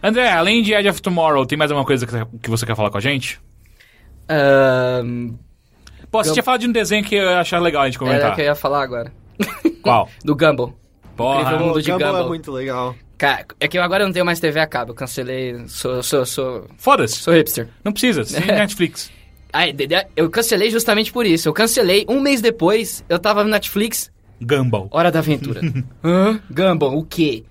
André, além de Edge of Tomorrow, tem mais alguma coisa que você- que você quer falar com a gente?
Ahn,
Pô, você
Eu-
tinha falado de um desenho que eu ia achar legal a gente
era o
comentar.
que eu ia falar agora.
Qual?
Do Gumball.
Porra.
Incrível Mundo
O
de
Gumball é
Gumball.
muito legal.
Cara, é que eu agora não tenho mais TV a cabo. Eu cancelei. Sou, sou, sou,
Foda-se.
sou hipster.
Não precisa. Você
É.
tem Netflix.
Ai, de- de- eu cancelei justamente por isso. Eu cancelei. Um mês depois, eu tava no Netflix,
Gumball.
Hora da Aventura. Hã? Gumball, o quê?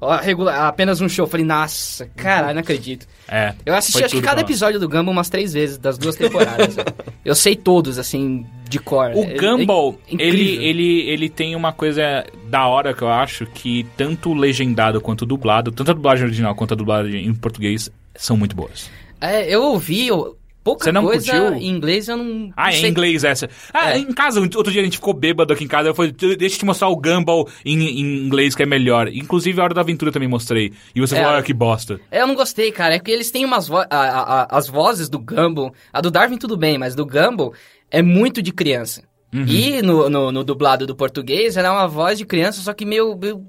Ó, regula- apenas um show. Falei, nossa, caralho, não acredito.
É.
Eu assisti
foi
acho que
tudo
cada
pra lá.
episódio do Gumball umas três vezes, das duas temporadas. velho. eu sei todos, assim, de cor. É-
O
é
Gumball, ele,
incrível.
ele, ele tem uma coisa da hora que eu acho que tanto legendado quanto dublado, tanto a dublagem original quanto a dublagem em português são muito boas.
É, eu ouvi eu- pouca
Você não
coisa
curtiu?
em inglês, eu não.
Ah,
não
é
sei.
em inglês essa. Ah,
É.
em casa, outro dia a gente ficou bêbado aqui em casa. Eu falei, deixa eu te mostrar o Gumball em, em inglês que é melhor. Inclusive, a Hora da Aventura também mostrei. E você
É.
falou, ah, que bosta.
É, Eu não gostei, cara. É porque eles têm umas vo a- a- a- as vozes do Gumball. A do Darwin tudo bem, mas do Gumball é muito de
Uhum.
criança. E no, no, no dublado do português, ela é uma voz de criança, só que meio, meio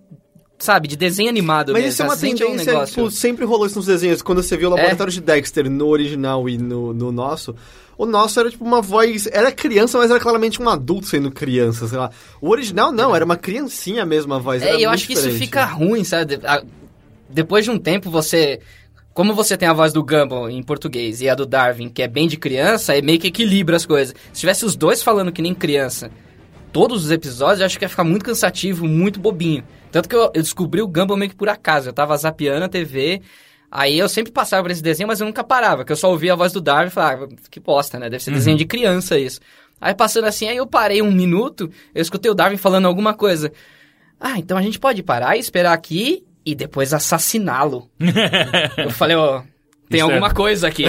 sabe, de desenho animado
Mas
mesmo.
isso é uma
Assiste, um
tendência,
negócio... É.
tipo, sempre rolou isso nos desenhos. Quando você viu o laboratório de Dexter no original e no, no nosso, o nosso era tipo uma voz. Era criança, mas era claramente um adulto sendo criança, sei lá. O original não, era uma criancinha mesmo a voz.
É,
era
e eu
muito
acho que isso
diferente. né?
fica ruim, sabe? De- a- Depois de um tempo, você. Como você tem a voz do Gumball em português e a do Darwin, que é bem de criança, é meio que equilibra as coisas. Se tivesse os dois falando que nem criança, todos os episódios, eu acho que ia ficar muito cansativo, muito bobinho. Tanto que eu, eu descobri o Gumball meio que por acaso. Eu tava zapeando a TV, aí eu sempre passava por esse desenho, mas eu nunca parava, que eu só ouvia a voz do Darwin e falava, "Ah, que bosta, né? Deve ser
Uhum.
desenho de criança isso. Aí passando assim, aí eu parei um minuto, eu escutei o Darwin falando alguma coisa. Ah, então a gente pode parar e esperar aqui e depois assassiná-lo. eu falei, ó,
Isso
tem
é-
alguma coisa aqui.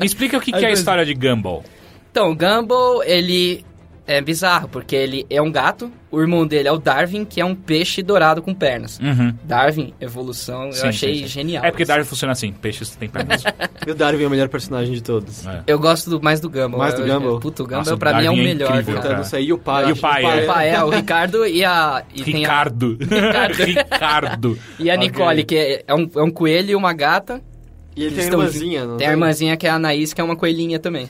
Me explica o que,
Aí
que é a
depois-
história de Gumball.
Então, o Gumball, ele é bizarro, porque ele é um gato, o irmão dele é o Darwin, que é um peixe dourado com pernas.
Uhum.
Darwin, evolução, eu
Sim,
achei
sim, sim.
genial.
É porque
isso.
Darwin funciona assim, peixes têm pernas.
E o Darwin é o melhor personagem de todos.
É.
Eu gosto do- mais do Gumball.
Mais do
Eu-
Gumball?
Puta, o
Nossa,
Gumball
o
pra mim é o
Darwin é
melhor,
incrível,
cara.
Puta,
cara.
não sei, e o pai.
E o pai,
O pai é o Ricardo e a... E tem a,
Ricardo. Ricardo.
e a Nicole, que é, é um, é um coelho e uma gata.
E ele tem a
Estão
irmãzinha, não
Tem a irmãzinha que é a Anaís, que é uma coelhinha também.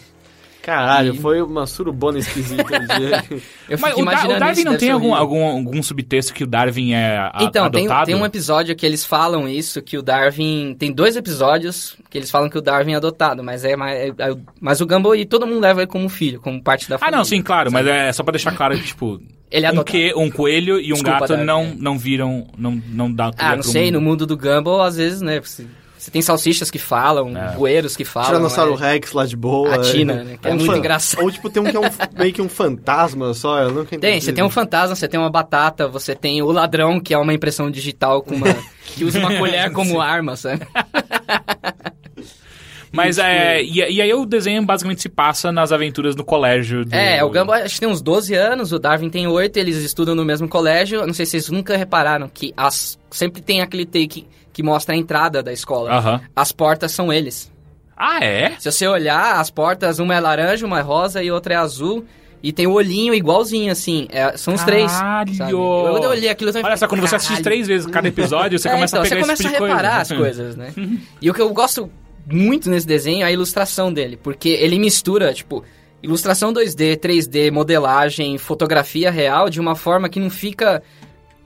Caralho, foi uma surubona esquisita um dia.
Eu
Mas
fico
o, Dar-
imaginando
o Darwin
isso,
não tem
deve ser
algum,
horrível.
algum, algum subtexto que o Darwin é a,
Então, tem,
adotado?
tem um episódio que eles falam isso, que o Darwin. Tem dois episódios que eles falam que o Darwin é adotado, mas é mais. é- é- mas o Gumball e todo mundo leva ele como filho, como parte da
Ah,
família.
não, sim, claro, mas é só pra deixar claro que, tipo,
Ele é
um,
adotado.
que, um coelho e um
Desculpa,
gato
Darwin,
não,
é.
não viram, não, não dá cria
Ah, não
pra um-
sei, no mundo do Gumball, às vezes, né? Você, você tem salsichas que falam,
É.
bueiros que falam.
Tiranossauro
é-
Rex lá de boa.
A Tina, né, que é
Ou um
muito
fan-
engraçado.
Ou tipo, tem um que é um, meio que um fantasma só, eu nunca entendi.
Tem, você tem um fantasma, você tem uma batata, você tem o ladrão, que é uma impressão digital com uma, que usa uma colher como arma, sabe?
Mas é. E, e aí o desenho basicamente se passa nas aventuras no colégio. do-
É, o Gumball acho que tem uns 12 anos, o Darwin tem 8, eles estudam no mesmo colégio. Eu Não sei se vocês nunca repararam que as, sempre tem aquele take que mostra a entrada da escola.
Aham.
As portas são eles.
Ah, é?
Se você olhar, as portas, uma é laranja, uma é rosa e outra é azul. E tem o olhinho igualzinho, assim. É, são os três.
Caralho!
sabe? Eu olhei aquilo eu também
Olha só, quando você
"Caralho".
assiste três vezes cada episódio, você
É,
começa
então,
a pegar
você
esse
começa
tipo
a
de
reparar
coisa.
as coisas, né? e o que eu gosto muito nesse desenho é a ilustração dele, porque ele mistura, tipo, ilustração 2D, 3D, modelagem, fotografia real de uma forma que não fica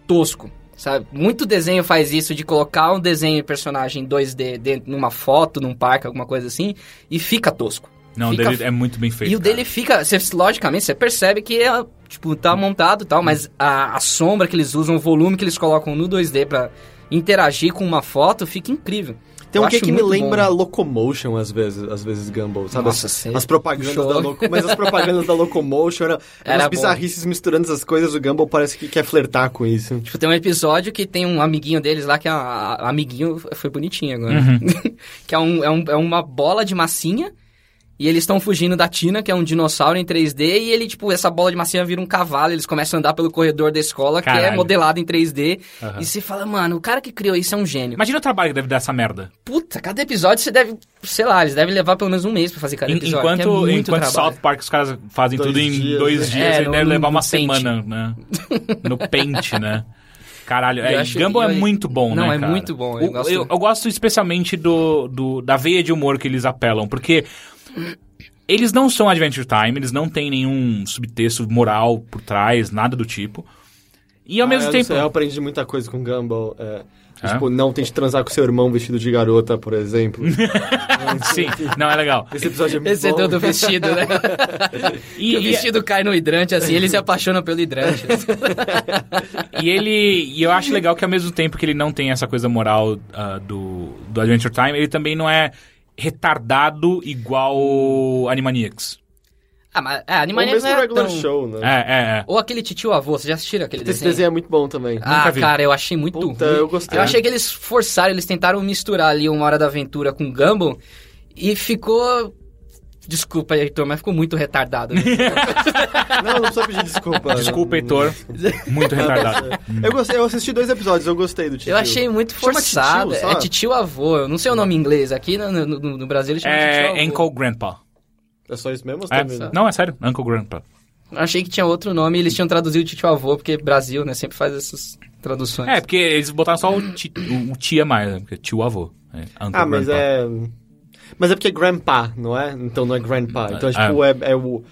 tosco, sabe? Muito desenho faz isso de colocar um desenho e personagem 2D dentro numa foto, num parque, alguma coisa assim, e fica tosco.
Não, o
Fica
dele é muito bem feito.
E o
cara.
dele fica, você, logicamente, você percebe que é, tipo, tá montado e tal, mas a, a sombra que eles usam, o volume que eles colocam no 2D pra interagir com uma foto, fica incrível.
Tem
Eu
um que,
acho
que me
muito
lembra
bom.
Locomotion, às vezes, às vezes Gumball, sabe?
Nossa,
as,
sei.
as propagandas
Puxou.
da Loco, Mas as propagandas da Locomotion eram, eram
Era
as
bom.
bizarrices misturando essas coisas, o Gumball parece que quer flertar com isso.
Tipo, tem um episódio que tem um amiguinho deles lá, que é a, a- amiguinho foi bonitinho agora. né?
Uhum.
que é, um, é, um- é uma bola de massinha. E eles estão fugindo da Tina, que é um dinossauro em 3D, e ele, tipo, essa bola de massinha vira um cavalo, eles começam a andar pelo corredor da escola, que é
Caralho.
modelado em 3D.
Aham.
E você fala, mano, o cara que criou isso é um gênio.
Imagina o trabalho que deve dar essa merda.
Puta, cada episódio você deve, sei lá, eles devem levar pelo menos um mês pra fazer cada
En-
episódio. que é
enquanto
muito
enquanto
trabalho.
South Park os caras fazem
Dois
tudo em
dias,
dois
né?
dias,
É,
ele
no-
deve levar
no
uma
paint.
semana, né? No paint, né? Caralho,
Eu
é,
acho-
Gumball é
eu-
muito bom,
Não,
né,
é
cara?
muito bom, eu
O-
gosto-
eu gosto especialmente do, do- da veia de humor que eles apelam, porque eles não são Adventure Time, eles não têm nenhum subtexto moral por trás, nada do tipo. E ao
Ah,
mesmo
eu não
tempo...
sei, eu aprendi muita coisa com Gumball. é.
É?
Tipo, não tente transar com seu irmão vestido de garota, por exemplo.
Sim, não, é legal.
Esse episódio é muito
Esse é
bom.
do do vestido, né?
E,
Que o
e-
vestido cai no hidrante, assim, ele se apaixona pelo hidrante.
E ele. E eu acho legal que ao mesmo tempo que ele não tem essa coisa moral ah, do, do Adventure Time, ele também não é retardado igual Animaniacs.
ah, mas é,
Ou
Animaniacs
mesmo
não é
regular
tão...
show, né?
É, é, é.
Ou aquele titio avô, vocês já assistiram aquele
Esse
desenho?
desenho é muito bom também.
Ah,
Nunca vi.
cara, eu achei muito
Puta,
ruim.
eu gostei.
Eu achei que eles forçaram, eles tentaram misturar ali uma hora da aventura com Gumball e ficou... Desculpa, Heitor, mas ficou muito retardado. né?
Não, não precisa pedir desculpa.
Desculpa,
Não-
Heitor. Muito retardado.
Eu, gostei, eu assisti dois episódios, eu gostei do tio.
Eu achei muito
Chama
forçado.
titio, só?
é titio avô, eu não sei o nome em inglês. Aqui no, no- no- no Brasil ele chama titio avô.
É Uncle Grandpa.
É só isso mesmo? ou você
É,
tá vendo?
não, é sério. Uncle Grandpa.
Eu Achei que tinha outro nome e eles tinham traduzido titio avô, porque Brasil, né, sempre faz essas traduções.
É, porque eles botaram só o, ti, o, o tia mais, né? Porque tio avô. né? Uncle
Ah, mas
grandpa.
é. Mas é porque é grandpa, não é? Então não é grandpa. Então é
Ah.
tipo, é, é o.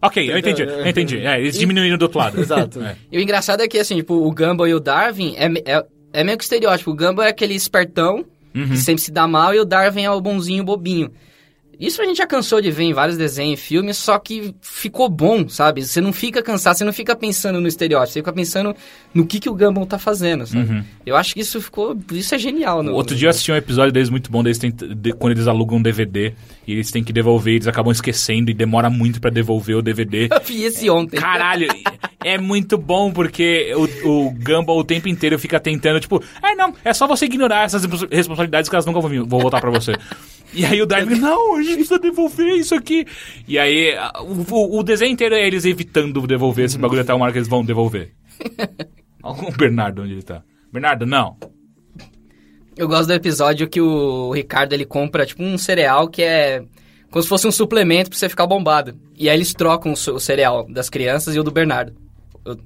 Ok, eu entendi, eu entendi. É, eles diminuíram do outro lado.
Exato.
É.
E o engraçado é que, assim, tipo, o Gumball e o Darwin é, me- é, é meio que estereótipo. O Gumball é aquele espertão
Uhum.
que sempre se dá mal e o Darwin é o bonzinho bobinho. Isso a gente já cansou de ver em vários desenhos e filmes, só que ficou bom, sabe? Você não fica cansado, você não fica pensando no estereótipo, você fica pensando no que, que o Gumball tá fazendo, sabe? Eu acho que isso ficou... Isso é genial. No,
Uhum. Outro dia eu assisti um episódio deles muito bom, deles tem- de- quando eles alugam um DVD e eles têm que devolver, eles acabam esquecendo e demora muito pra devolver o DVD.
Eu vi esse ontem.
Caralho, é muito bom porque o, o Gumball o tempo inteiro fica tentando, tipo, ah, não, é só você ignorar essas respons- responsabilidades que elas nunca vão, vir- vão voltar pra você. E aí o Darwin, não, a gente precisa devolver isso aqui. E aí a- o, o- o desenho inteiro é eles evitando devolver esse bagulho até o hora que eles vão devolver. Olha o Bernardo onde ele tá. Bernardo, não.
Eu gosto do episódio que o Ricardo ele compra tipo um cereal que é como se fosse um suplemento pra você ficar bombado. E aí eles trocam o, ce- o cereal das crianças e o do Bernardo. Eu-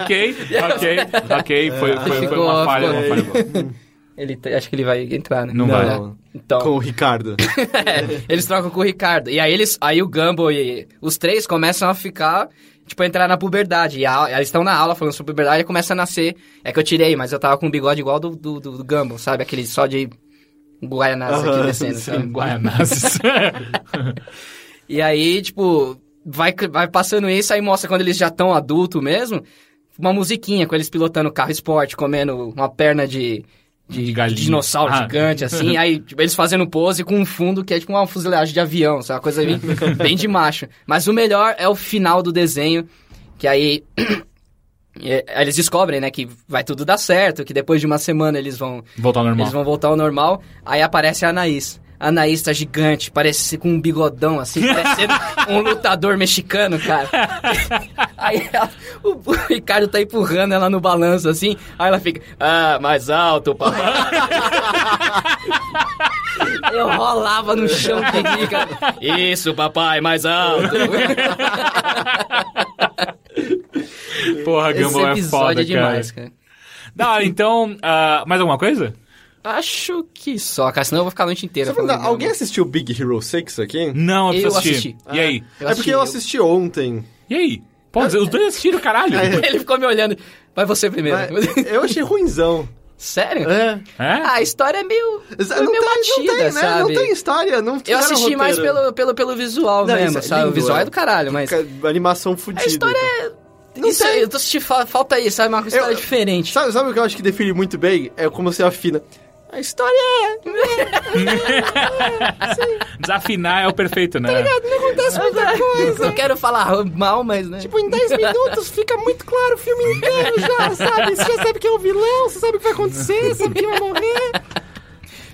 ok, ok, ok. Foi, foi, foi
Ficou
uma
off,
falha, uma falha. boa.
ele te- acho que ele vai entrar, né?
Não
vai.
né? Então,
Com o Ricardo.
eles trocam com o Ricardo. E aí eles, aí o Gumball e os três começam a ficar tipo a entrar na puberdade. E a- eles estão na aula falando sobre puberdade e começa a nascer. É que eu tirei, mas eu tava com um bigode igual do do, do, do Gumball, sabe? Aquele só de Guaianás aqui
Aham,
descendo,
é
sim.
um
sabe?
Guaianazes.
E aí, tipo, vai, vai passando isso, aí mostra quando eles já estão adulto mesmo, uma musiquinha com eles pilotando carro esporte, comendo uma perna de, de,
De galinha.
de dinossauro
Ah.
gigante, assim. aí tipo, eles fazendo pose com um fundo que é tipo uma fusilagem de avião, sabe? Uma coisa bem, bem de macho. Mas o melhor é o final do desenho, que aí é, eles descobrem, né, que vai tudo dar certo, que depois de uma semana eles vão
Voltar ao normal.
eles vão voltar ao normal. Aí aparece a Anaís. A Anaís tá gigante, parece com um bigodão, assim, parecendo um lutador mexicano, cara. Aí ela- o, o Ricardo tá empurrando ela no balanço, assim. Aí ela fica, ah, mais alto, papai. Eu rolava no chão, peguei, cara. Isso, papai, mais alto.
Porra,
Esse
Gumball é foda,
episódio é demais,
cara.
cara.
Da hora, então, ah, mais alguma coisa?
Acho que só, cara, senão eu vou ficar a noite inteira.
Só pra perguntar,
falando,
alguém assistiu Big Hero 6 aqui?
Não, eu preciso
Eu
assistir.
assisti.
E aí?
Eu
é porque eu
assisti,
assisti ontem.
E aí? Pô, os dois assistiram, caralho.
eu- Ele ficou me olhando. Vai você primeiro.
Mas eu achei ruinzão.
Sério?
É.
É?
Ah, a história é meio,
Não,
meio
tem, não
batida,
tem, né?
sabe?
Não tem história. Não
Eu
fizeram
assisti
roteiro.
mais pelo, pelo, pelo visual
Não,
mesmo,
isso é
sabe? o
lindo,
visual é
é.
do caralho, mas...
Ca- É Animação fudida.
A história é... Não
Isso
sei,
é-
eu tô sentindo fa- falta aí, sabe? Uma história
Eu-
diferente.
Sabe, sabe o que eu acho que define muito bem? É como você afina. A história é...
Desafinar é o perfeito,
Tá
né?
Não acontece muita coisa.
Não quero falar mal, mas, né?
Tipo, em 10 minutos fica muito claro o filme inteiro já, sabe? Você já sabe quem é o vilão, você sabe o que vai acontecer, sabe quem vai morrer.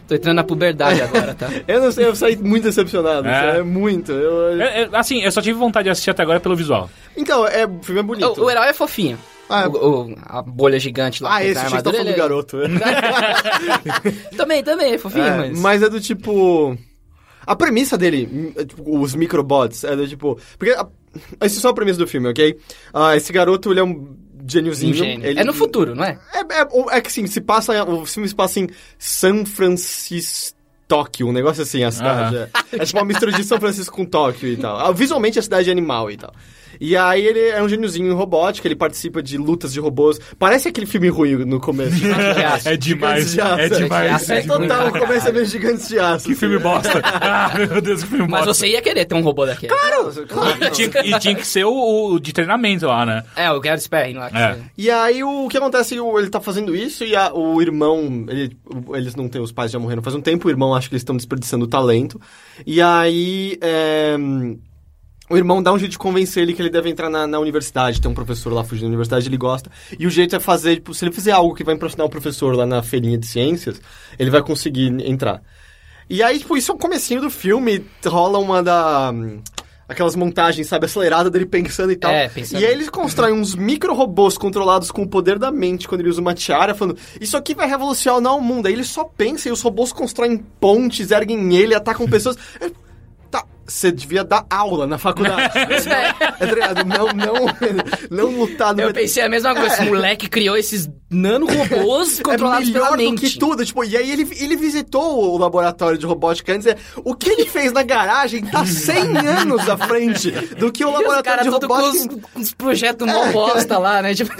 Tô entrando na puberdade agora, tá?
Eu não sei, eu saí muito decepcionado.
É.
É, muito. eu-
É, é, assim, eu só tive vontade de assistir até agora pelo visual.
Então, é, o filme é bonito.
O, o herói é fofinho.
Ah,
O- o- a bolha gigante lá.
Ah,
que
esse,
tá na
achei que tá
armadura,
falando do
ele é-
garoto.
Também, também, é fofinho,
É,
mas...
mas é do tipo. A premissa dele, é, tipo, os microbots, é do tipo. Porque. A, essa é só a premissa do filme, ok? Ah, esse garoto, ele é um geniozinho.
Um gênio.
Ele,
É no futuro, não é?
É, é- ou- é que sim, se passa. O filme se passa em São Francisco. Tóquio, um negócio assim, a cidade.
Aham.
É, É tipo uma mistura de São Francisco com Tóquio e tal. Ah, Visualmente a cidade é animal e tal. E aí ele é um geniozinho robótico, ele participa de lutas de robôs. Parece aquele filme ruim no começo.
de aço.
É demais.
Gigantes de aço.
É demais.
Gigantes de
é
É
aço
demais.
total,
ruim pra
começa a ver gigantes de aço. assim.
Que filme bosta. Ah, meu Deus, que filme
Mas
bosta.
você ia querer ter um robô daquele.
Claro, claro.
E tinha, e tinha que ser o, o de treinamento lá, né?
É, o Gary Sperry lá. que
É.
você-
E aí o que acontece? o- Ele tá fazendo isso e a- o irmão. ele- o- eles não têm, os pais já morreram faz um tempo, o irmão acha que eles estão desperdiçando o talento. E aí. é, o irmão dá um jeito de convencer ele que ele deve entrar na, na universidade. Tem um professor lá fugindo da universidade, ele gosta. E o jeito é fazer, tipo, se ele fizer algo que vai impressionar o professor lá na feirinha de ciências, ele vai conseguir entrar. E aí, tipo, isso é o comecinho do filme, rola uma da. hum, Aquelas montagens, sabe, acelerada dele pensando e tal.
É, pensando.
E aí eles constroem uns micro-robôs controlados com o poder da mente quando ele usa uma tiara, falando, isso aqui vai revolucionar o mundo. Aí ele só pensa e os robôs constroem pontes, erguem ele, atacam pessoas. Eu, tá, Você devia dar aula na faculdade. é, tá ligado? não, não, não lutar no
Eu pensei a mesma coisa. Esse moleque criou esses nanorobôs controlados
é melhor
pela
do
mente.
que tudo. Tipo, e aí ele, ele visitou o laboratório de robótica antes. é, O que ele fez na garagem tá 100 anos à frente do que o
E os
laboratório
caras
de
todos com
robótica... É.
os, com os projetos mó bosta lá, né? Tipo,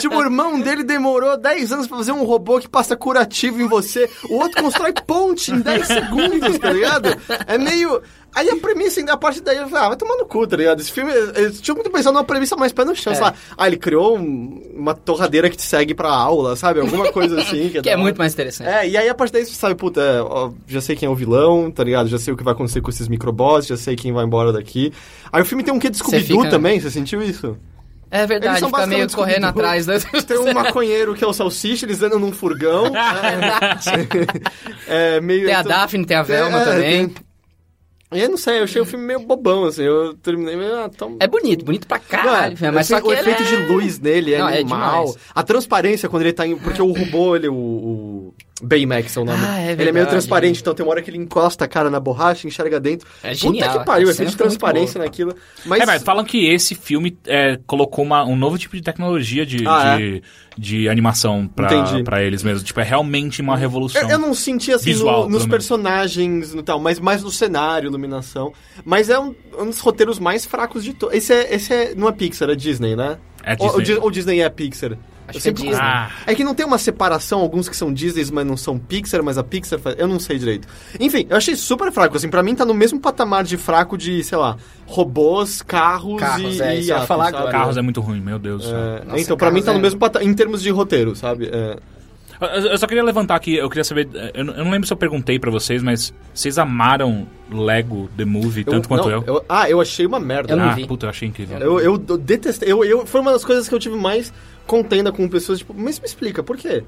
Tipo, o irmão dele demorou 10 anos pra fazer um robô que passa curativo em você. O outro constrói ponte em 10 segundos, tá ligado? É meio... Aí a premissa, ainda a parte daí, eu falei, ah, vai tomar no cu, tá ligado? Esse filme, eles tinham muito pensado numa premissa mais pé no
É.
chão, sei lá. Ah, ele criou um- uma torradeira que te segue pra aula, sabe? Alguma coisa assim.
que é
da-
muito mais interessante.
É, e aí a partir daí você sabe, puta, é, ó, já sei quem é o vilão, tá ligado? Já sei o que vai acontecer com esses microbots, já sei quem vai embora daqui. Aí o filme tem um quê de scooby
fica-
também, você sentiu isso?
É, verdade,
Eles são
fica meio
basicamente
correndo
Scooby-Doo.
atrás. Né?
Tem um maconheiro que é o Salsicha, eles andam num furgão. É, é meio...
Tem a Daphne, tem a Velma
É,
também.
tem- E eu não sei, eu achei o filme meio bobão, assim, eu terminei meio... Ah, tão...
É bonito, bonito pra caralho.
Não,
mas
eu
só
sei,
que
o
ele
efeito
é-
de luz nele é
Não, é
animal.
demais.
a transparência quando ele tá em. Porque o robô, ele, o, o Baymax é o nome.
Ah, é
ele é meio
verdade.
transparente, então tem uma hora que ele encosta a cara na borracha, enxerga dentro.
É genial,
Puta que pariu, o
essa
efeito de
cena ficou muito
transparência né?
boa.
naquilo. Mas,
É, mas falam que esse filme é, colocou uma- um novo tipo de tecnologia de,
Ah,
de, de animação pra,
Entendi.
pra eles mesmo. Tipo, é realmente uma revolução.
É, eu, eu não senti assim
Visual,
no-
pelo
nos
menos.
personagens no tal, mas mais no cenário, iluminação. Mas é um, um dos roteiros mais fracos de todos. Esse é, esse é. Não é Pixar, é Disney, né?
É
Ou- Ou,
Disney.
Dis- ou Disney é Pixar?
Acho
Eu
que é
sempre-
Disney.
Ah.
É que não tem uma separação, alguns que são Disney, mas não são Pixar, mas a Pixar faz... Eu não sei direito. Enfim, eu achei super fraco, assim, pra mim tá no mesmo patamar de fraco de, sei lá, robôs, carros,
Carros,
e...
é, isso eu
e
ia
atos,
falar
sabe?
agora.
Carros é muito ruim, meu Deus do céu.
É,
Nossa,
então, pra
carros
mim tá no
é-
mesmo patamar, em termos de roteiro, sabe? É,
Eu, eu só queria levantar aqui, eu queria saber. Eu, não- eu não lembro se eu perguntei pra vocês, mas vocês amaram Lego The Movie tanto quanto
não,
eu?
Ah, eu achei uma merda.
Eu não
ah,
vi.
puta, eu achei incrível.
Eu, eu do- detestei. Eu, eu, foi uma das coisas que eu tive mais contenda com pessoas, tipo, mas me explica, por quê?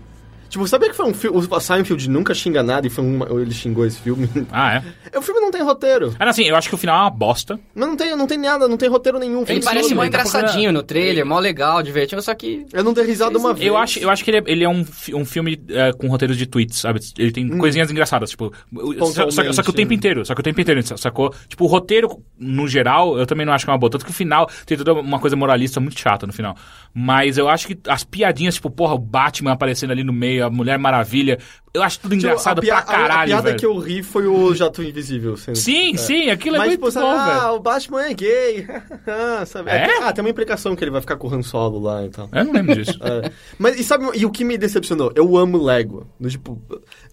Tipo, sabia que foi um filme. O Seinfeld nunca xinga nada e foi uma, ele xingou esse filme?
Ah, é?
o filme não tem roteiro.
Ah, não, assim, eu acho que o final é uma bosta.
Mas não tem, não tem nada, não tem roteiro nenhum.
Ele
filme
parece
surdo.
mó
tá
engraçadinho
procurando-
no trailer, mó legal, divertido, só que...
Eu não dei risada uma vez.
Eu acho, eu acho que ele é, ele é um, fi- um filme é, com roteiros de tweets, sabe? Ele tem coisinhas engraçadas, tipo. Só, só- só que o tempo
Hum. né?
inteiro, só que o tempo inteiro, sa- sacou? Tipo, o roteiro, no geral, eu também não acho que é uma boa. Tanto que o final tem toda uma coisa moralista muito chata no final. Mas eu acho que as piadinhas, tipo, porra, o Batman aparecendo ali no meio, a Mulher Maravilha. Eu acho tudo
Tipo,
engraçado
a pia-
pra caralho.
A, a piada é
velho.
que eu ri foi o Jato Invisível. Sendo...
Sim, sim, aquilo é
Mas,
muito
tipo,
bom,
sabe, ah,
velho.
o Batman é gay. sabe?
É?
tem- Ah, tem uma implicação que ele vai ficar com o Han Solo lá e tal.
Eu não lembro disso.
É. Mas, e sabe, e o que me decepcionou? Eu amo Lego. No, tipo,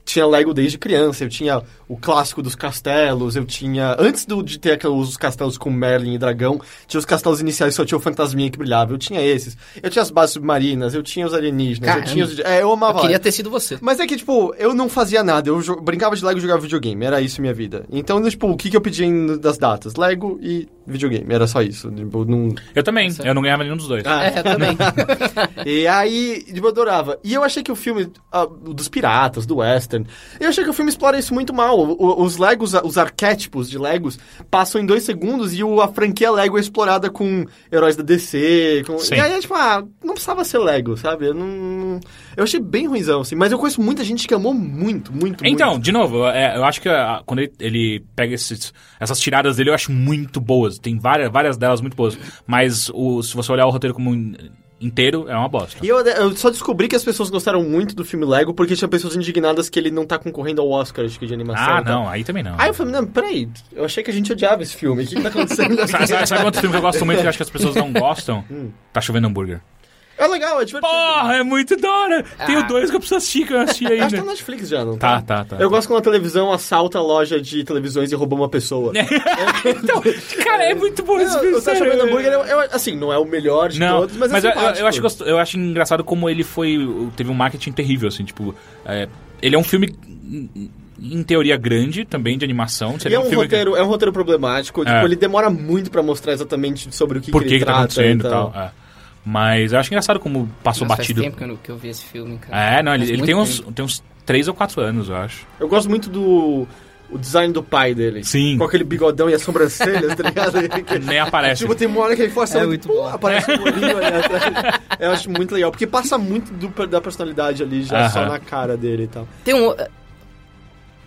tinha Lego desde criança, eu tinha o clássico dos castelos, eu tinha... Antes do, de ter aqueles castelos com Merlin e dragão, tinha os castelos iniciais, só tinha o fantasminha que brilhava, eu tinha esses. Eu tinha as bases submarinas, eu tinha os alienígenas,
Caramba.
eu tinha os... É, eu
Eu
amava
queria ter sido você.
mas é que, tipo, eu não fazia nada. Eu jo- brincava de Lego e jogava videogame. Era isso minha vida. Então, tipo, o que, que eu pedia em- das datas? Lego e videogame. Era só isso. Tipo, não...
Eu também, eu não ganhava nenhum dos dois.
Ah.
É, eu também.
E aí, tipo, eu adorava. E eu achei que o filme ah, dos piratas, do western, eu achei que o filme explora isso muito mal. O- os Legos, ah, os arquétipos de Legos passam em dois segundos e o- a franquia Lego é explorada com heróis da DC. com-
Sim.
E aí é tipo, ah, não precisava ser Lego, sabe? Eu, não... eu achei bem ruimzão, assim. Mas eu conheço muita gente que amou muito, muito,
Então,
muito.
de novo, é, eu acho que ah, quando ele, ele pega esses- essas tiradas dele, eu acho muito boas. Tem várias, várias delas muito boas. Mas o- se você olhar o roteiro como in- inteiro, é uma bosta.
E eu, eu só descobri que as pessoas gostaram muito do filme Lego porque tinha pessoas indignadas que ele não tá concorrendo ao Oscar acho que, de animação. então.
Ah,
e tal.
não, aí também não.
Aí eu falei, não, peraí, eu achei que a gente odiava esse filme. O que, que tá acontecendo?
Sabe, sabe- sabe outro filme que eu gosto muito que eu acho que as pessoas não gostam?
Hum.
Tá chovendo hambúrguer.
é legal, é divertido.
Porra, é muito da hora! Tem o dois que eu preciso assistir, que eu não assisti
Ah. Eu Acho que tá
ainda.
na Netflix já, não
Tá, tá, tá.
Eu gosto quando a televisão assalta a loja de televisões e rouba uma pessoa.
É, Então, cara, é muito bom esse
Eu,
filme.
eu tá
sério.
chovendo hambúrguer, eu, eu- assim, não é o melhor de
Não,
todos, mas, é
eu, eu-
simpático.
eu acho, gosto- eu acho engraçado como ele foi. Teve um marketing terrível, assim, tipo. é, ele é um filme, em- em teoria, grande também de animação.
E
Seria
é um,
filme
roteiro, é um roteiro problemático,
É.
tipo, ele demora muito pra mostrar exatamente sobre o que,
que, por
que
que,
ele
que tá
trata
acontecendo e
tal.
tal. é. Mas eu acho engraçado como passou
Nossa,
batido.
Faz tempo que eu, não- que eu vi esse filme, cara.
É, não, ele,
Faz
ele
muito
tem, uns,
tempo.
tem uns 3 ou 4 anos, eu acho.
Eu gosto muito do o design do pai dele.
Sim.
Com aquele bigodão e as sobrancelhas, tá ligado?
Nem aparece.
Tipo, tem uma hora que ele força
É
muito,
muito
pô,
bom.
aparece um olhinho ali atrás. É, Eu acho muito legal, porque passa muito do- da personalidade ali, já só
Aham.
É. na cara dele e tal.
Tem um... eh,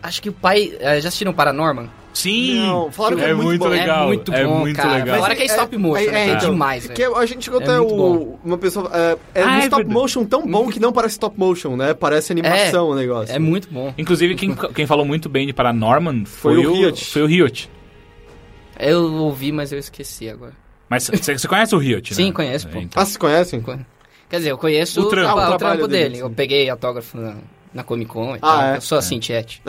Acho que o pai. eh, já assistiram Paranorman?
Sim!
Não, falaram que
é,
é muito
muito
bom.
legal.
É muito bom, cara.
legal.
Mas Fora que é stop motion, né, cara?
então,
Demais,
que a gente chegou
É
até
muito
o,
bom.
uma pessoa... É, é
Ah,
um
é
stop
verdade.
motion tão bom que não parece stop motion, né? Parece animação o negócio.
É muito bom.
Inclusive, quem, quem falou muito bem de Paranorman foi,
Foi o
o
Riot.
Foi o Riot.
Eu ouvi, mas eu esqueci agora.
Mas você você conhece o Riot, né?
Sim, conheço, pô.
É, então.
Ah, vocês conhecem?
Quer dizer, eu conheço
O trampo.
ah,
Ah, o trabalho
trampo
dele,
dele.
sim.
Eu peguei autógrafo na, na Comic Con e tal.
Ah, é?
Eu sou assim, chat.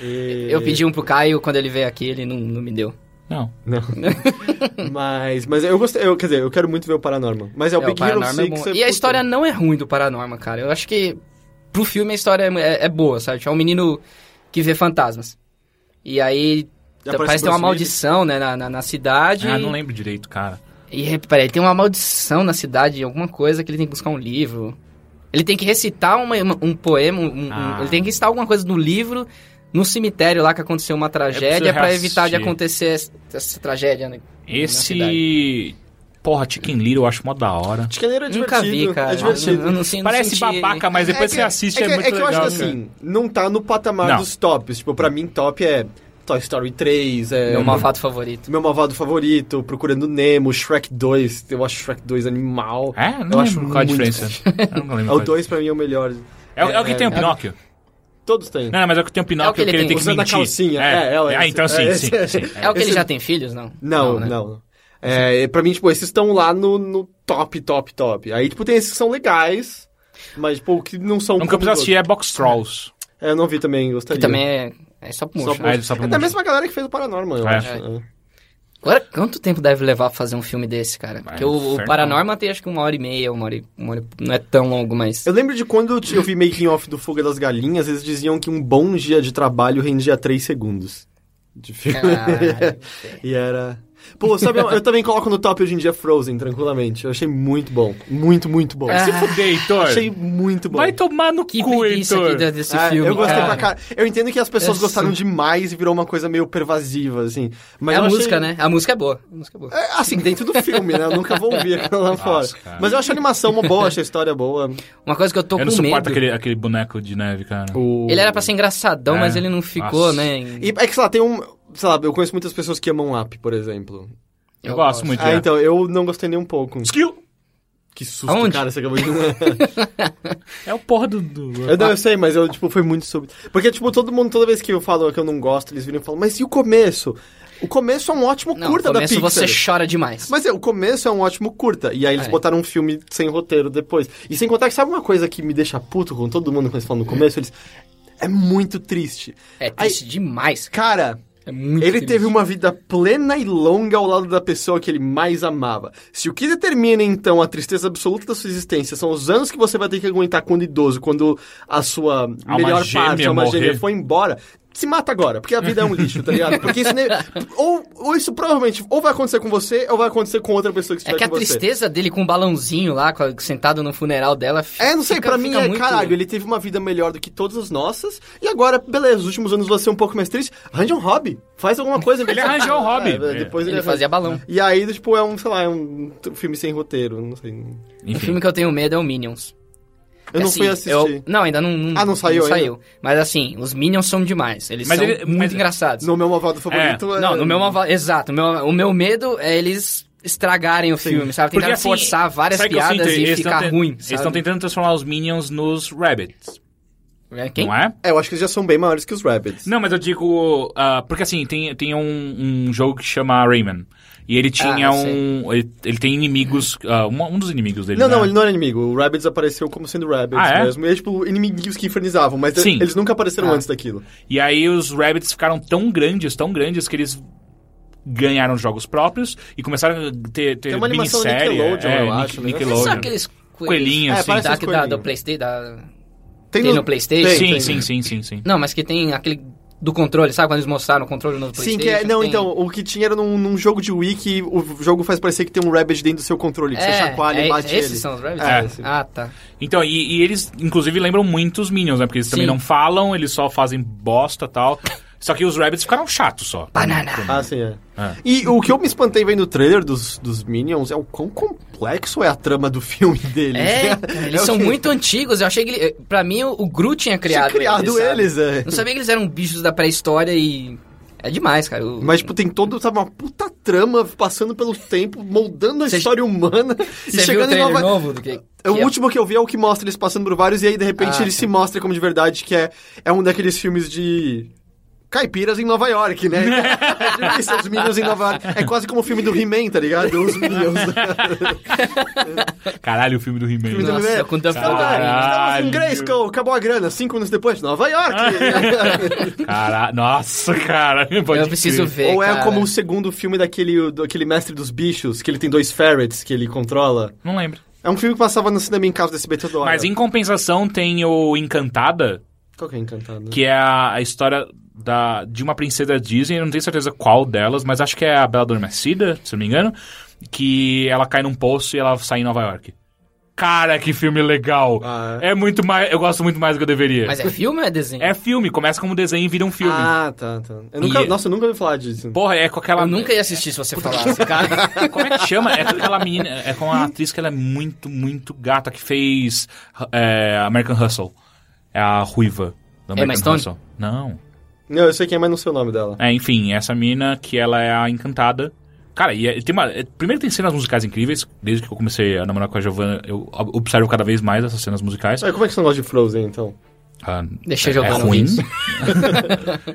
E-
Eu pedi um pro Caio, quando ele veio aqui, ele não, não me deu.
Não.
Não. mas, mas eu gostei... Eu, quer dizer, eu quero muito ver o Paranormal. Mas é o
É,
Big Hero
Paranorman é
6...
bom. E
é-
a
puta.
história não é ruim do Paranorma, cara. Eu acho que pro filme a história é, é- é boa, sabe? Tipo, É um menino que vê fantasmas. E aí
E
Então, parece,
aparece
que tem uma
Bruce Willis.
maldição, né, na, na, na cidade.
Ah, não lembro direito, cara.
E re- peraí, tem uma maldição na cidade, alguma coisa que ele tem que buscar um livro. Ele tem que recitar uma- uma- um poema, um- um-
Ah.
ele tem que recitar alguma coisa do livro no cemitério lá que aconteceu uma tragédia pra
É reassistir.
evitar de acontecer essa, essa tragédia. Né? Na
Esse. Porra, Chicken Little eu acho mó da hora.
Chicaneiro é
Nunca
divertido.
vi, cara.
É divertido.
Eu não sei, não
Parece
senti-
babaca, mas depois
que-
você assiste, é,
que-
muito
é que eu
legal.
acho que
cara.
assim, não tá no patamar
Não.
dos tops. Tipo, pra mim, top é Toy Story 3, é...
Meu malvado favorito.
Meu malvado favorito, Procurando Nemo, Shrek 2. Eu acho Shrek 2 animal.
É, não
Eu
eu
acho
lembro qual a
muito-
diferença. Eu não
É,
lembro
o
qual
2 pra mim é o melhor.
É, o- é o que tem o
é-
Pinóquio?
Todos têm.
Não, não, mas é o que tem o Pinóquio que
ele
ele
tem.
tem, que
Usando a
mentir.
calcinha, é, ela-
ah, então sim,
é,
sim.
esse-
sim,
É o que ele
Esse-
já tem filhos, não?
Não,
né?
não. É, pra mim, tipo, esses estão lá no, no top, top, top. Aí, tipo, tem esses que são legais, mas, tipo, que não são...
Um que eu preciso
como
assistir é Box Trolls.
todos. É, eu não vi também,
Que
gostaria.
também é, é só pro
Só
motion.
pra-
Ah, ele só pra
É da
mostrar.
mesma galera que fez o Paranormal, eu
É.
acho. É.
Agora, quanto tempo deve levar pra fazer um filme desse, cara? Porque
Vai,
o, o
inferno.
Paranorma tem acho que uma hora e meia, uma hora, e, uma hora e- Não é tão longo, mas...
Eu lembro de quando eu, t- eu vi making off do Fuga das Galinhas, eles diziam que um bom dia de trabalho rendia 3 segundos de filme.
Caralho.
e era. Pô, sabe, eu, eu também coloco no top hoje em dia Frozen, tranquilamente. Eu achei muito bom. Muito, muito bom.
Ah,
Se fuder, Heitor.
Achei muito bom.
Vai tomar no
Que
cu,
preguiça aqui
Heitor.
de- desse
Ah,
filme,
eu gostei
cara.
pra caralho. Eu entendo que as pessoas
Esse-
gostaram demais e virou uma coisa meio pervasiva, assim. Mas
é a
eu achei-
música, né? A música é boa. A música é boa.
É, assim, dentro do filme, né? Eu nunca vou ouvir aquela lá fora.
cara.
Mas eu acho a animação uma boa, acho a história boa.
Uma coisa que eu tô
Eu não
com medo.
suporto aquele, aquele boneco de neve, cara.
O-
Ele era pra ser engraçadão,
É.
mas ele não
Nossa.
ficou, né? em-
E é que, sei lá, tem um. Sei lá, eu conheço muitas pessoas que amam app, por exemplo.
Eu gosto muito.
Ah,
É.
então, eu não gostei nem um pouco.
Skill!
Que susto,
Aonde?
cara, você acabou de.
É o porra do... do-
eu, não, eu sei, mas eu, tipo, foi muito súbito. Porque, tipo, todo mundo, toda vez que eu falo que eu não gosto, eles viram e falam, mas e o começo? O começo é um ótimo
Não,
curta
no
da
começo
Pixar.
você chora demais.
Mas é, o começo é um ótimo curta. E aí eles
É.
botaram um filme sem roteiro depois. E sem contar que sabe uma coisa que me deixa puto com todo mundo quando eles falam no começo? Eles. É muito triste.
É triste demais. cara.
Cara,
É muito
Ele
triste.
teve um uma vida plena e longa ao lado da pessoa que ele mais amava. Se o que determina, então, a tristeza absoluta da sua existência são os anos que você vai ter que aguentar quando idoso, quando a sua
Ah,
melhor
gêmea
parte, a alma
morrer.
gêmea, foi embora, se mata agora, porque a vida é um lixo, tá ligado? Porque isso... Ne... Ou, ou isso provavelmente ou vai acontecer com você, ou vai acontecer com outra pessoa que
É
estiver
que a
com você.
tristeza dele com o balãozinho lá, com a- sentado no funeral dela... fi-
É, não sei,
fica-
pra mim
fica
é,
muito-
caralho, ele teve uma vida melhor do que todas as nossas, e agora, beleza, os últimos anos vai ser um pouco mais triste, arranja um hobby, faz alguma coisa.
Ele arranjou um hobby.
É, depois
Ele fazia balão.
E aí, tipo, é um, sei lá, é um t- filme sem roteiro, não sei.
O
Enfim.
filme que eu tenho medo é o Minions.
Eu não
Assim,
fui assistir.
eu- Não, ainda não,
Ah, não saiu ainda?
saiu. Mas assim, os Minions são demais. Eles
Mas
são
ele-
muito
mas-
engraçados.
No meu malvado favorito.
É,
é-
Não, no meu malvado... Exato. o meu- o meu medo é eles estragarem o
Sim.
filme, sabe?
Porque,
Tentar
assim,
forçar várias
sabe o que eu sinto?
piadas e
Eles tão
ficar
ten-
ruim,
Eles estão
sabe?
tentando transformar os Minions nos Rabbits,
É, Quem?
não é?
É, eu acho que eles já são bem maiores que os Rabbits.
Não, mas eu digo. ah, porque assim, tem, tem um, um jogo que chama Rayman. E ele tinha
Ah,
um. Ele, ele tem inimigos. ah, um, um dos inimigos dele.
Não,
né?
não, ele não era inimigo. O Rabbits apareceu como sendo Rabbits
Ah, é?
mesmo. E, tipo, inimigos que infernizavam, mas
Sim.
eles nunca apareceram
Ah.
antes daquilo.
E aí os Rabbits ficaram tão grandes, tão grandes, que eles ganharam jogos próprios e começaram a ter, ter
Tem uma animação da
minissérie.
Nickelodeon,
é,
eu
Nic-
acho, né?
Nickelodeon.
Sabe aqueles
Coelhinho,
É,
assim.
parece-
da,
esses
da, do
coelhinhos.
Playstation? da-
no-
Tem no PlayStation?
Tem,
sim,
tem.
sim, sim, sim, sim.
Não, mas que tem aquele do controle, sabe? Quando eles mostraram o controle no
Sim,
Playstation.
que é. Não,
tem-
então, o que tinha era num, num jogo de Wii que o jogo faz parecer que tem um Rabbit dentro do seu controle, que você chacoalha
é,
e bate
esses
ele.
são os Rabbits?
É, sim.
Ah, tá.
Então, e, e eles, inclusive, lembram muito os Minions, né? Porque eles também
Sim.
não falam, eles só fazem bosta e tal. Só que os Rabbits ficaram chatos só.
Banana.
Ah, sim, é.
É.
E o que eu me espantei vendo o trailer dos, dos Minions é o quão complexo é a trama do filme deles.
É, cara, eles
É o
são
que-
muito antigos. Eu achei que. Ele, pra mim, o, o Gru tinha criado.
Tinha criado
sabe?
eles, é.
Não sabia que eles eram bichos da pré-história e. É demais, cara. O-
Mas, tipo, tem toda sabe, uma puta trama passando pelo tempo, moldando a
Cê-
história humana
Você
e
viu o
chegando em
trailer
nova.
novo do que.
É, O
que é-
último que eu vi é o que mostra eles passando por vários e aí, de repente,
Ah,
ele se mostra como de verdade, que é, é um daqueles filmes de. Caipiras em Nova York, né? Tipo, São os Minions em Nova York. É quase como o filme do He-Man, tá ligado? Os Minions.
Caralho, o filme do He-Man.
Nossa,
Nossa,
quanta
Então
Caralho.
Estamos em assim, Grayskull, acabou a grana. Cinco anos depois, Nova York.
Cara, nossa, cara. Pode
Eu preciso
crer.
ver.
Ou é
cara.
como o segundo filme daquele, do, aquele Mestre dos Bichos, que ele tem dois ferrets que ele controla.
Não lembro.
É um filme que passava no cinema em casa do SBT toda hora.
Mas em compensação tem o Encantada,
Qual que é encantado?
que é a, a história da, de uma princesa Disney, eu não tenho certeza qual delas, mas acho que é a Bela Adormecida, se eu não me engano, que ela cai num poço e ela sai em Nova York. Cara, que filme legal!
Ah,
É muito mais. Eu gosto muito mais do que eu deveria.
Mas é filme ou é desenho?
É filme, começa como desenho e vira um filme.
Ah, tá, tá. Eu nunca,
E-
Nossa, eu nunca ouvi falar disso.
Porra, é com aquela.
Eu nunca ia assistir se você falasse, cara. Hum.
Como é que chama? É com aquela menina. É com a atriz que ela é muito, muito gata, que fez é, American Hustle. É a ruiva do
Emma
American
Stone?
Hustle. Não.
Não, eu sei quem é, mas não sei o nome dela.
É, enfim, essa mina que ela é a encantada. Cara, e é- tem uma. é, primeiro tem cenas musicais incríveis. Desde que eu comecei a namorar com a Giovanna, eu ob- observo cada vez mais essas cenas musicais.
Ah, como é que você não gosta de Frozen, então?
Ah,
Deixa
é,
eu jogar
é
no
ruim.
Vinci.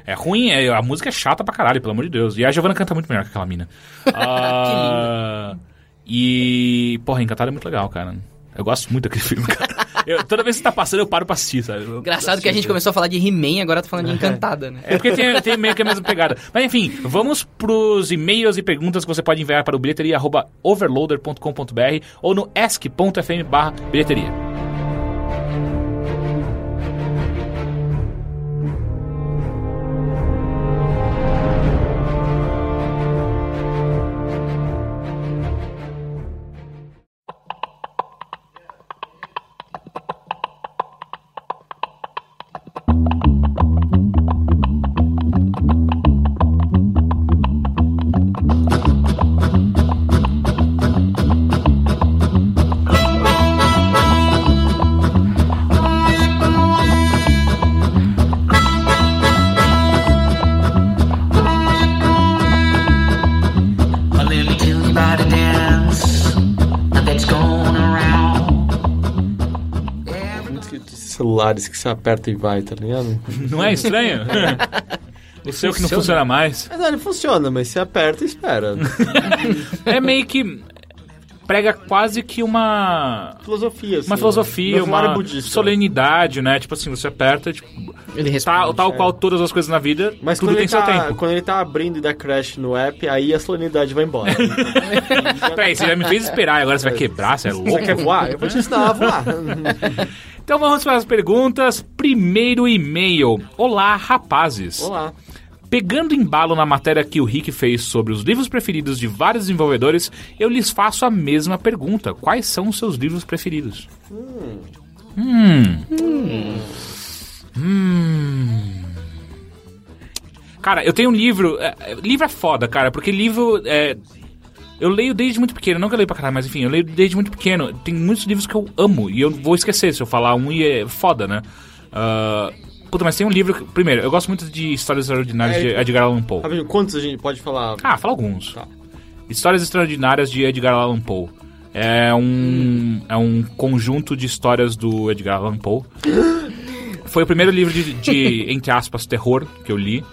é ruim, é- a música é chata pra caralho, pelo amor de Deus. E a Giovanna canta muito melhor que aquela mina. Ah, E. Porra, Encantada é muito legal, cara. Eu gosto muito daquele filme, cara. Eu- toda vez que tá passando, eu paro pra assistir, sabe? Eu-
Engraçado que a gente começou a falar de He-Man, agora tá falando de Encantada, né?
É porque tem, tem meio que a mesma pegada. Mas enfim, vamos pros e-mails e perguntas que você pode enviar para o bilheteria.overloader.com.br ou no ask.fm barra bilheteria.
Well, let me tell you about a dance that's going around.
Celulares que você aperta e vai, tá ligado?
Não é estranho? o seu que não funciona mais.
Mas ele funciona, mas você aperta e espera.
É meio que prega quase que uma
filosofia, assim.
uma filosofia, uma
área budista. né?
solenidade, né? Tipo assim, você aperta, tipo,
Ele
tal,
responde.
tal qual todas as coisas na vida,
é. Mas
tudo
quando,
tem
ele
seu
tá,
tempo.
quando ele tá abrindo e dá crash no app, aí a solenidade vai embora.
Peraí, você já me fez esperar, agora você vai quebrar, você é
Você
louco?
quer voar? Eu vou te ensinar a voar. Uhum,
Então vamos para as perguntas. Primeiro e-mail. Olá, rapazes.
Olá.
Pegando embalo na matéria que o Rick fez sobre os livros preferidos de vários desenvolvedores, eu lhes faço a mesma pergunta. Quais são os seus livros preferidos? Hum. Hum. Cara, eu tenho um livro. é, é, livro é foda, cara, porque livro. é, eu leio desde muito pequeno, não que eu leio pra caralho, mas enfim, eu leio desde muito pequeno. Tem muitos livros que eu amo e eu vou esquecer se eu falar um e é foda, né? Ah, puta, mas tem um livro. que- primeiro, eu gosto muito de Histórias Extraordinárias
É,
de Edgar Allan Poe.
Rapidinho, quantos a gente pode falar?
Ah, fala alguns.
Tá.
Histórias Extraordinárias de Edgar Allan Poe. É um, é um conjunto de histórias do Edgar Allan Poe. Foi o primeiro livro de, de, entre aspas, terror que eu li.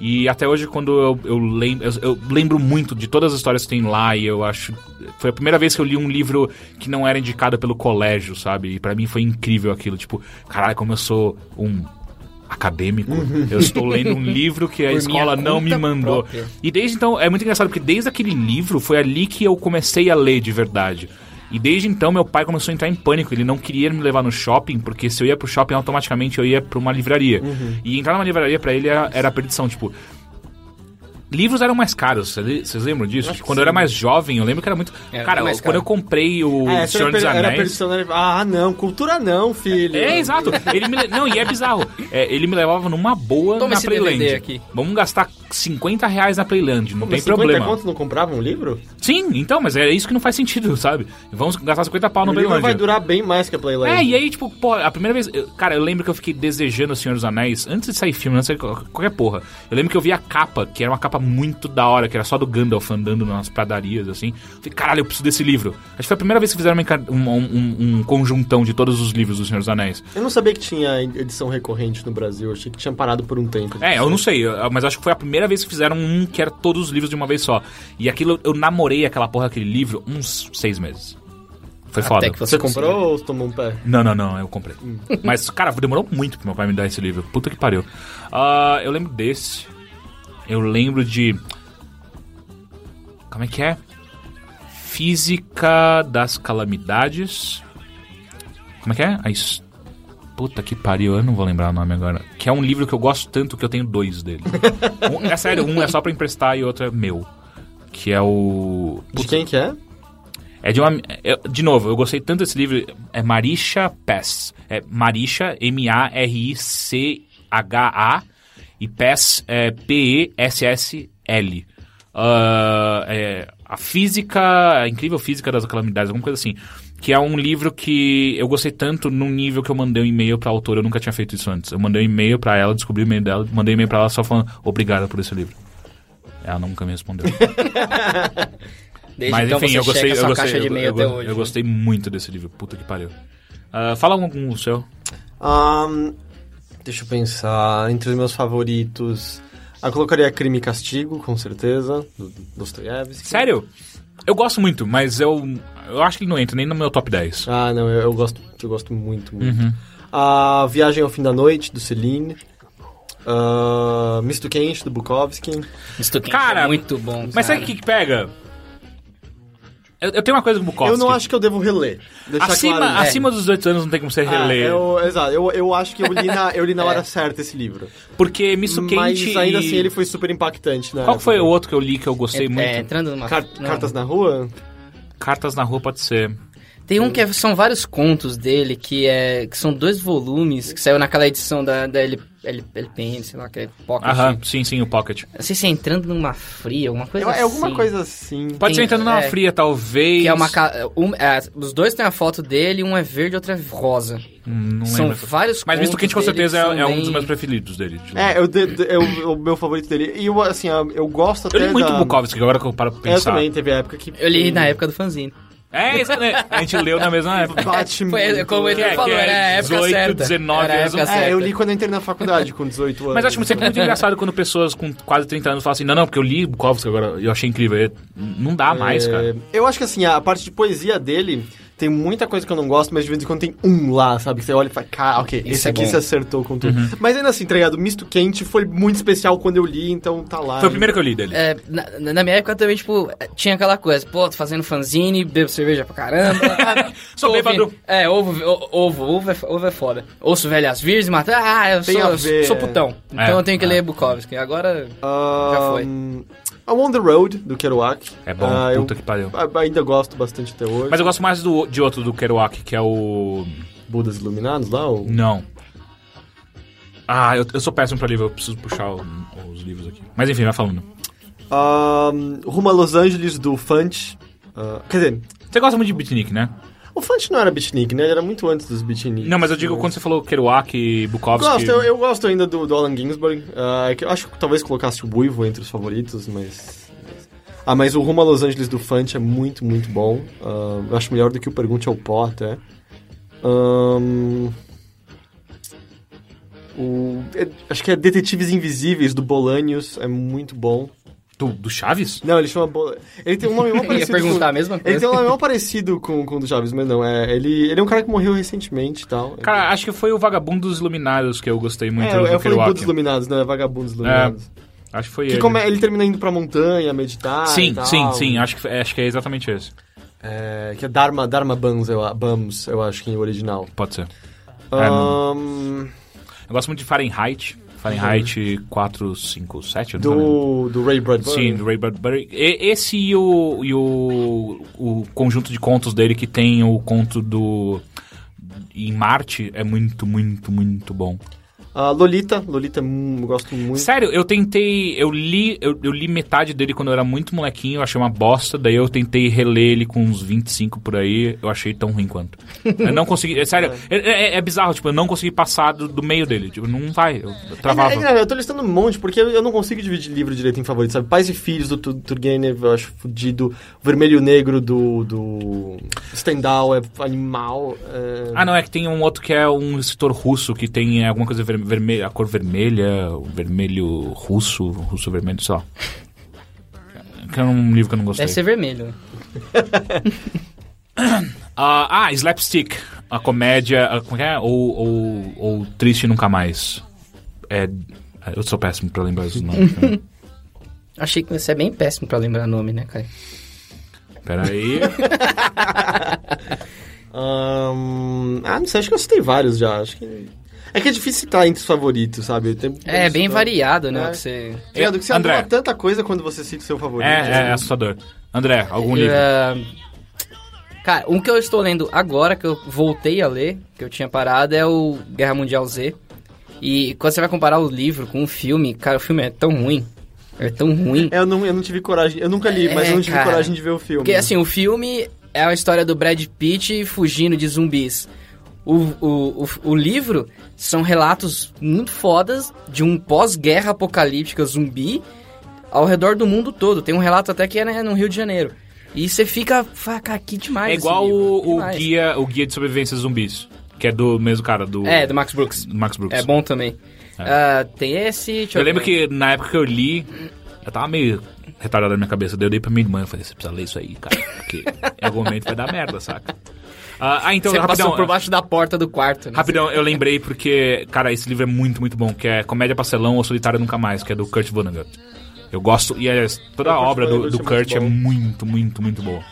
E até hoje, quando eu, eu, lem, eu, eu lembro muito de todas as histórias que tem lá, e eu acho. Foi a primeira vez que eu li um livro que não era indicado pelo colégio, sabe? E pra mim foi incrível aquilo. Tipo, caralho, como eu sou um acadêmico, eu estou lendo um livro que a
Por
escola
minha
não me
conta
mandou.
própria.
E desde então, é muito engraçado, porque desde aquele livro foi ali que eu comecei a ler de verdade. E desde então, meu pai começou a entrar em pânico. Ele não queria me levar no shopping, porque se eu ia pro shopping,
Uhum.
automaticamente eu ia pra uma livraria. E entrar numa livraria pra ele era, era a perdição. Tipo, Livros eram mais caros, vocês vocês lembram disso? quando eu era mais jovem, eu lembro que era muito.
Era
cara,
mais
eu-
caro.
quando eu comprei o
É, essa
Senhor
era,
dos
per- era
Anéis.
perdição na- Ah, não, cultura não, filho.
É, exato. Ele me le- Não, e é bizarro. É, ele me levava numa boa
Toma
na
esse DVD
Playland.
aqui.
Vamos gastar 50 reais na Playland, não
Mas
tem
50
problema.
conto é? não comprava um livro?
Sim, então, mas é isso que não faz sentido, sabe? Vamos gastar 50 pau
O
no
livro
Playland.
vai durar bem mais que a Playland.
É, e aí, tipo, pô, a primeira vez. eu- cara, eu lembro que eu fiquei desejando O Senhor dos Anéis, antes de sair filme, antes de sair qual- qualquer porra. Eu lembro que eu vi a capa, que era uma capa muito da hora, que era só do Gandalf andando nas pradarias, assim. Eu Falei, caralho, eu preciso desse livro. Acho que foi a primeira vez que fizeram uma encar- um, um- um conjuntão de todos os livros do Senhor dos Anéis.
Eu não sabia que tinha edição recorrente no Brasil, achei que tinha parado por um tempo.
É, eu não sei, eu- mas acho que foi a primeira vez que fizeram um que era todos os livros de uma vez só. E aquilo, eu namorei aquela porra, aquele livro, uns seis meses. Foi foda.
Até que
Você
você
assim,
comprou
é.
conseguiu.
ou tomou um pé?
Não, não, não, eu comprei. Mas, cara, demorou muito pro meu pai me dar esse livro. Puta que pariu. Ah, eu lembro desse. Eu lembro de. Como é que é? Física das Calamidades. Como é que é? A his- Puta que pariu, eu não vou lembrar o nome agora. Que é um livro que eu gosto tanto que eu tenho dois dele. um, é sério, um é só pra emprestar e outro é meu. Que é o.
De quem que é?
É de uma. eu- de novo, eu gostei tanto desse livro. É Marisha Pass. É Marisha, M-A-R-I-C-H-A. E Pass é P-E-S-S-L. Ah, é, a física. A incrível física das calamidades, alguma coisa assim. Que é um livro que eu gostei tanto num nível que eu mandei um e-mail pra autora. Eu nunca tinha feito isso antes. Eu mandei um e-mail pra ela, descobri o e-mail dela, mandei um e-mail pra ela só falando obrigada por esse livro. Ela nunca me respondeu.
Desde
Mas
então
enfim,
você
eu gostei,
checa
eu
sua
gostei,
caixa de
eu-
e-mail
eu,
até
eu
hoje.
gostei muito desse livro, puta que pariu. Ah, fala algum o seu.
Ahn, deixa eu pensar. Entre os meus favoritos, ah, eu colocaria Crime e Castigo, com certeza, do Dostoiévski.
Sério? Eu gosto muito, mas eu, eu acho que ele não entra nem no meu top 10.
Ah, não, eu, eu gosto, eu gosto muito, muito.
Uhum.
A Viagem ao Fim da Noite, do Celine. Ah, Misto Quente, do Bukowski.
Misto quente
Cara,
é muito bom.
Mas
cara.
sabe o que que pega? Eu, eu tenho uma coisa com o Bukowski.
Eu não acho que eu devo reler. Deixar
Acima,
claro. isso.
acima dos 18 anos não tem como você
Ah,
reler.
eu, exato, eu, eu acho que eu li na, eu li na hora certa esse livro.
Porque Misto Quente.
Mas ainda
e-
assim ele foi super impactante, né?
Qual que foi o outro que eu li que eu gostei
É,
muito?
é, entrando numa...
Car-
não.
Cartas na Rua?
Cartas na Rua pode ser.
Tem um que é- são vários contos dele, que, é, que são dois volumes, que saiu naquela edição da, da L, L, LPN, sei lá, que é Pocket.
Aham, Ah, sim, sim, o Pocket.
Não sei se é entrando numa fria, alguma
É,
coisa assim.
é alguma coisa assim.
Pode ser
Tem-
entrando numa
é.
fria, talvez.
Que é uma... ca- um- é, os dois têm a foto dele, um é verde e outro é rosa.
Hum, Não
são
lembro.
vários
Mas Misto
contos
Quente com
dele
certeza
que são
é, é um
bem-
dos meus preferidos dele. de lá.
É, eu de- de- eu- o meu favorito dele. E eu, assim, eu eu gosto até
Eu li muito
da...
Bukowski, agora que eu paro pra
É, Eu
pensar.
também, teve época que...
Eu li
Hum.
na época do fanzine.
É, isso, né? A gente leu na mesma época.
Bate
Foi
muito.
como ele
Que é- que
falou,
é
era a época
18,
certa.
19
era a época
anos.
certa.
É, eu li quando eu entrei na faculdade, com 18 anos.
Mas acho sempre muito engraçado quando pessoas com quase 30 anos falam assim, não, não, porque eu li Bukowski agora, eu achei incrível. Eu- Não dá mais, cara.
É, Eu acho que, assim, a parte de poesia dele... Tem muita coisa que eu não gosto, mas de vez em quando tem um lá, sabe? Que você olha e fala, cara, ok,
Isso
esse
é
aqui
bom.
se acertou com
Uhum.
tudo. Mas ainda assim, tá ligado? Misto Quente foi muito especial quando eu li, então tá lá.
Foi o primeiro que eu li dele.
É, na, na minha época também, tipo, tinha aquela coisa, pô, tô fazendo fanzine, bebo cerveja pra caramba.
Sou
Tô ouvindo-
bêbado.
É, ovo, o- ovo, ovo, é, f- ovo é foda. Ouço velhas virgens, mata. Ah, eu
Tem
sou,
a
eu
ver,
sou
é.
putão. Então
É,
eu tenho que
é.
ler Bukowski. Agora. Já foi.
Ahn, Ah, um, A On the Road, do Kerouac.
É bom,
Ah, eu
puta que pariu.
a- ainda gosto bastante até hoje.
Mas eu gosto mais do, de outro do Kerouac, que é o...
Budas Iluminados lá, o...
Não. Ah, eu, eu sou péssimo pra livro, eu preciso puxar o- os livros aqui. Mas enfim, vai falando.
Ahn, Rumo a Los Angeles, do Fant. Ah, quer dizer,
Você gosta muito de Beatnik, né?
o Fant não era beatnik, né? Ele era muito antes dos beatniks.
Não, mas eu digo, quando você falou Kerouac e Bukowski...
Gosto, eu, eu gosto ainda do, do Alan Ginsberg. Ah, é que eu acho que talvez colocasse o Buivo entre os favoritos, mas... Ah, mas o Rumo a Los Angeles do Fant é muito, muito bom. Ah, eu acho melhor do que o Pergunte ao Pó, até. Ahn, o, é- acho que é Detetives Invisíveis, do Bolanhos, é muito bom.
Do, do Chaves?
Não, ele chama Bola. Ele tem um nome mó
Eu ia
parecido.
perguntar a
com...
mesma
Ele
coisa.
tem um nome mó parecido com, com o do Chaves, mas não. É, ele, ele é um cara que morreu recentemente e tal.
Cara, acho que foi o Vagabundo dos Iluminados que eu gostei muito
é,
do
eu, eu falei
Kerouac.
Budos Iluminados, não, é Vagabundos Iluminados.
Acho que foi
Que
ele.
como é- ele termina indo pra montanha, meditar. e
Sim,
tal.
sim, sim. Acho que, acho que é exatamente esse.
É, que é Dharma, Dharma Bums, eu, Bums, eu acho que em original.
Pode ser. É,
Ahn,
Eu gosto muito de Fahrenheit. Fahrenheit 457, eu não tô lembrando.
Do, do Ray Bradbury.
Sim, do Ray Bradbury. E- esse e, o, e o, o conjunto de contos dele que tem o conto do... Em Marte é muito, muito, muito bom.
A Ah, Lolita, Lolita, hum, eu gosto muito.
Sério, eu tentei. Eu li, eu, eu li metade dele quando eu era muito molequinho, eu achei uma bosta, daí eu tentei reler ele com uns 25 por aí, eu achei tão ruim quanto. Eu não consegui. É, sério, é, é- é bizarro, tipo, eu não consegui passar do, do meio dele. Tipo, não vai, eu, eu travava.
É, é, é, eu tô listando um monte, porque eu eu não consigo dividir livro direito em favoritos, sabe? Pais e Filhos, do Tu- Turgenev, eu acho fudido. Vermelho e Negro, do, do Stendhal, é animal. é-
Ah, não, é que tem um outro que é um escritor russo que tem é, alguma coisa ver- vermelha, a cor vermelha, o vermelho russo, russo vermelho, sei lá. Que é um livro que eu não gostei.
Deve
tipo.
ser vermelho.
Ah, ah, Slapstick. A comédia. a- como é que é? Ou, ou, ou Triste Nunca Mais. É. Eu sou péssimo pra lembrar os nomes. né?
Achei que você é bem péssimo pra lembrar nome, né, cara?
Peraí.
Ahn, ah, não sei, acho que eu citei vários já. Acho que. É que é difícil citar entre os favoritos, sabe? Tem-
É, bem
né?
variado, né?
É.
o que você...
Tá ligado? Que você
André.
André. tanta coisa quando você cita o seu favorito.
É, é, é assustador. André, algum livro?
Ah, Cara, um que eu estou lendo agora, que eu voltei a ler, que eu tinha parado, é o Guerra Mundial Z. E quando você vai comparar o livro com o filme, cara, o filme é tão ruim. É tão ruim.
É, eu, não, eu não tive coragem. Eu nunca li, mas
É,
eu não tive
cara.
coragem de ver o filme.
Porque assim, o filme é a história do Brad Pitt fugindo de zumbis. O, o, o, o livro são relatos muito fodas de um pós-guerra apocalíptica zumbi ao redor do mundo todo. Tem um relato até que é né, no Rio de Janeiro. E você fica, fala, cara, que demais.
É
esse
igual
livro,
o, o,
demais."
guia, o Guia de Sobrevivência Zumbis. Que é do mesmo cara, do.
É, do Max Brooks.
do Max Brooks.
É bom também. Ah, tem esse. deixa
Eu lembro
ver.
que na época que eu li, eu tava meio retardado na minha cabeça. Daí eu dei pra minha irmã eu falei: você precisa ler isso aí, cara. Porque em algum momento vai dar merda, saca? Ah, ah, então,
Você
rapidão.
passou por baixo da porta do quarto. Né?
Rapidão, eu lembrei porque, cara, esse livro é muito, muito bom, que é Comédia Pastelão ou Solitário Nunca Mais, que é do Kurt Vonnegut. Eu gosto, e aliás, toda a
Kurt
obra do,
Vonnegut
do
é muito
Kurt é
bom.
muito, muito, muito boa.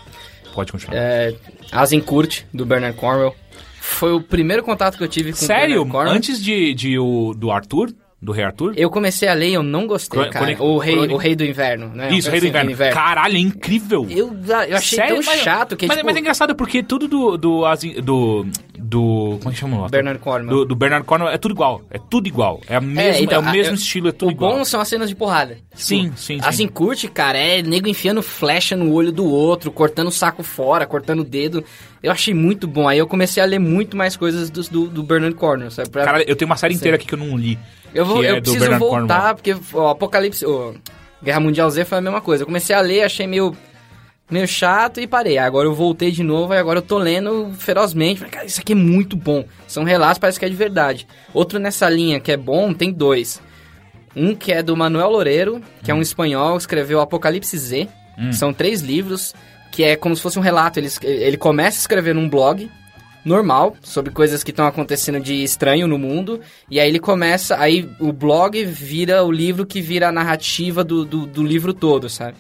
Pode continuar.
É, Azincourt, do Bernard Cornwell. Foi o primeiro contato que eu tive com o
Sério?
Bernard Cornwell.
Antes de, de o, do Arthur, do Rei Arthur?
Eu comecei a ler e eu não gostei,
Crônica-
cara.
Crônica-
o, rei,
Crônica-
o Rei do Inverno, né?
é Isso, Rei do
Assim,
Inverno. Caralho, é incrível.
Eu, ah, eu achei
Sério?
tão chato que,
mas,
tipo,
mas é engraçado porque tudo do. do, Asi- do, do como é que chama o nome?
Bernard Cornwell.
Do, do Bernard Cornwell é tudo igual. É tudo igual. É, a mesma,
É, então,
é o
a-
mesmo
eu-
estilo, é tudo
o
igual.
bom são as cenas de porrada.
Sim,
Tipo,
sim, sim.
Assim, curte, cara, é nego enfiando flecha no olho do outro, cortando o saco fora, cortando o dedo. Eu achei muito bom. Aí eu comecei a ler muito mais coisas dos- do, do Bernard Cornwell, sabe? Pra-
Cara, eu tenho uma série inteira aqui que eu não li.
Eu, vou,
que é
eu
do
preciso
Bernard
voltar,
Cornwell.
porque o Apocalipse. o Guerra Mundial Z foi a mesma coisa. Eu comecei a ler, achei meio, meio chato e parei. Agora eu voltei de novo e agora eu tô lendo ferozmente. Falei, cara, isso aqui é muito bom. São relatos, parece que é de verdade. Outro nessa linha que é bom, tem dois. Um que é do Manuel Loureiro, que
Hum.
é um espanhol, escreveu Apocalipse Z. São três livros, que é como se fosse um relato. Ele, es- ele começa a escrever num blog normal, sobre coisas que estão acontecendo de estranho no mundo. E aí ele começa, aí o blog vira o livro que vira a narrativa do, do, do livro todo, sabe?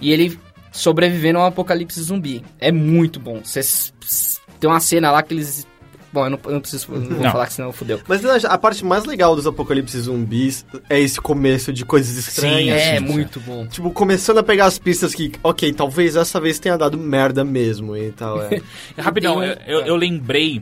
E ele sobrevivendo a um apocalipse zumbi. É muito bom. Cê, s- s- tem uma cena lá que eles. Bom, eu não, eu não preciso. eu Não vou
Não.
falar que senão fudeu.
Mas eu acho- a parte mais legal dos apocalipses zumbis é esse começo de coisas estranhas.
sim,
É,
sim.
muito bom.
Tipo, começando a pegar as pistas que, ok, talvez essa vez tenha dado merda mesmo e tal. É.
Rapidão,
Tem um-
eu, eu- eu lembrei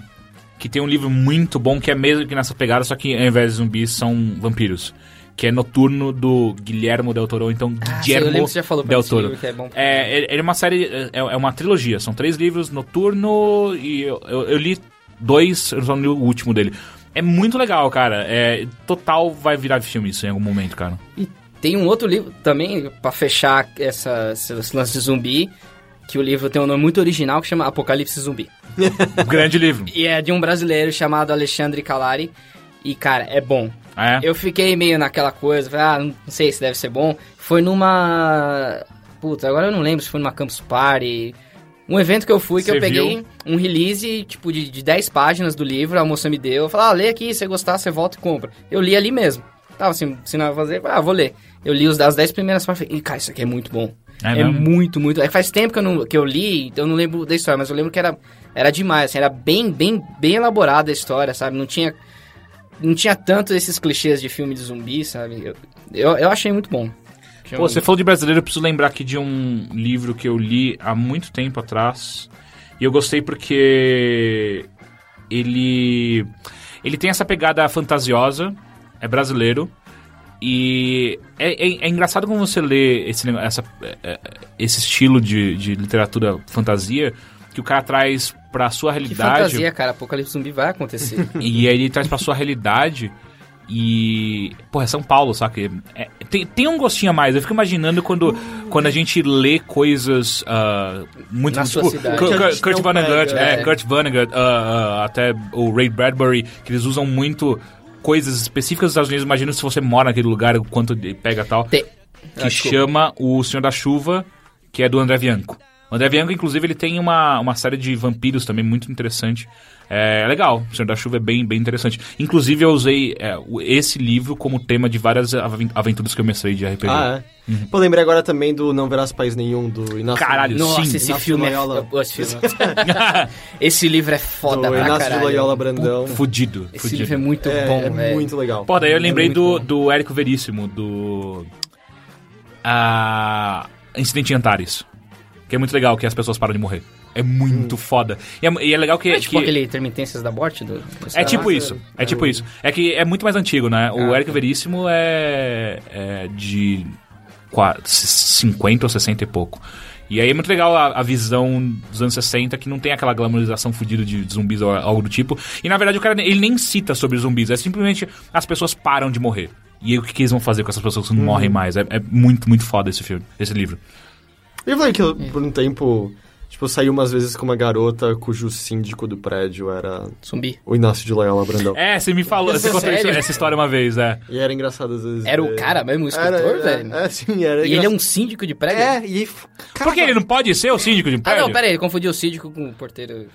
que tem um livro muito bom que é mesmo que nessa pegada, só que ao invés de zumbis são vampiros. Que é Noturno do Guilhermo Del Toro, então
Ah, sim, eu
Guillermo
lembro que você já falou pra mim
Del
esse
Toro.
livro que é bom pra
É, ele- ele é uma série, é, é uma trilogia, são três livros, Noturno e eu, eu- eu li dois, eu só não li o último dele. É muito legal, cara. É, total vai virar filme isso em algum momento, cara.
Tem um outro livro também, pra fechar essa, esse lance de zumbi, que o livro tem um nome muito original que chama Apocalipse Zumbi.
Um grande livro.
E é de um brasileiro chamado Alexandre Calari. E, cara, é bom.
É.
Eu fiquei meio naquela coisa, falei, ah, não sei se deve ser bom. Foi numa. Puta, agora eu não lembro se foi numa Campus Party. Um evento que eu fui, que
Você
eu peguei
viu?
um release, tipo, de, de 10 páginas do livro, a moça me deu. Eu falei, ah, lê aqui, se você gostar, você volta e compra. Eu li ali mesmo. Tava assim, se não ia fazer, ah, vou ler. Eu li os, as 10 primeiras páginas e falei, "Ih, cara, isso aqui é muito bom.
É
É,
mesmo?
muito, muito. É, que faz tempo que eu, não, que eu li, então eu não lembro da história, mas eu lembro que era, era demais, assim, era bem, bem, bem elaborada a história, sabe? Não tinha não tinha tanto esses clichês de filme de zumbi, sabe? Eu, eu, eu achei muito bom. Tinha
Pô,
um-
você falou de brasileiro, eu preciso lembrar aqui de um livro que eu li há muito tempo atrás. E eu gostei porque ele ele tem essa pegada fantasiosa, é brasileiro. E é, é- é engraçado como você lê esse, nego- essa- é- é- esse estilo de, de literatura fantasia que o cara traz pra sua
Que
realidade.
fantasia, cara. Apocalipse zumbi vai acontecer.
E aí ele traz pra sua realidade. E. Porra, é São Paulo, saca? É- tem, tem um gostinho a mais. Eu fico imaginando quando, quando a gente lê coisas ah, muito.
Na
tipo,
sua cidade.
Kurt,
Que a gente
Kurt
não
Vonnegut,
pega,
é,
é.
Kurt Vonnegut, ah, ah, até o Ray Bradbury, que eles usam muito coisas específicas dos Estados Unidos. Imagina se você mora naquele lugar, o quanto ele pega e tal.
Tem-
Que
Ah, desculpa.
chama O Senhor da Chuva, que é do André Bianco. O André Bianco, inclusive, ele tem uma, uma série de vampiros também muito interessante. É legal, O Senhor da Chuva é bem, bem interessante. Inclusive, eu usei é, o- esse livro como tema de várias aven- aventuras que eu mestrei de RPG.
Ah, é.
Uhum.
Pô, lembrei agora também do Não Verás País Nenhum, do Inácio.
Caralho,
Nossa,
sim.
esse
Inácio
filme é...
Loyola.
Eu gosto desse filme. Esse livro é foda
do
pra
Inácio
caralho.
Loyola Brandão.
Fudido.
Esse
fudido.
livro é muito
é,
bom,
é
velho.
muito legal.
Pô, daí eu lembrei do,
muito bom.
do Érico Veríssimo, do. Ah, Incidente em Antares. Que é muito legal que as pessoas param de morrer. É muito foda. E é, e é legal que.
É Hum. tipo
que-
aquele Intermitências da Morte? Do, do
É
Saramago?
tipo isso, é tipo isso. É que é muito mais antigo, né? O
Ah,
Érico Veríssimo é, é de qua- c- 50 ou 60 e pouco. E aí é muito legal a, a visão dos anos 60, que não tem aquela glamorização fudida de zumbis ou algo do tipo. E na verdade o cara ele nem cita sobre zumbis, é simplesmente as pessoas param de morrer. E aí, o que, que eles vão fazer com essas pessoas que não morrem mais? É, é muito, muito foda esse filme, esse livro.
Eu falei que eu, por um tempo, tipo, eu saí umas vezes com uma garota cujo síndico do prédio era
Zumbi.
o Inácio de Loyola Brandão.
É, você me falou, você contou isso-
Sério?
essa história uma vez, é.
E era engraçado às vezes.
Era o
ver.
cara mesmo, o escritor,
É. Era, era,
velho?
É, sim, era.
E ele é
engraçado.
um síndico de prédio?
É, e. f-
Por que ele não pode ser o síndico de um
Ah,
prédio?
não, pera aí, ele confundiu o síndico com o porteiro.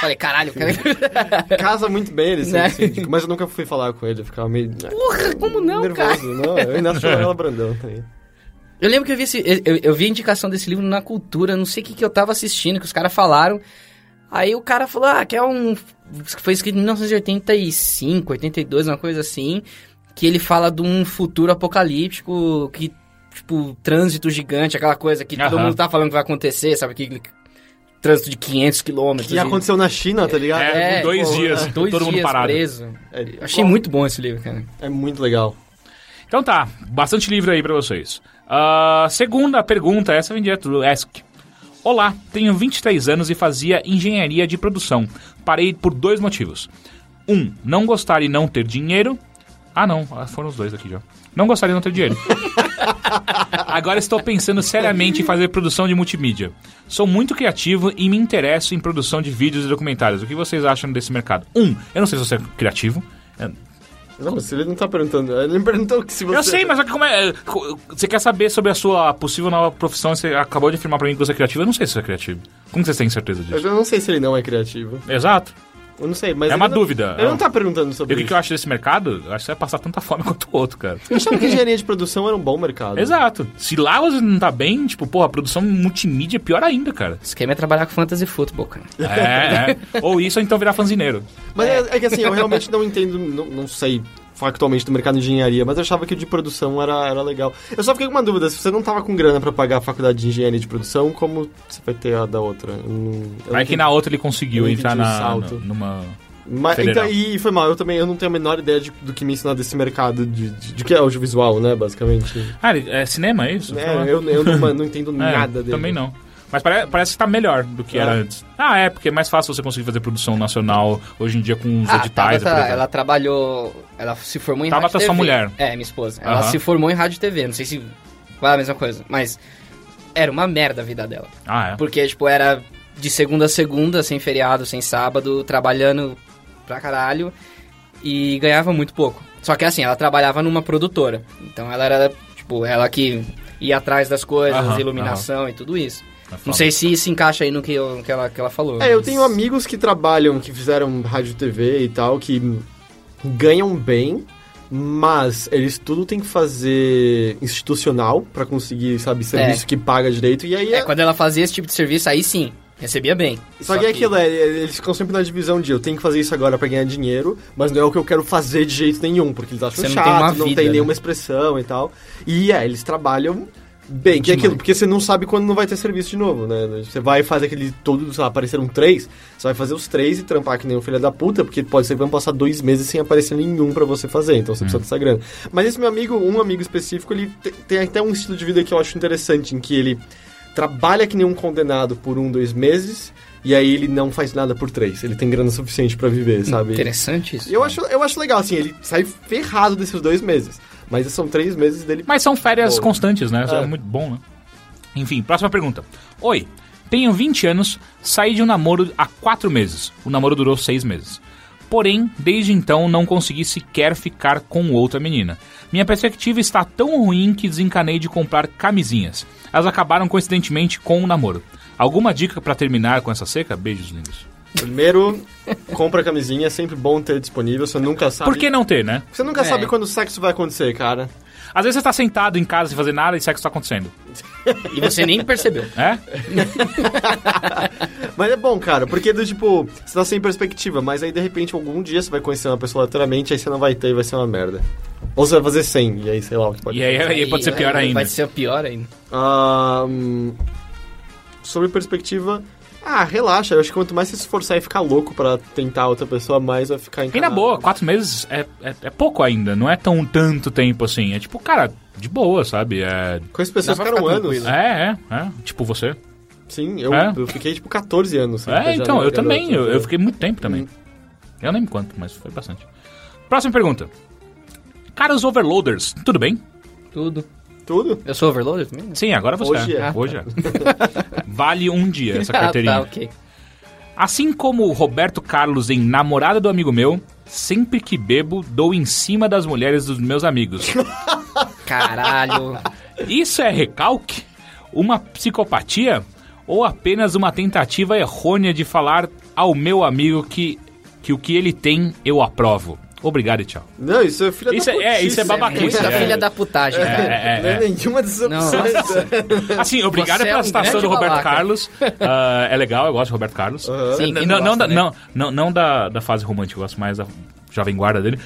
Falei, caralho, cara.
Casa muito bem ele,
Né?
ser síndico, mas eu nunca fui falar com ele, eu ficava meio. né?
Porra, como não, cara?
nervoso, não. É o Inácio de Loyola Brandão tá também.
Eu lembro que eu vi, esse, eu, eu vi a indicação desse livro na cultura, não sei o que, que eu tava assistindo, que os caras falaram. Aí o cara falou, ah, que é um. Foi escrito em 1985, 82, uma coisa assim. Que ele fala de um futuro apocalíptico que, tipo, trânsito gigante, aquela coisa que todo
Aham.
mundo tá falando que vai acontecer, sabe? Que, trânsito de 500 quilômetros.
Que aconteceu na China, tá ligado?
É,
É,
dois
pô,
dias,
Dois
todo mundo
dias
parado.
preso.
É,
Eu achei muito bom esse livro, cara.
É muito legal.
Então tá, bastante livro aí pra vocês. Ah, segunda pergunta, essa vem direto do Ask. Olá, tenho 23 anos e fazia engenharia de produção. Parei por dois motivos. Um, não gostar e não ter dinheiro. Ah não, ah, foram os dois aqui já. Não gostar e não ter dinheiro. Agora estou pensando seriamente em fazer produção de multimídia. Sou muito criativo e me interesso em produção de vídeos e documentários. O que vocês acham desse mercado? Um, eu não sei se você é criativo. É,
Não, mas ele não tá perguntando. Ele me perguntou que se você.
eu sei, mas só que como é. é, co- Você quer saber sobre a sua possível nova profissão? Você acabou de afirmar pra mim que você é criativo. Eu não sei se você é criativo. Como vocês têm certeza
Eu
disso?
já não sei se ele não é criativo.
Exato.
Eu não sei, mas.
É
ele
uma
não-
dúvida.
Ele não tá perguntando
E
sobre
o que,
isso.
que eu acho desse mercado? Eu acho que você vai passar tanta fome quanto o outro, cara.
Eu achava que engenharia de produção era um bom mercado.
Exato. Se lá você não tá bem, tipo, porra, a produção multimídia é pior ainda, cara.
Esse esquema é trabalhar com fantasy football, cara.
É, é. Ou isso, ou então virar fanzineiro.
Mas é, é que assim, eu realmente não entendo, não, não sei factualmente do mercado de engenharia, mas eu achava que o de produção era, era legal. Eu só fiquei com uma dúvida, se você não tava com grana pra pagar a faculdade de engenharia de produção, como você vai ter a da outra? Eu não- eu não
Aí que na outra ele conseguiu
Eu
entrar
entendi o
na,
salto.
numa.
Mas,
Federal.
então, e foi mal, eu também eu não tenho a menor ideia de- do que me ensinar desse mercado, de, de, de que é audiovisual, né, basicamente.
Ah, é cinema, é isso?
É, eu, eu não, mano, não entendo
É,
nada dele.
Também não. Mas pare- parece que tá melhor do que
É.
era antes. Ah, é, porque é mais fácil você conseguir fazer produção nacional hoje em dia com os
Ah, a
editais.
Tabata,
por exemplo.
ela trabalhou. Ela se formou em
Tabata
rádio.
é sua
TV.
mulher.
É, minha esposa. Ela
Aham.
se formou em rádio e TV. Não sei se vai a mesma coisa, mas era uma merda a vida dela.
Ah, é.
Porque, tipo, era de segunda a segunda, sem feriado, sem sábado, trabalhando pra caralho e ganhava muito pouco. Só que assim, ela trabalhava numa produtora. Então ela era, tipo, ela que ia atrás das coisas,
Aham,
iluminação e tudo isso.
É
Não
foda.
sei se isso encaixa aí no que, eu- que ela, que ela falou.
É, eu
mas-
tenho amigos que trabalham, que fizeram rádio e TV e tal, que ganham bem, mas eles tudo tem que fazer institucional pra conseguir, sabe, serviço que paga direito. E aí
É,
é,
quando ela fazia esse tipo de serviço, aí sim. Recebia bem.
Só, que é aquilo, é, eles ficam sempre na divisão de eu tenho que fazer isso agora pra ganhar dinheiro, mas não é o que eu quero fazer de jeito nenhum, porque eles acham
Você não
chato,
tem uma
não
vida,
tem
né?
nenhuma expressão e tal. E é, eles trabalham bem, que é aquilo, porque você não sabe quando não vai ter serviço de novo, né? Você vai fazer aquele todo, sei lá, apareceram três, você vai fazer os três e trampar que nem um filho da puta, porque pode ser que vão passar dois meses sem aparecer nenhum pra você fazer, então você precisa dessa grana. Mas esse meu amigo, um amigo específico, ele te- tem até um estilo de vida que eu acho interessante, em que ele trabalha que nem um condenado por um, dois meses, e aí ele não faz nada por três. Ele tem grana suficiente pra viver, sabe?
Interessante isso.
Eu acho, eu acho legal, assim, ele sai ferrado desses dois meses. Mas são três meses dele.
Mas são férias
Boa.
constantes, né? Isso
É.
é muito bom, né? Enfim, próxima pergunta. Oi, tenho 20 anos, saí de um namoro há 4 meses. O namoro durou 6 meses. Porém, desde então não consegui sequer ficar com outra menina. Minha perspectiva está tão ruim que desencanei de comprar camisinhas. Elas acabaram coincidentemente com o namoro. Alguma dica pra terminar com essa seca? Beijos lindos.
Primeiro, compra a camisinha, é sempre bom ter disponível, você nunca sabe.
Por que não ter, né?
Você nunca
É.
sabe quando o sexo vai acontecer, cara.
Às vezes você tá sentado em casa sem fazer nada e sexo tá acontecendo.
E você nem percebeu.
É?
Mas é bom, cara, porque do tipo, você tá sem perspectiva, mas aí de repente algum dia você vai conhecer uma pessoa aleatoriamente, aí você não vai ter e vai ser uma merda. Ou você vai fazer 100, e aí sei lá o que pode
É, E aí, é- aí pode ser pior ainda.
Vai ser pior ainda.
Ah, hum, sobre perspectiva. Ah, relaxa. Eu acho que quanto mais você se esforçar e ficar louco pra tentar outra pessoa, mais vai ficar
E na
encanado.
boa, quatro meses é, é, é pouco ainda, não é tão tanto tempo assim. É tipo, cara, de boa, sabe? É,
Com as pessoas
Dá pra
ficaram
ficar
anos.
tranquilo.
é, é. é. Tipo você.
Sim, eu,
É?
eu fiquei tipo 14 anos. sem
É,
beijar
então,
nenhuma
eu também.
garota,
Eu, eu
né?
entendeu?
fiquei muito tempo
Uhum.
também. Eu nem me quanto, mas foi bastante. Próxima pergunta. Caros overloaders, tudo bem?
Tudo.
Tudo?
Eu sou overloader também? né?
Sim, agora você
Hoje é.
Hoje é. Vale um dia essa
Ah,
carteirinha.
tá, ok.
Assim como o Roberto Carlos em Namorada do Amigo Meu, sempre que bebo, dou em cima das mulheres dos meus amigos.
Caralho.
Isso é recalque? Uma psicopatia? Ou apenas uma tentativa errônea de falar ao meu amigo que, que o que ele tem eu aprovo? Obrigado e tchau.
Não, isso é filha
Isso
da
é- é, isso é
putice.
babaquice,
Muita
é.
filha da putagem,
É,
cara.
é,
Não é
é.
nenhuma dessas
Não,
opções.
Assim, obrigado
Você é
pela
um
citação
grande
do Roberto
babaca.
Carlos. Ah, é legal, eu gosto do Roberto Carlos.
Sim,
N-
quem
não,
não
não,
gosta,
da-
né?
não, não, não da, da fase romântica, eu gosto mais da jovem guarda dele.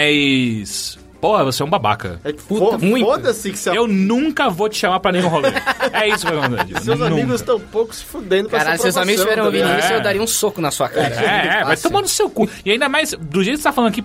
Mas. Porra, você é um babaca.
É que
Puta,
fo-
muito.
Foda-se que você...
Eu nunca vou te chamar pra nenhum rolê. É isso que eu vou dizer.
seus amigos
Nunca.
estão um pouco se fudendo pra
Caralho,
essa
seus amigos
aprovação,
tiveram ouvindo
tá ligado?
isso,
É.
eu daria um soco na sua cara.
É, é, vai
Fácil.
tomar no seu cu. E ainda mais, do jeito que você tá falando aqui,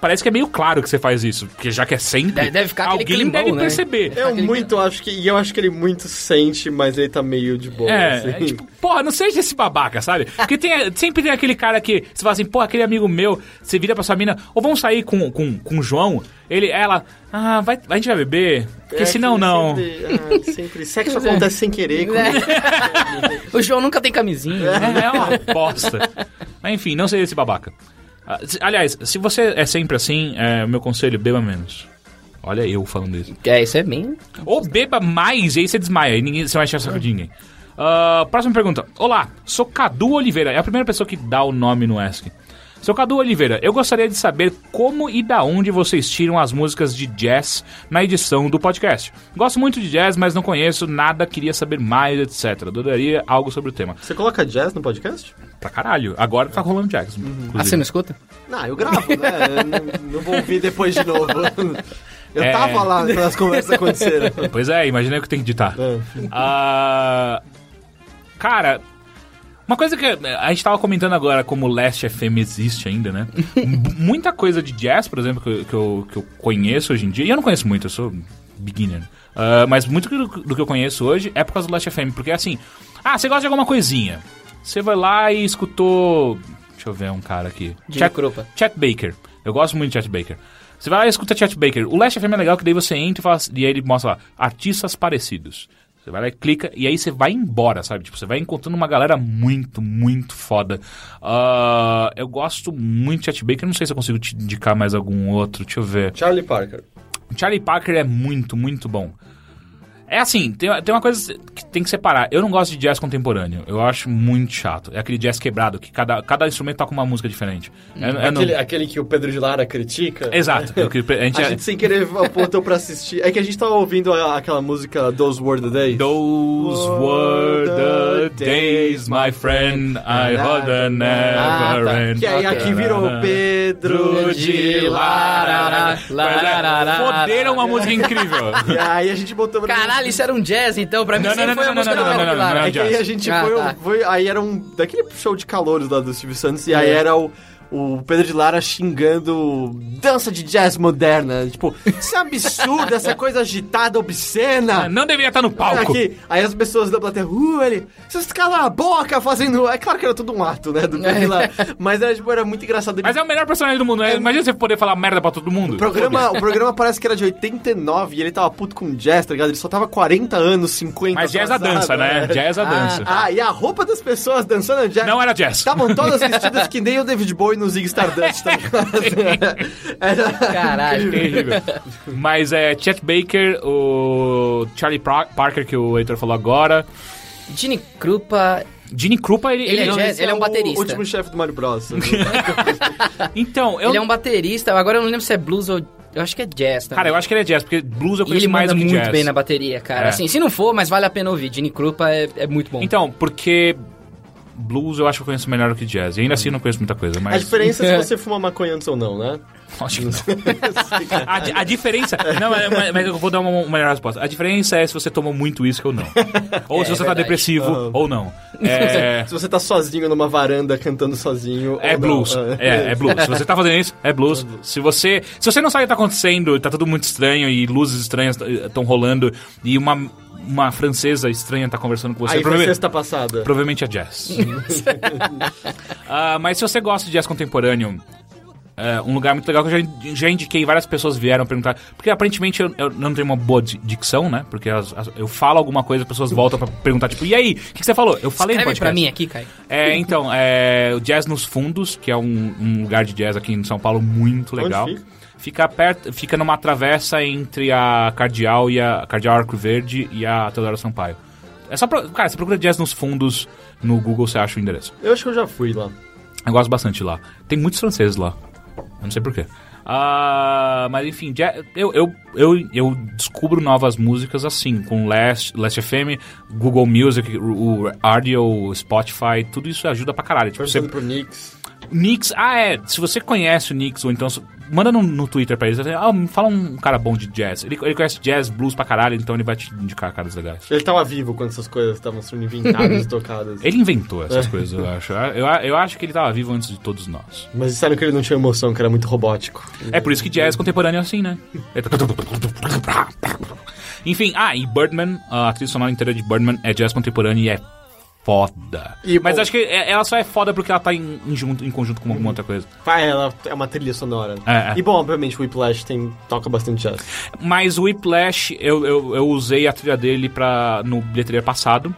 parece que é meio claro que você faz isso. Porque já que é sempre,
Deve- deve ficar aquele
alguém
climão,
deve
né?
perceber.
É. Eu muito acho que... E eu acho que ele muito sente, mas ele tá meio de boa,
É,
assim.
é tipo, porra, não seja esse babaca, sabe? Porque tem- sempre tem aquele cara que você fala assim, porra, aquele amigo meu, você vira pra sua mina, ou vamos sair com, com, com o João, ele, ela, ah, vai, a gente vai beber, porque
É,
senão
que
não.
Sempre, ah, sempre. Sexo acontece sem querer. Como...
É. O João nunca tem camisinha. né?
É uma bosta. Mas enfim, não seja esse babaca. Ah, se- Aliás, se você é sempre assim, é, meu conselho, beba menos. Olha eu falando isso.
É, isso é bem...
Ou beba mais e aí você desmaia e ninguém, você vai encher o saco de ninguém. Ah, próxima pergunta. Olá, sou Cadu Oliveira. É a primeira pessoa que dá o nome no ESC. Sou Cadu Oliveira. Eu gostaria de saber como e da onde vocês tiram as músicas de jazz na edição do podcast. Gosto muito de jazz, mas não conheço nada, queria saber mais, etc. Adoraria algo sobre o tema.
Você coloca jazz no podcast?
Pra caralho. Agora tá rolando jazz. inclusive.
Ah, você não escuta?
Não, eu gravo, né? Eu não, não vou ouvir depois de novo. Eu
É.
tava lá quando as conversas aconteceram.
Pois é, imaginei que eu tenho que editar.
É.
Ah, cara, uma coisa que eh, a gente tava comentando agora, como o Last FM existe ainda, né? M- Muita coisa de jazz, por exemplo, que, eu- que eu, que eu conheço hoje em dia, e eu não conheço muito, eu sou beginner. Ah, mas muito do, do que eu conheço hoje é por causa do Last FM, porque assim, ah, você gosta de alguma coisinha. Você vai lá e escutou. Deixa eu ver um cara aqui.
Jimmy
Chet-
Krupa.
Chet Baker. Eu gosto muito de Chet Baker. Você vai lá e escuta Chet Baker. O Last FM é legal que daí você entra e, fala, e aí ele mostra lá, artistas parecidos. Você vai lá e clica e aí você vai embora, sabe? Tipo, você vai encontrando uma galera muito, muito foda. Ah, eu gosto muito de Chet Baker. Não sei se eu consigo te indicar mais algum outro. Deixa eu ver.
Charlie Parker.
Charlie Parker é muito, muito bom. É assim, tem, tem uma coisa que tem que separar. Eu não gosto de jazz contemporâneo. Eu acho muito chato. É aquele jazz quebrado, que cada, cada instrumento toca uma música diferente. É- é não-
Aquele, aquele que o Pedro de Lara critica.
Exato. Eu que- a gente,
A gente sem querer apontou pra assistir. É que a gente tava ouvindo a- aquela música Those Were the Days.
Those were the days, my friend, I heard the never end.
Ah, tá. Que aí aqui virou Pedro de Lara.
Foderam uma música incrível.
E aí a gente botou pra
Caralho, isso era um jazz então? Pra mim
Não,
sempre
não, não,
foi
não,
a música
não, não, não,
do Pedro
não, não,
Lara.
não,
É que aí a
Jazz.
gente
Ah,
foi,
tá.
foi- Aí era um. Daquele show de calores lá do Silvio Santos. E aí
É.
era o. O Pedro de Lara xingando dança de jazz moderna. Tipo, isso é absurdo, essa coisa agitada, obscena.
Não deveria estar É, no palco.
Aqui, aí as pessoas da plateia, uh, ele, vocês calam a boca fazendo. É claro que era tudo um ato, né? Do Pedro
É.
de Lara. Mas era, tipo, era muito engraçado. Ele
Mas é o melhor personagem do mundo. né? Imagina você poder falar merda pra todo mundo.
o programa, o programa parece que era de 89 e ele tava puto com jazz, tá ligado? Ele só tava 40 anos, 50
Mas jazz é a
atrasado,
dança, né? Jazz é a dança.
Ah, Tá e a roupa das pessoas dançando jazz.
Não é. era jazz.
Estavam todas vestidas que nem o David Bowie no Zig Stardust, tá ligado? Era-
Caralho.
Terrível. Mas é Chet Baker, o Charlie Pra- Parker, que o Heitor falou agora.
Gene Krupa.
Gene Krupa, ele.
Ele é
ele-
jazz,
Esse
ele é um
o
baterista.
último chefe do Mario Bros.
É. Então, eu.
Ele é um baterista. Agora eu não lembro se é blues ou. Eu acho que é jazz também.
Cara, eu acho que ele é jazz, porque blues eu
E
conheço
ele
mais
manda
do que
muito
jazz.
bem na bateria, cara.
É.
Assim, se não for, mas vale a pena ouvir. Gene Krupa é, é muito bom.
Então, porque blues eu acho que eu conheço melhor que jazz. E ainda assim eu não conheço muita coisa,
A
mas.
diferença é se você fuma maconha antes ou não, né?
Acho que não. A, di- a diferença. Não, mas- mas, mas eu vou dar uma, uma melhor resposta. A diferença é se você tomou muito isso ou não. Ou se
É,
você tá
verdade.
depressivo
Ah.
ou não. É.
Se você tá sozinho numa varanda cantando sozinho.
É
ou não. Ah,
blues. É, é blues. Se você tá fazendo isso, é blues. Se você, se você não sabe o que tá acontecendo, tá tudo muito estranho e luzes estranhas estão rolando e uma, uma francesa estranha tá conversando com você,
Aí foi
provavelmente,
sexta passada.
provavelmente é jazz. Ah, mas se você gosta de jazz contemporâneo, é um lugar muito legal que eu já, in- já indiquei, várias pessoas vieram perguntar. Porque aparentemente eu, eu não tenho uma boa di- dicção, né? Porque elas- as- eu falo alguma coisa, as pessoas voltam pra perguntar, tipo, e aí, o que, que você falou? Eu falei no
Escreve pra
podcast.
mim aqui, Caio.
É, então, é, o Jazz nos Fundos, que é um, um lugar de jazz aqui em São Paulo muito
Onde
legal.
fica?
Fica perto, fica numa travessa entre a Cardeal e a Cardeal Arco Verde e a Teodoro Sampaio. É só pro- cara, você procura Jazz nos Fundos no Google, você acha o endereço.
Eu acho que eu já fui lá.
Eu gosto bastante de lá. Tem muitos franceses lá. Eu não sei porquê. Ah, mas enfim, ja- eu, eu, eu, eu descubro novas músicas assim, com Last, Last FM, Google Music, o Radio, Spotify, tudo isso ajuda pra caralho. Tipo,
Torcendo
você,
pro Knicks.
Nix, ah é, se você conhece o Nix, ou então, se- manda no, no Twitter pra eles, ah, me fala um cara bom de jazz. Ele, ele conhece jazz, blues pra caralho, então ele vai te indicar caras legais.
Ele tava vivo quando essas coisas estavam sendo inventadas e tocadas.
Ele inventou essas coisas, eu acho. Eu, eu acho que ele tava vivo antes de todos nós.
Mas disseram que ele não tinha emoção, que era muito robótico.
É por isso que jazz contemporâneo é assim, né? É- Enfim, ah, e Birdman, a trilha sonora inteira de Birdman é jazz contemporâneo e é foda.
E,
Mas
bom-
acho que é- ela só é foda porque ela tá em, em junto, em conjunto com alguma outra coisa.
Vai, ela é uma trilha sonora.
É, é.
E bom, obviamente, o Whiplash tem, toca bastante jazz.
Mas o Whiplash, eu, eu, eu usei a trilha dele pra, no bilheteria passado.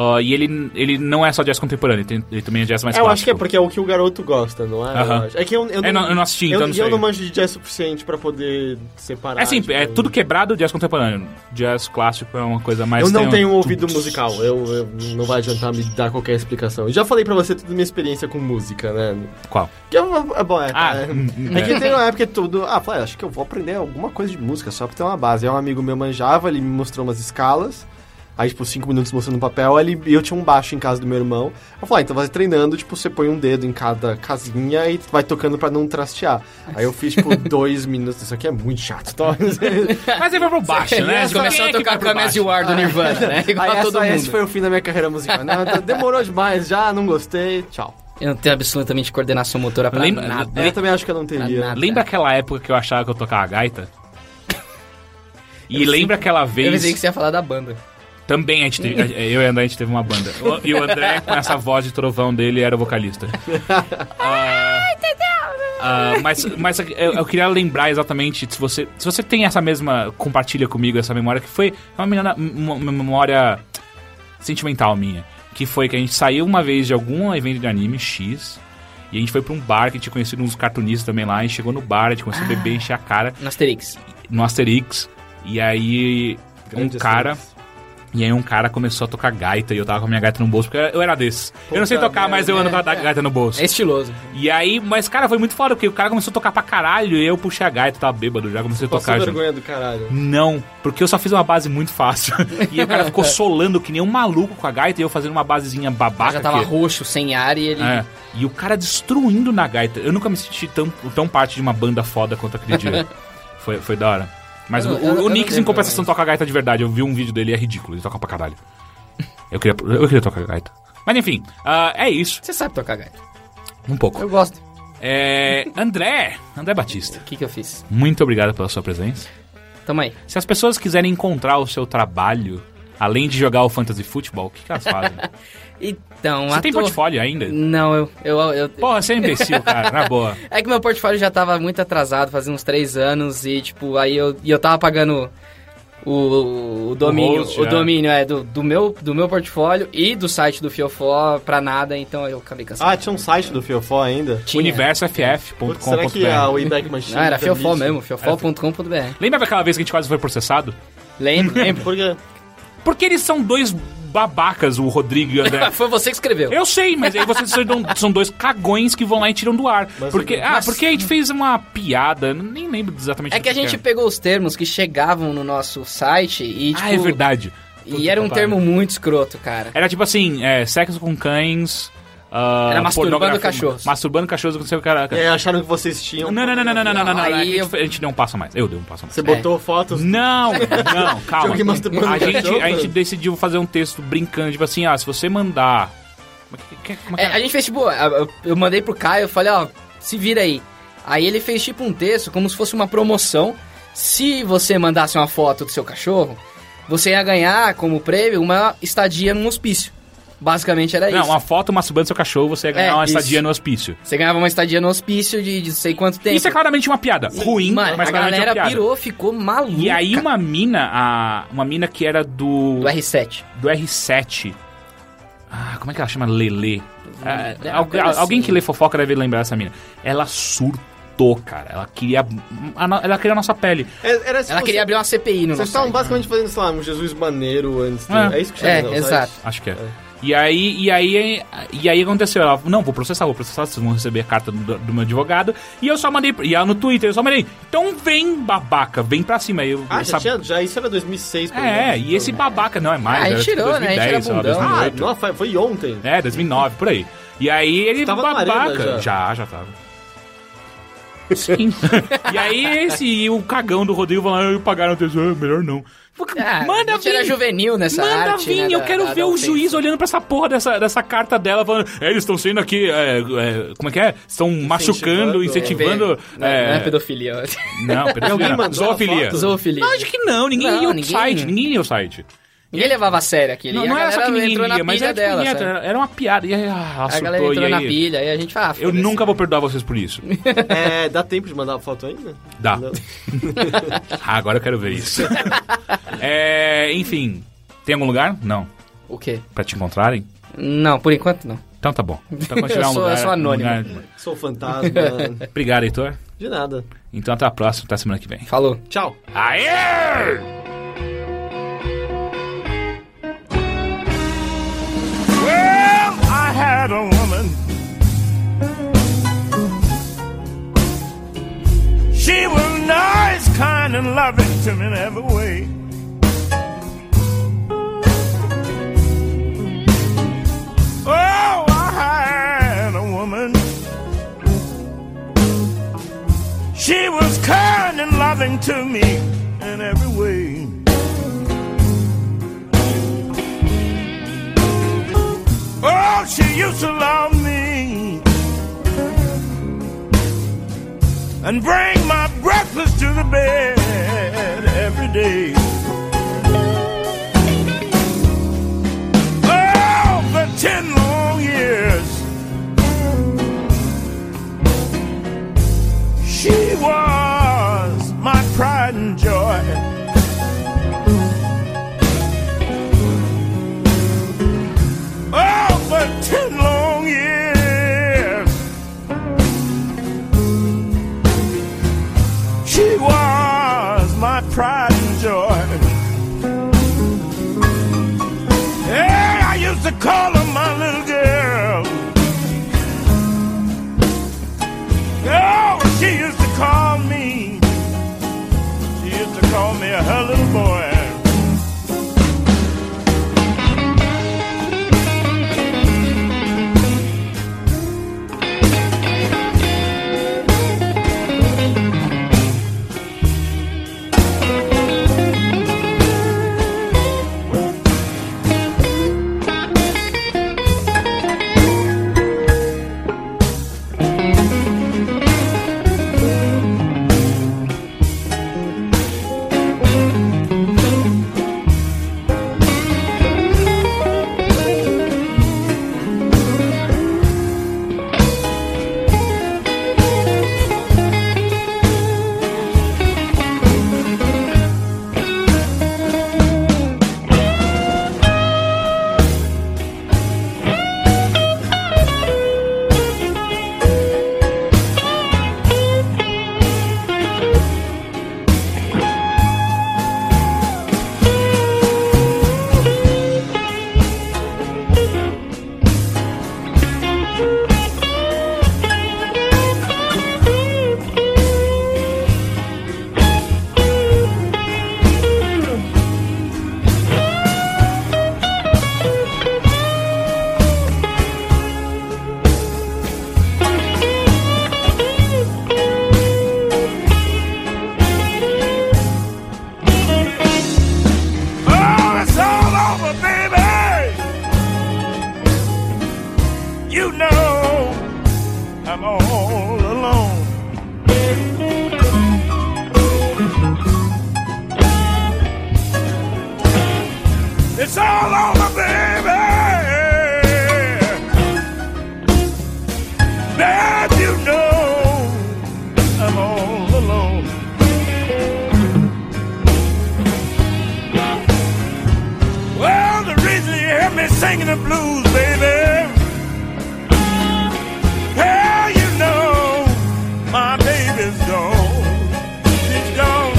Ah, e ele, ele não é só jazz contemporâneo, ele, tem- ele também é jazz mais
É, eu
clássico.
acho que é porque é o que o garoto gosta, não é?
Aham.
Eu acho. É que eu, eu,
É, não, eu não assisti,
eu,
então não
e eu
sei.
não manjo de jazz suficiente pra poder separar.
É assim,
tipo,
é tudo quebrado, jazz contemporâneo. Jazz clássico é uma coisa mais...
Eu não
tem um-
tenho um ouvido musical, eu, eu- não vai adiantar me dar qualquer explicação. Eu já falei pra você toda a minha experiência com música, né?
Qual?
Que eu- é bom, é,
Ah,
é,
hum, hum,
é que
é.
tem uma época que tudo. Ah, falei, acho que eu vou aprender alguma coisa de música, só pra ter uma base. Aí um amigo meu manjava, ele me mostrou umas escalas. Aí, tipo, cinco minutos mostrando um papel, aí ele, eu tinha um baixo em casa do meu irmão. Eu falei, ah, então vai treinando, tipo, você põe um dedo em cada casinha e vai tocando pra não trastear. Aí eu fiz, tipo, dois minutos. Isso aqui é muito chato, tá?
Mas ele vai pro baixo, né?
Você começou a tocar com a Messi
mesma
War do Nirvana, né? Igual
Aí
a
essa,
todo
é esse
mundo.
foi o fim da minha carreira musical. né? Não, demorou demais, já não gostei, tchau.
Eu não tenho absolutamente coordenação motora pra
Lembra-
nada.
Eu também acho que eu não teria.
nada.
Lembra aquela época que eu achava que eu tocava gaita? E lembra aquela
Eu pensei
vez...
que você ia falar da banda.
Também a gente teve, a- eu e o André, a gente teve uma banda. O- E o André, com essa voz de trovão dele, era o vocalista. Ah, ah, mas mas eu, eu queria lembrar exatamente se você, se você tem essa mesma. Compartilha comigo essa memória, que foi uma, menina- uma- uma memória sentimental minha. Que foi que a gente saiu uma vez de algum evento de anime X. E a gente foi pra um bar que tinha conhecido uns cartunistas também lá. A gente chegou no bar, a gente começou a beber, encher a cara
No Asterix.
no Asterix. E aí um
Grandes
cara.
acidentes.
E aí um cara começou a tocar gaita e eu tava com a minha gaita no bolso, porque eu era desse. eu não sei
Puta
tocar, mas eu
merda.
ando com a da- gaita no bolso.
É estiloso.
E aí, mas cara, foi muito foda, porque o cara começou a tocar pra caralho e eu puxei a gaita, tava bêbado, já comecei a
Passou
tocar. já.
vergonha do caralho.
Não, porque eu só fiz uma base muito fácil. e aí o cara ficou solando que nem um maluco com a gaita e eu fazendo uma basezinha babaca.
já tava
que-
roxo, sem ar, e ele...
Ah, é. E o cara destruindo na gaita. Eu nunca me senti tão, tão parte de uma banda foda quanto aquele dia. foi, foi da hora. Mas
Eu
o,
não- eu não-
o
eu não
Nix, em
lembro,
compensação,
mas-
toca gaita de verdade. Eu vi um vídeo dele, é ridículo. Ele toca pra caralho. Eu queria, eu queria tocar gaita. Mas enfim, ah, é isso.
Você sabe tocar gaita.
Um pouco.
Eu gosto.
É, André, André Batista,
O que que eu fiz?
muito obrigado pela sua presença.
Tamo aí.
Se as pessoas quiserem encontrar o seu trabalho, além de jogar o Fantasy Football, o que, que elas fazem?
Então,
Você tem
ator-
portfólio ainda?
Não, eu... eu, eu-
Porra, você é imbecil, cara, na boa.
É que meu portfólio já tava muito atrasado, fazia uns três anos, e tipo, aí eu, e eu tava pagando o, o domínio, o,
host, é.
domínio é, do, do, meu, do meu portfólio e do site do Fiofó pra nada, então eu acabei cansando.
Ah, tinha um site do Fiofó
é
ainda?
Tinha. um
Putz, será que a
universoff.com.br
Wayback Machine...
Não, Ah, era
permite?
fiofó mesmo, fiofó.com.br.
Lembra daquela vez que a gente quase foi processado?
Lembro, lembro.
Por quê?
Porque eles são dois babacas, o Rodrigo e o André.
Ah, Foi você que escreveu.
Eu sei, mas aí vocês são, são dois cagões que vão lá e tiram do ar.
Mas-
porque, ah,
mas-
porque a gente fez uma piada, nem lembro exatamente
É
do
que a gente pegou os termos que chegavam no nosso site e, tipo...
Ah, é verdade.
E era um
Puta,
termo muito escroto, cara.
Era tipo assim, é, sexo com cães. ah,
Era masturbando
pornografia-
cachorros.
Masturbando cachorros, não sei o que era.
É, acharam que vocês tinham...
Não, não, não, não, não, não, não, não, não, não.
Aí
A
eu-
gente, a gente deu um passo a mais. Eu dei um passo a mais.
Você botou
É.
fotos...
Não, não, calma.
alguém masturbando
A
cachorro?
gente, a gente decidiu fazer um texto brincando, tipo assim, ah, se você mandar. Como é que- como é
É,
que
a gente fez tipo, a- a- eu mandei pro Caio, eu falei, ó, se vira aí. Aí ele fez tipo um texto, como se fosse uma promoção. Se você mandasse uma foto do seu cachorro, você ia ganhar como prêmio uma estadia num hospício. Basicamente era
Não,
isso.
uma foto masturbando seu cachorro, você ia ganhar
É,
uma
isso.
estadia no hospício.
Você ganhava uma estadia no hospício de, de sei quanto tempo.
Isso é claramente uma piada. Ruim,
Mano,
mas
a
claramente é uma
galera
piada.
pirou, ficou maluca.
E aí uma mina, a, uma mina que era do,
Do R7.
do R7. Ah, como é que ela chama? Lele. Ah,
É,
algu-
coisa assim.
Alguém que lê fofoca deve lembrar essa mina. Ela surtou, cara. Ela queria. a no- Ela queria a nossa pele.
É, era se
Ela
você-
queria abrir uma CPI no
Vocês
nosso
estavam
site.
basicamente fazendo, sei lá, um Jesus maneiro antes. do-
É.
É, isso que chama
É,
não,
exato.
site?
Acho que é. E aí, e aí, e aí aconteceu, ela, não, vou processar, vou processar, vocês vão receber a carta do, do meu advogado. E eu só mandei, e ela no Twitter, eu só mandei, então vem babaca, vem pra cima. Aí Eu,
Ah,
eu
já
sab-
tinha, já, isso era 2006, pelo
É,
menos.
e esse babaca, não, é mais,
Ah, aí
era tipo
tirou, né? Aí
2010,
tira
sei lá,
bundão.
Ah,
2008.
não, foi, foi ontem.
É, 2009, por aí. E aí ele
Ah, Tava na
babaca.
arena já.
já, já tava. Sim. e aí esse e o cagão do Rodrigo falando, "Ah, eu pagaram o tesouro, melhor não.
Ah,
Manda
mentira
vir.
juvenil nessa
Manda
arte,
vir,
né,
eu
da-
quero
da-
ver
da
o
ofensa.
juiz olhando pra essa porra dessa, dessa carta dela, falando, é, eles estão sendo aqui, é, é, como é que é? Estão machucando, incentivando.
é. Não, não é
é,
pedofilia.
não, pedofilia.
Alguém mandou
não, zoofilia.
ela foto?
Zoofilia.
Lógico que não, ninguém
Não,
lia o
ninguém-
site, ninguém lia o site.
Ninguém levava a sério aquilo.
Não,
E
não
a
era só que
galera
ninguém
entrou na
lia, mas
pilha
era, tipo,
dela,
ninguém
sabe?
entra, era uma piada. E aí, ah,
A galera
surtou, e
entrou na
aí-
pilha e a gente fala, ah,
Eu
foda-se.
nunca vou perdoar vocês por isso.
É, dá tempo de mandar foto ainda?
Dá.
Não.
Ah, agora eu quero ver isso. É, enfim, tem algum lugar? Não.
O quê?
Pra te encontrarem?
Não, por enquanto não.
Então tá bom. Então quando tiver
Eu
um
sou- eu
lugar.
sou
um
anônimo.
lugar-
Sou fantasma.
Obrigado, Heitor.
De nada.
Então até a próxima, até semana que vem.
Falou.
Tchau.
Aê!
Well, I had a woman. She was nice, kind, and loving to me in every way. Oh, I had a woman. She was kind and loving to me in every way. Oh, she used to love me and bring my breakfast to the bed every day. Oh, for ten long years, she was my pride and joy. Oh, for ten long years. She was my pride and joy. call her my little girl. Oh, she used to call me. She used to call me her little boy. Oh, it's all over, baby. You know I'm all alone. It's all over, baby. Babe, you know I'm all alone. Well, the reason you hear me singing the blues, baby. Well, you know my baby's gone. She's gone.